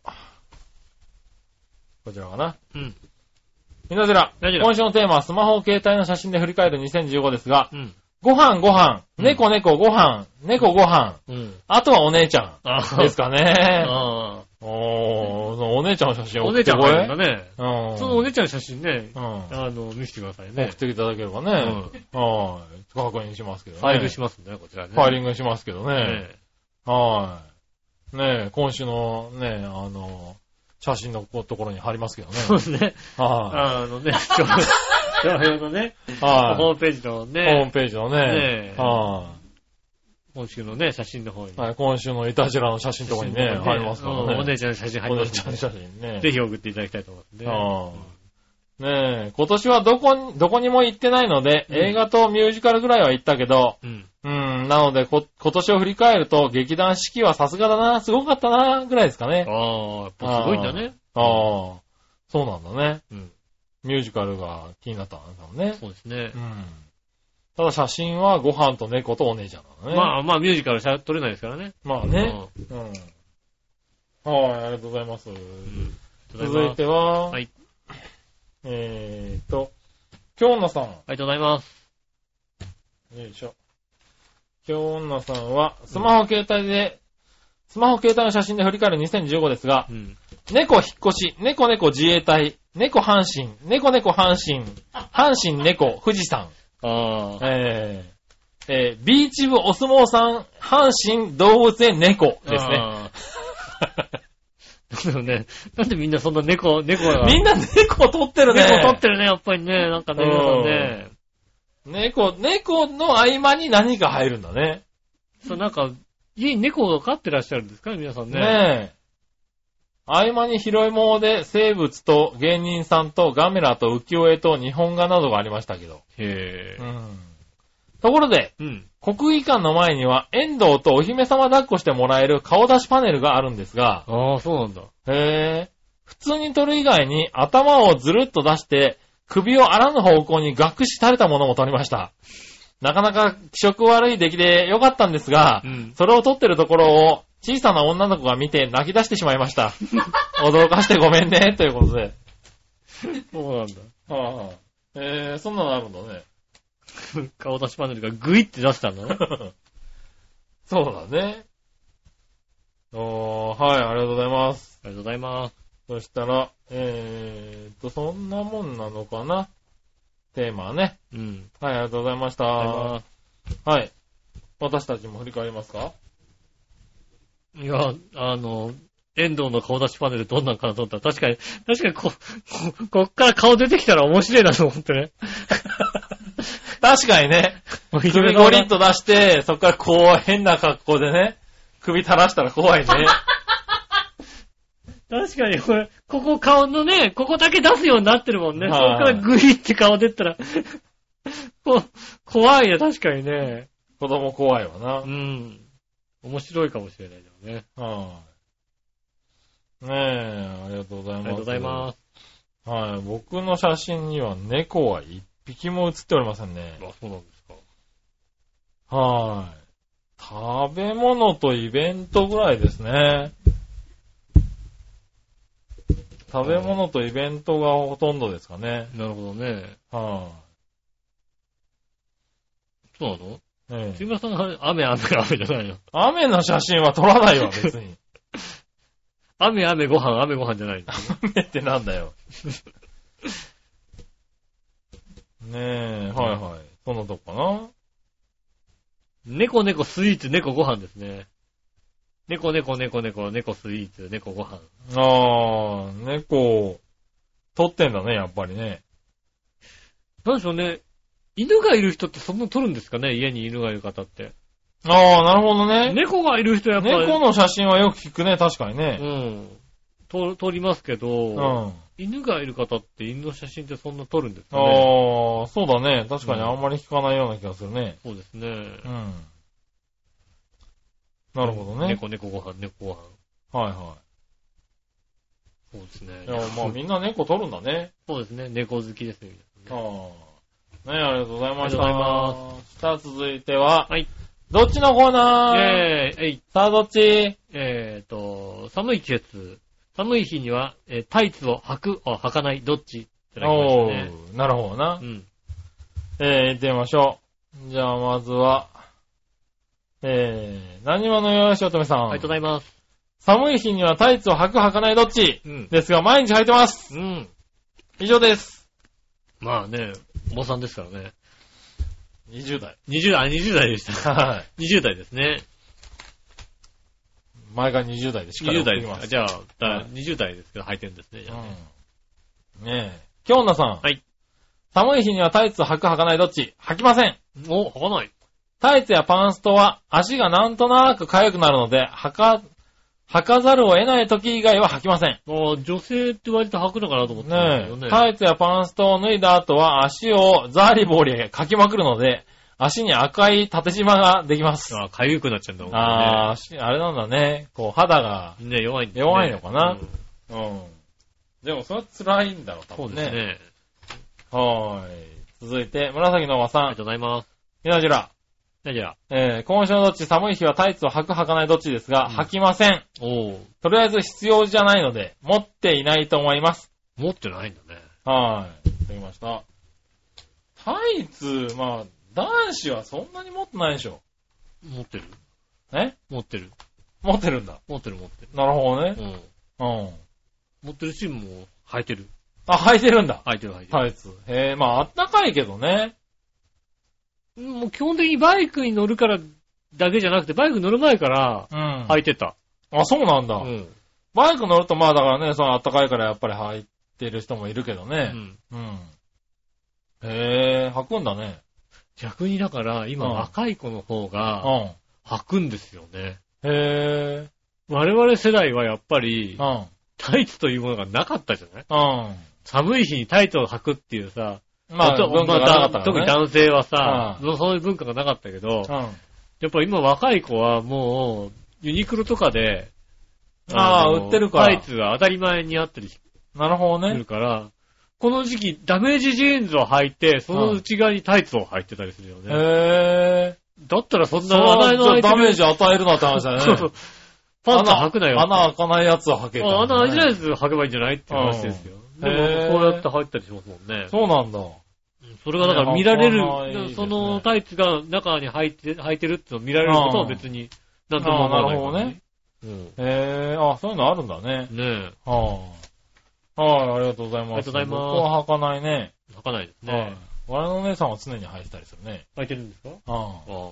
Speaker 3: こちらかな。
Speaker 2: うん。
Speaker 3: みなじら、
Speaker 2: みなじら
Speaker 3: 今週のテーマはスマホ、携帯の写真で振り返る2015ですが、
Speaker 2: うん。
Speaker 3: ご飯ご飯、
Speaker 2: うん
Speaker 3: 猫猫ご飯、猫ご飯、
Speaker 2: うん。
Speaker 3: あとはお姉ちゃ
Speaker 2: あ
Speaker 3: んですかね。
Speaker 2: あ
Speaker 3: おー、そのお姉ちゃんの写真
Speaker 2: ー。
Speaker 3: 送
Speaker 2: お
Speaker 3: って
Speaker 2: 姉ちゃん
Speaker 3: こ
Speaker 2: が
Speaker 3: い
Speaker 2: いるんだね。
Speaker 3: うん。
Speaker 2: そのお姉ちゃんの写真ね、
Speaker 3: うん。
Speaker 2: あの、見せてください
Speaker 3: 送
Speaker 2: ね
Speaker 3: っ。ていただければ
Speaker 2: う
Speaker 3: ね
Speaker 2: ん。
Speaker 3: はい。確認しますけどね。
Speaker 2: ファイルしますね、こちらね。
Speaker 3: ファイリ
Speaker 2: ン
Speaker 3: ングしますけど
Speaker 2: グ
Speaker 3: ね。
Speaker 2: ね。
Speaker 3: はい。ねえ、今週のね、あの、写真のところに貼ります けどね。
Speaker 2: そうですね。
Speaker 3: は
Speaker 2: あのね、 今日のね、
Speaker 3: い。は
Speaker 2: ホームページの
Speaker 3: い。ホー
Speaker 2: ね
Speaker 3: ム、ページの
Speaker 2: ね
Speaker 3: ね
Speaker 2: え、
Speaker 3: は
Speaker 2: 今週のね、写真の方に。
Speaker 3: い。はい今週のイタジラの写真のところにね、貼りますか
Speaker 2: うん
Speaker 3: ら
Speaker 2: お
Speaker 3: ね。
Speaker 2: 姉ちゃんの写真入
Speaker 3: お
Speaker 2: りま
Speaker 3: 姉ちゃんの
Speaker 2: す。
Speaker 3: 写真ね。
Speaker 2: ぜひ送っていただきたいと思うんで。
Speaker 3: はいねえ、今年はどこに、どこにも行ってないので、
Speaker 2: うん
Speaker 3: 映画とミュージカルぐらいは行ったけど、
Speaker 2: うん。
Speaker 3: うん、なので、こ、今年を振り返ると、劇団四季はさすがだな、すごかったな、ぐらいですかね。
Speaker 2: ああ、やっぱすごいんだね。
Speaker 3: ああ、そうなんだね。
Speaker 2: うん。
Speaker 3: ミュージカルが気になったんだもんね。
Speaker 2: そうですね
Speaker 3: う。ん。ただ写真はご飯と猫とお姉ちゃんだね。
Speaker 2: まあまあ、ミュージカルしゃ撮れないですからね。
Speaker 3: まあね。うん。はい、ありがとうございます。
Speaker 2: うん。
Speaker 3: 続い
Speaker 2: て。
Speaker 3: ては、
Speaker 2: はい
Speaker 3: えーっと、京奈さん。
Speaker 2: ありがとうございます。
Speaker 3: よいしょ。京奈さんは、スマホ携帯で、スマホ携帯の写真で振り返る2015ですが
Speaker 2: う、ん。
Speaker 3: 猫引っ越し、猫猫自衛隊、猫阪神、猫猫阪神、阪神猫富士山。
Speaker 2: ああ。
Speaker 3: えー、えービーチ部お相撲さん、阪神動物園猫ですね。
Speaker 2: あー。でもね、 なんでみんなそんな猫、猫が。
Speaker 3: みんな猫撮ってるね。
Speaker 2: 猫撮ってるね、やっぱりね。なんかね、
Speaker 3: うん
Speaker 2: 皆さんね。
Speaker 3: 猫、猫の合間に何か入るんだね。
Speaker 2: そう、なんか、家に猫が飼ってらっしゃるんですかね、皆さんね。
Speaker 3: ねえ。合間に広いもで生物と芸人さんとガメラと浮世絵と日本画などがありましたけど。
Speaker 2: へえ。
Speaker 3: うん。ところで、
Speaker 2: うん。
Speaker 3: 国技館の前には遠藤とお姫様抱っこしてもらえる顔出しパネルがあるんですが、
Speaker 2: ああ、そうなんだ。
Speaker 3: へえ。普通に撮る以外に頭をずるっと出して、首を荒ぬ方向にがっくし垂れたものも撮りました。なかなか気色悪い出来で良かったんですが
Speaker 2: う、ん。
Speaker 3: それを撮ってるところを小さな女の子が見て泣き出してしまいま した。驚かしてごめんね、ということで。
Speaker 2: そうなんだ。
Speaker 3: はあ、えー、そんなのあるんだね。
Speaker 2: 顔出しパネルがグイって出したんだね。
Speaker 3: そうだね。おー、はい、ありがとうございます。
Speaker 2: ありがとうございます。
Speaker 3: そしたら、えーっと、そんなもんなのかなテーマはね。
Speaker 2: うん。
Speaker 3: はい、ありがとうございました。
Speaker 2: ありがとうございます
Speaker 3: はい。私たちも振り返りますか
Speaker 2: いや、あの、遠藤の顔出しパネルどんなんかなと思ったら、確かに、確かにこ、 こ、こっから顔出てきたら面白いなと思って ね。
Speaker 3: 確かにね。
Speaker 2: もういろい
Speaker 3: 首
Speaker 2: ろ
Speaker 3: ゴリッと出して、そっからこう変な格好でね、首垂らしたら怖いね。
Speaker 2: 確かに、これ、ここ顔のね、ここだけ出すようになってるもんね。そこ
Speaker 3: は
Speaker 2: から
Speaker 3: い
Speaker 2: グイって顔出たら、 こ怖いね、確かにね。
Speaker 3: 子供怖いわな。
Speaker 2: うん。面白いかもしれないけどね。
Speaker 3: はい。ねえ、ありがとうござ
Speaker 2: あ
Speaker 3: い
Speaker 2: りが
Speaker 3: ます。
Speaker 2: とうございます。
Speaker 3: す。はい、僕の写真には猫は一匹も写っておりませんね。
Speaker 2: あ、そうなんですか。
Speaker 3: はい。食べ物とイベントぐらいですね。食べ物とイベントがほとんどですかね。
Speaker 2: なるほどね。
Speaker 3: は
Speaker 2: そうなの
Speaker 3: い、ねえ
Speaker 2: 杉村さんが雨、雨、雨じゃないよ。
Speaker 3: 雨の写真は撮らないわ、別に。
Speaker 2: 雨雨ご飯、雨ご飯じゃないんだよね。
Speaker 3: 雨ってなんだよ。ねえ、はいはい。そんなとこかな。
Speaker 2: 猫猫スイーツ、猫ご飯ですね。猫猫猫猫、猫スイーツ、猫ご飯。
Speaker 3: あー、猫、撮ってんだね、やっぱりね。
Speaker 2: なんでしょうね。犬がいる人ってそんな撮るんですかね家に犬がいる方って。
Speaker 3: あー、なるほどね。
Speaker 2: 猫がいる人やっぱり。
Speaker 3: 猫の写真はよく聞くね、確かに
Speaker 2: う
Speaker 3: ね。
Speaker 2: ん。撮撮りますけ
Speaker 3: うん。
Speaker 2: ど、
Speaker 3: あ
Speaker 2: 犬がいる方って犬の写真ってそんな撮るんですかね
Speaker 3: ー、そうだね。確かにあんまり聞かないような気がするね。
Speaker 2: そうですね
Speaker 3: う。ん。なるほどね。
Speaker 2: 猫猫ご飯、猫ご飯。
Speaker 3: はいは
Speaker 2: そうですね。
Speaker 3: い。いや、まあみんな猫撮るんだね。
Speaker 2: そうですね。猫好きですね。
Speaker 3: あー。ねありがとうございました。
Speaker 2: ありがとうござい
Speaker 3: ます。さあ、続いては、
Speaker 2: はい。
Speaker 3: どっちのコーナー
Speaker 2: えー、えい、
Speaker 3: さあ、どっち
Speaker 2: えーと、寒い季節、寒い日には、えータイツを履く、あ、履かない、どっちってなりました
Speaker 3: お
Speaker 2: ね。
Speaker 3: ー、なるほどな
Speaker 2: う。ん。
Speaker 3: えー、行ってみましょう。じゃあ、まずは、えー、何者よしおとめさん。
Speaker 2: ありがとうございます。
Speaker 3: 寒い日にはタイツを履く履かないどっち
Speaker 2: うん。
Speaker 3: ですが、毎日履いてます。
Speaker 2: うん。
Speaker 3: 以上です。
Speaker 2: まあね、おばさんですからね。
Speaker 3: 20代。
Speaker 2: 20代、あ20代でした。
Speaker 3: はい。
Speaker 2: 20代ですね。
Speaker 3: 前が20代でしっかり
Speaker 2: 20代
Speaker 3: 送り
Speaker 2: で
Speaker 3: ま
Speaker 2: か。
Speaker 3: すす。
Speaker 2: じゃあ、
Speaker 3: は
Speaker 2: だ
Speaker 3: い
Speaker 2: 20代ですけど、履いてるんですね。じゃあね
Speaker 3: うん。ねえ。京奈さん。
Speaker 2: はい。
Speaker 3: 寒い日にはタイツを履く履かないどっち履きません。
Speaker 2: お、履かない。
Speaker 3: タイツやパンストは足がなんとなく痒くなるので、履か、履かざるを得ない時以外は履きません。
Speaker 2: ああ、女性って割と履くのかなと思ってたんだ
Speaker 3: ね
Speaker 2: けど
Speaker 3: え、タ
Speaker 2: ね。
Speaker 3: イツやパンストを脱いだ後は足をザーリボーリかきまくるので、足に赤い縦縞ができます。
Speaker 2: ああ、かゆくなっちゃうんだもんね。
Speaker 3: あー、足あれなんだね。こう、肌が。
Speaker 2: ね、弱いんだね
Speaker 3: 弱いのかな
Speaker 2: うん
Speaker 3: うん。でも、それは辛いんだろう、
Speaker 2: そうですね。
Speaker 3: はーい。続いて、紫のおばさ
Speaker 2: ありが
Speaker 3: ん。
Speaker 2: とうございます。
Speaker 3: みなじら。
Speaker 2: じゃあじゃあ、
Speaker 3: えー、今週のどっち、寒い日はタイツを履く履かないどっちですが、
Speaker 2: うん
Speaker 3: 履きません。
Speaker 2: おう
Speaker 3: とりあえず必要じゃないので、持っていないと思います。
Speaker 2: 持ってないんだね。
Speaker 3: はい。いただきました。タイツ、まあ、男子はそんなに持ってないでしょ。
Speaker 2: 持ってる
Speaker 3: え
Speaker 2: 持ってる
Speaker 3: 持ってるんだ。
Speaker 2: 持ってる持ってる。
Speaker 3: なるほどね
Speaker 2: う。ん。
Speaker 3: うん。
Speaker 2: 持ってるし、もう、履いてる。
Speaker 3: あ、履いてるんだ。
Speaker 2: 履いてる履いてる。
Speaker 3: タイツ。へえ、まあ、あったかいけどね。
Speaker 2: もう基本的にバイクに乗るからだけじゃなくて、バイク乗る前から
Speaker 3: うん。は
Speaker 2: 履
Speaker 3: い。
Speaker 2: いてた。
Speaker 3: あ、そうなんだ。
Speaker 2: うん。
Speaker 3: バイク乗ると、まあ、だからね、そのあったかいからやっぱり履いてる人もいるけど
Speaker 2: う
Speaker 3: ね。
Speaker 2: ん。
Speaker 3: うん。へえ、履くんだね。
Speaker 2: 逆にだから、今
Speaker 3: うん
Speaker 2: 若い子の方
Speaker 3: う
Speaker 2: が履くんですよね。
Speaker 3: ん。へえ、
Speaker 2: 我々世代はやっぱり
Speaker 3: う、ん。
Speaker 2: タイツというものがなかったじゃない
Speaker 3: うん。
Speaker 2: 寒い日にタイツを履くっていうさ、
Speaker 3: まあ、
Speaker 2: と
Speaker 3: 文化がなかった
Speaker 2: まあ
Speaker 3: か
Speaker 2: 特
Speaker 3: ら
Speaker 2: に
Speaker 3: ね。
Speaker 2: 男性はさ、
Speaker 3: う
Speaker 2: そういう文化がなかったけど、
Speaker 3: うん。
Speaker 2: やっぱ今若い子はもう、ユニクロとかで、
Speaker 3: あー
Speaker 2: の
Speaker 3: 売ってるから
Speaker 2: タイツが当たり前にあったりす
Speaker 3: なるほどね
Speaker 2: る。から、この時期ダメージジーンズを履いて、その内側にタイツを履いてたりするよね。
Speaker 3: へ
Speaker 2: だったらそん
Speaker 3: ぇー。
Speaker 2: な話題の
Speaker 3: そ
Speaker 2: 開
Speaker 3: う
Speaker 2: いて
Speaker 3: ダ
Speaker 2: る
Speaker 3: メージ与えるなって話だよ ね。
Speaker 2: そうそうパンツ履くなよ。
Speaker 3: 穴穴開かないやつは履ける、
Speaker 2: あ穴開いてないや
Speaker 3: つ。
Speaker 2: つ履けばいいんじゃないっていう話ですよ。
Speaker 3: ん
Speaker 2: で
Speaker 3: へー
Speaker 2: もこうやって履いたりしますもんね。
Speaker 3: そうなんだ。
Speaker 2: それがだから見られる
Speaker 3: いやわかんないです、ね
Speaker 2: そのタイツが中に入って、入ってるっていうのを見られることは別に、なんとも思わないから。うん。
Speaker 3: へぇー。あ、そういうのあるんだね。
Speaker 2: ね
Speaker 3: はぁ、はい、ありがとうござ
Speaker 2: あり
Speaker 3: います。
Speaker 2: がとうございます
Speaker 3: 僕は履かないね。
Speaker 2: え、履かないです
Speaker 3: はい
Speaker 2: ね。。
Speaker 3: 我のお姉さんは常に履いてたりするね。
Speaker 2: 履いてるんですか
Speaker 3: あ
Speaker 2: ああ。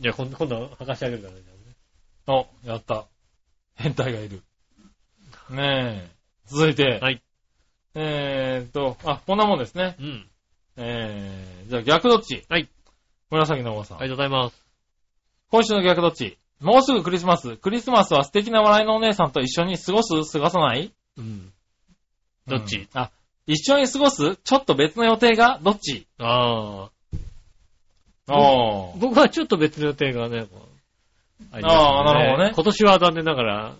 Speaker 2: じゃあ今度、今度は履かしてあげるからね。
Speaker 3: あ。お、やった。変態がいる。ねえ。続いて。
Speaker 2: はい。
Speaker 3: えーっと、あ、こんなもんですね。
Speaker 2: うん。
Speaker 3: えー、じゃあ逆どっち
Speaker 2: はい。
Speaker 3: 紫のおばさん。
Speaker 2: ありがとうございます。
Speaker 3: 今週の逆どっちもうすぐクリスマス。クリスマスは素敵な笑いのお姉さんと一緒に過ごす過ごさない
Speaker 2: うん。どっち、
Speaker 3: うんあ、一緒に過ごすちょっと別の予定がどっち
Speaker 2: あ
Speaker 3: ああ
Speaker 2: あ。。僕はちょっと別の予定がね、こうありますね
Speaker 3: ああなるほどね
Speaker 2: 今年は残念ながら、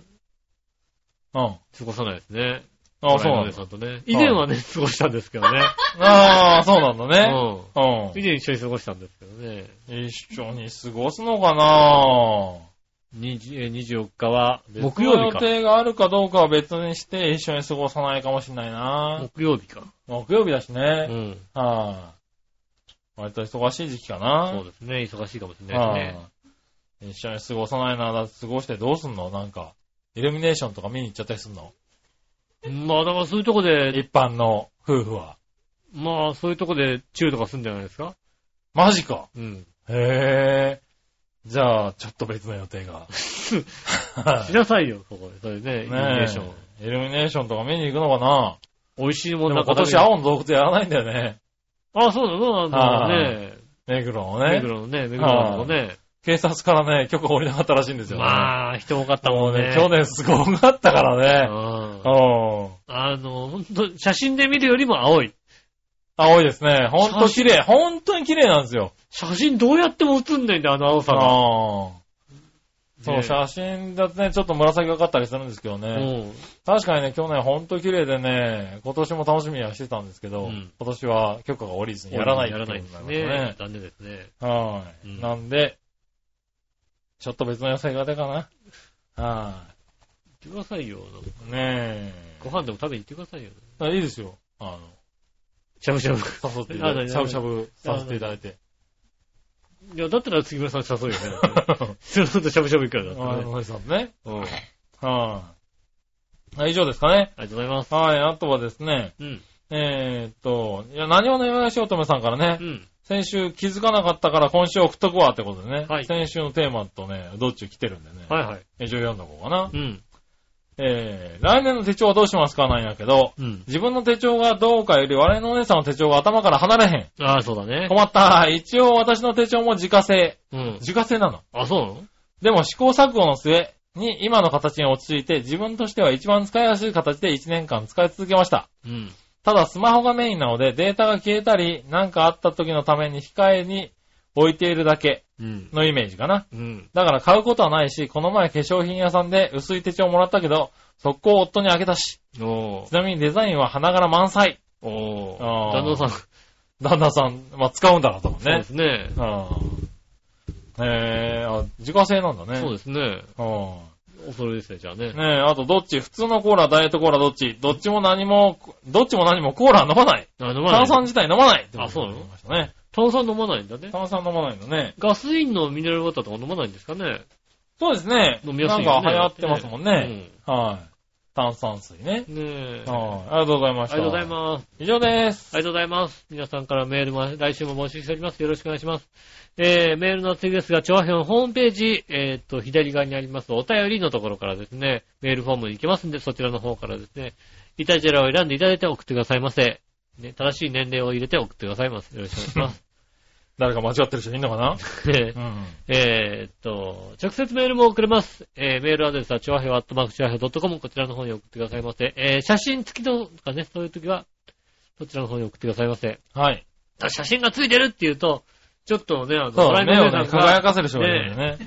Speaker 3: うん。
Speaker 2: 過ごさないですね。
Speaker 3: ああ、そうな
Speaker 2: お
Speaker 3: ん
Speaker 2: 姉
Speaker 3: だ。
Speaker 2: さんとね。以前はね、過ごしたんですけど ね。
Speaker 3: ああ、そうなんだね。
Speaker 2: うん。以前一緒に過ごしたんですけどね。
Speaker 3: うん。一緒に過ごすのかな
Speaker 2: 20えー24日は、木
Speaker 3: 別の
Speaker 2: 曜日
Speaker 3: 予
Speaker 2: か。
Speaker 3: 定があるかどうかは別にして一緒に過ごさないかもしれないな
Speaker 2: 木曜日か。
Speaker 3: 木曜日だし
Speaker 2: う
Speaker 3: ね。
Speaker 2: ん。
Speaker 3: はい。割と忙しい時期かな。
Speaker 2: そうですね。忙しいかもしれないですね。
Speaker 3: ああ一緒に過ごさないなら過ごしてどうすんのなんか。イルミネーションとか見に行っちゃったりするの
Speaker 2: まあ、だからそういうとこで、
Speaker 3: 一般の夫婦は。
Speaker 2: まあ、そういうとこでチューとかするんじゃないですか
Speaker 3: マジか。
Speaker 2: うん。
Speaker 3: へえ。じゃあ、ちょっと別の予定 が。
Speaker 2: しなさいよ、そこで。それね、イルミネーション。
Speaker 3: えイルミネーションとか見に行くのかな
Speaker 2: 美味しいも
Speaker 3: で
Speaker 2: んな
Speaker 3: も
Speaker 2: んか
Speaker 3: 今
Speaker 2: 食べ
Speaker 3: 年
Speaker 2: る
Speaker 3: 青の洞窟やらないんだよね。
Speaker 2: あ、そうだ、そうなんだね。
Speaker 3: 目黒の
Speaker 2: 目
Speaker 3: ね。
Speaker 2: 黒のね、目黒のとこね。
Speaker 3: 警察からね、許可下りなかったらしいんですよね。
Speaker 2: まあ、人多かった
Speaker 3: も
Speaker 2: も
Speaker 3: うんね
Speaker 2: ね。、
Speaker 3: 去年すごかったからね。う
Speaker 2: うん
Speaker 3: ん。
Speaker 2: あの、ほんと、写真で見るよりも青い。
Speaker 3: 青いですね。ほんと綺麗。ほんとに綺麗なんですよ。
Speaker 2: 写真どうやっても写んないんだよ、あの青さが。
Speaker 3: ああ。そう、
Speaker 2: ね
Speaker 3: 写真だとね、ちょっと紫がかったりするんですけど
Speaker 2: う
Speaker 3: ね。
Speaker 2: ん。
Speaker 3: 確かにね、去年ほんと綺麗でね、今年も楽しみにはしてたんですけど、
Speaker 2: うん
Speaker 3: 今年は許可が下りずにやらない
Speaker 2: やらないです
Speaker 3: っていうことになりま
Speaker 2: ね
Speaker 3: し。
Speaker 2: 残念ですね。
Speaker 3: たね。は
Speaker 2: う
Speaker 3: い。
Speaker 2: ん
Speaker 3: なんで、ちょっと別の野菜が出かな。は
Speaker 2: 行ってくださいよ。なんか
Speaker 3: い。ね
Speaker 2: ご飯でも食べに行ってくださいよ。
Speaker 3: え。いいですよ。あ
Speaker 2: しゃぶしゃぶ。
Speaker 3: の、誘っていただいて、
Speaker 2: あ
Speaker 3: しゃぶしゃぶさせていただいて。
Speaker 2: いや、だったら杉村さん誘うよね。 それだとしゃぶしゃぶ行くからだった
Speaker 3: あ
Speaker 2: ら
Speaker 3: の、
Speaker 2: ね。
Speaker 3: 森さんね。
Speaker 2: うん。あり
Speaker 3: はい、あ以上ですかね。
Speaker 2: がとうございます。
Speaker 3: はい、あとはですね、
Speaker 2: うん。
Speaker 3: えー、っと、いや、何をね、よしおとめさんからね
Speaker 2: う、ん。
Speaker 3: 先週気づかなかったから今週送っとくわってことでね、
Speaker 2: はい
Speaker 3: 先週のテーマとね、どっち来てるんでね、
Speaker 2: はいはい。
Speaker 3: 一応読んどこうかな。
Speaker 2: うん。
Speaker 3: えー、来年の手帳はどうしますかなんやけど、
Speaker 2: うん。
Speaker 3: 自分の手帳がどうかより我のお姉さんの手帳が頭から離れ へ
Speaker 2: ああ、そうだ
Speaker 3: ん。
Speaker 2: ね。
Speaker 3: 困った。一応私の手帳も自家製。
Speaker 2: うん。
Speaker 3: 自家製なの。
Speaker 2: あ、そうなの
Speaker 3: でも試行錯誤の末に今の形に落ち着いて自分としては一番使いやすい形で1年間使い続けました。
Speaker 2: うん。
Speaker 3: ただスマホがメインなのでデータが消えたり何かあった時のために控えに置いているだけ
Speaker 2: うん。
Speaker 3: のイメージかな。
Speaker 2: うん。
Speaker 3: だから買うことはないし、この前化粧品屋さんで薄い手帳もらったけど、速攻夫にあげたし、
Speaker 2: おー
Speaker 3: ち。なみにデザインは花柄満載。
Speaker 2: おー。
Speaker 3: あー
Speaker 2: 旦那さん、
Speaker 3: 旦那さん、まあ、使うんだろうと思う
Speaker 2: そうで
Speaker 3: ね
Speaker 2: す。ね。
Speaker 3: うんえー、あ、自家製なんだね。
Speaker 2: そうですね。
Speaker 3: うん
Speaker 2: 恐れですね、じゃあね。
Speaker 3: ねえ、あとどっち普通のコーラ、ダイエットコーラどっちどっちも何も、どっちも何もコーラ飲まない。
Speaker 2: あ、飲まない。
Speaker 3: 炭酸自体飲まない。
Speaker 2: あそうなの
Speaker 3: ってことになりましたね。
Speaker 2: 炭酸飲まないんだね。
Speaker 3: 炭酸飲まないのね。
Speaker 2: ガスインのミネラルウォーターとか飲まないんですかね
Speaker 3: そうですね。
Speaker 2: 飲みやすいよね
Speaker 3: なんか流行ってますもんね。はい。炭酸水ね。
Speaker 2: うん。ねえ。
Speaker 3: は
Speaker 2: あ
Speaker 3: い。ありがとうございま
Speaker 2: り
Speaker 3: した。
Speaker 2: がとうございます。
Speaker 3: す。以上です。
Speaker 2: ありがとうございます。皆さんからメールも来週も募集しております。よろしくお願いします。えー、メールの次ですが、調和表のホームページ、えーっと、左側にありますお便りのところからですね、メールフォームに行けますんで、そちらの方からですね、イタジェラを選んでいただいて送ってくださいませ。ね、正しい年齢を入れて送ってくださいませ。よろしくお願いします。
Speaker 3: 誰か間違ってる人いんのかな
Speaker 2: えー
Speaker 3: うん。
Speaker 2: えーっと、直接メールも送れます。えーメールアドレスは、ちょわへわ、アットマークちょわへわ .com、こちらの方に送ってくださいませ。えー写真付きのとかね、そういう時は、そちらの方に送ってくださいませ。
Speaker 3: はい。
Speaker 2: あ写真が付いてるっていうと、ちょっとね、あの、
Speaker 3: そう、
Speaker 2: ドライブ
Speaker 3: 目を
Speaker 2: ウェイさん
Speaker 3: ね、
Speaker 2: が
Speaker 3: 輝かせる人がいるんだよね。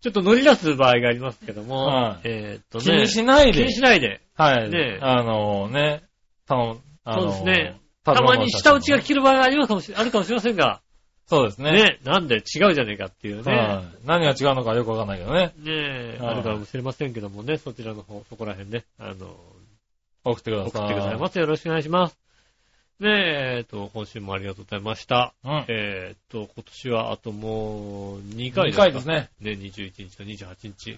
Speaker 2: ちょっと乗り出す場合がありますけども、
Speaker 3: はい
Speaker 2: えーっとね、
Speaker 3: 気にしない
Speaker 2: 気
Speaker 3: で
Speaker 2: に。しないで。
Speaker 3: はい。
Speaker 2: ねえ
Speaker 3: あのね、たの、あの、
Speaker 2: そうですね。
Speaker 3: た
Speaker 2: たまに下打ちが切る場合がありますかもしあ るかもしれませんが、
Speaker 3: そうですね。
Speaker 2: ね、なんで違うじゃねえかっていうね
Speaker 3: は。い何が違うのかよくわかんないけどね。
Speaker 2: ねえ、
Speaker 3: は
Speaker 2: あ
Speaker 3: い
Speaker 2: るかもしれませんけどもね、そちらの方、そこら辺ね、あの、
Speaker 3: 送ってくだ
Speaker 2: 送
Speaker 3: さい。
Speaker 2: ってくださいませ。よろしくお願いします。ねえ、えっと、今週もありがとうございました。
Speaker 3: うん。
Speaker 2: えーっと、今年はあともう2回
Speaker 3: 2
Speaker 2: ですか
Speaker 3: 回です。ね。
Speaker 2: ね、21日と28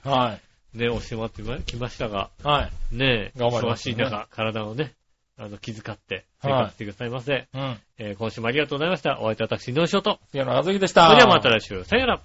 Speaker 2: 日。
Speaker 3: は
Speaker 2: ね、おしまってまきましたが、
Speaker 3: い。はい。
Speaker 2: ねえ、
Speaker 3: 頑張りま
Speaker 2: 忙
Speaker 3: す
Speaker 2: し
Speaker 3: ね
Speaker 2: い中、体をね、あの、気遣って、生
Speaker 3: はい
Speaker 2: 活してくださいませ。
Speaker 3: うん。
Speaker 2: えー今週もありがとうございました。お相手は私、井上翔と。
Speaker 3: 杉野和樹でした。
Speaker 2: それではまた来週。さよなら。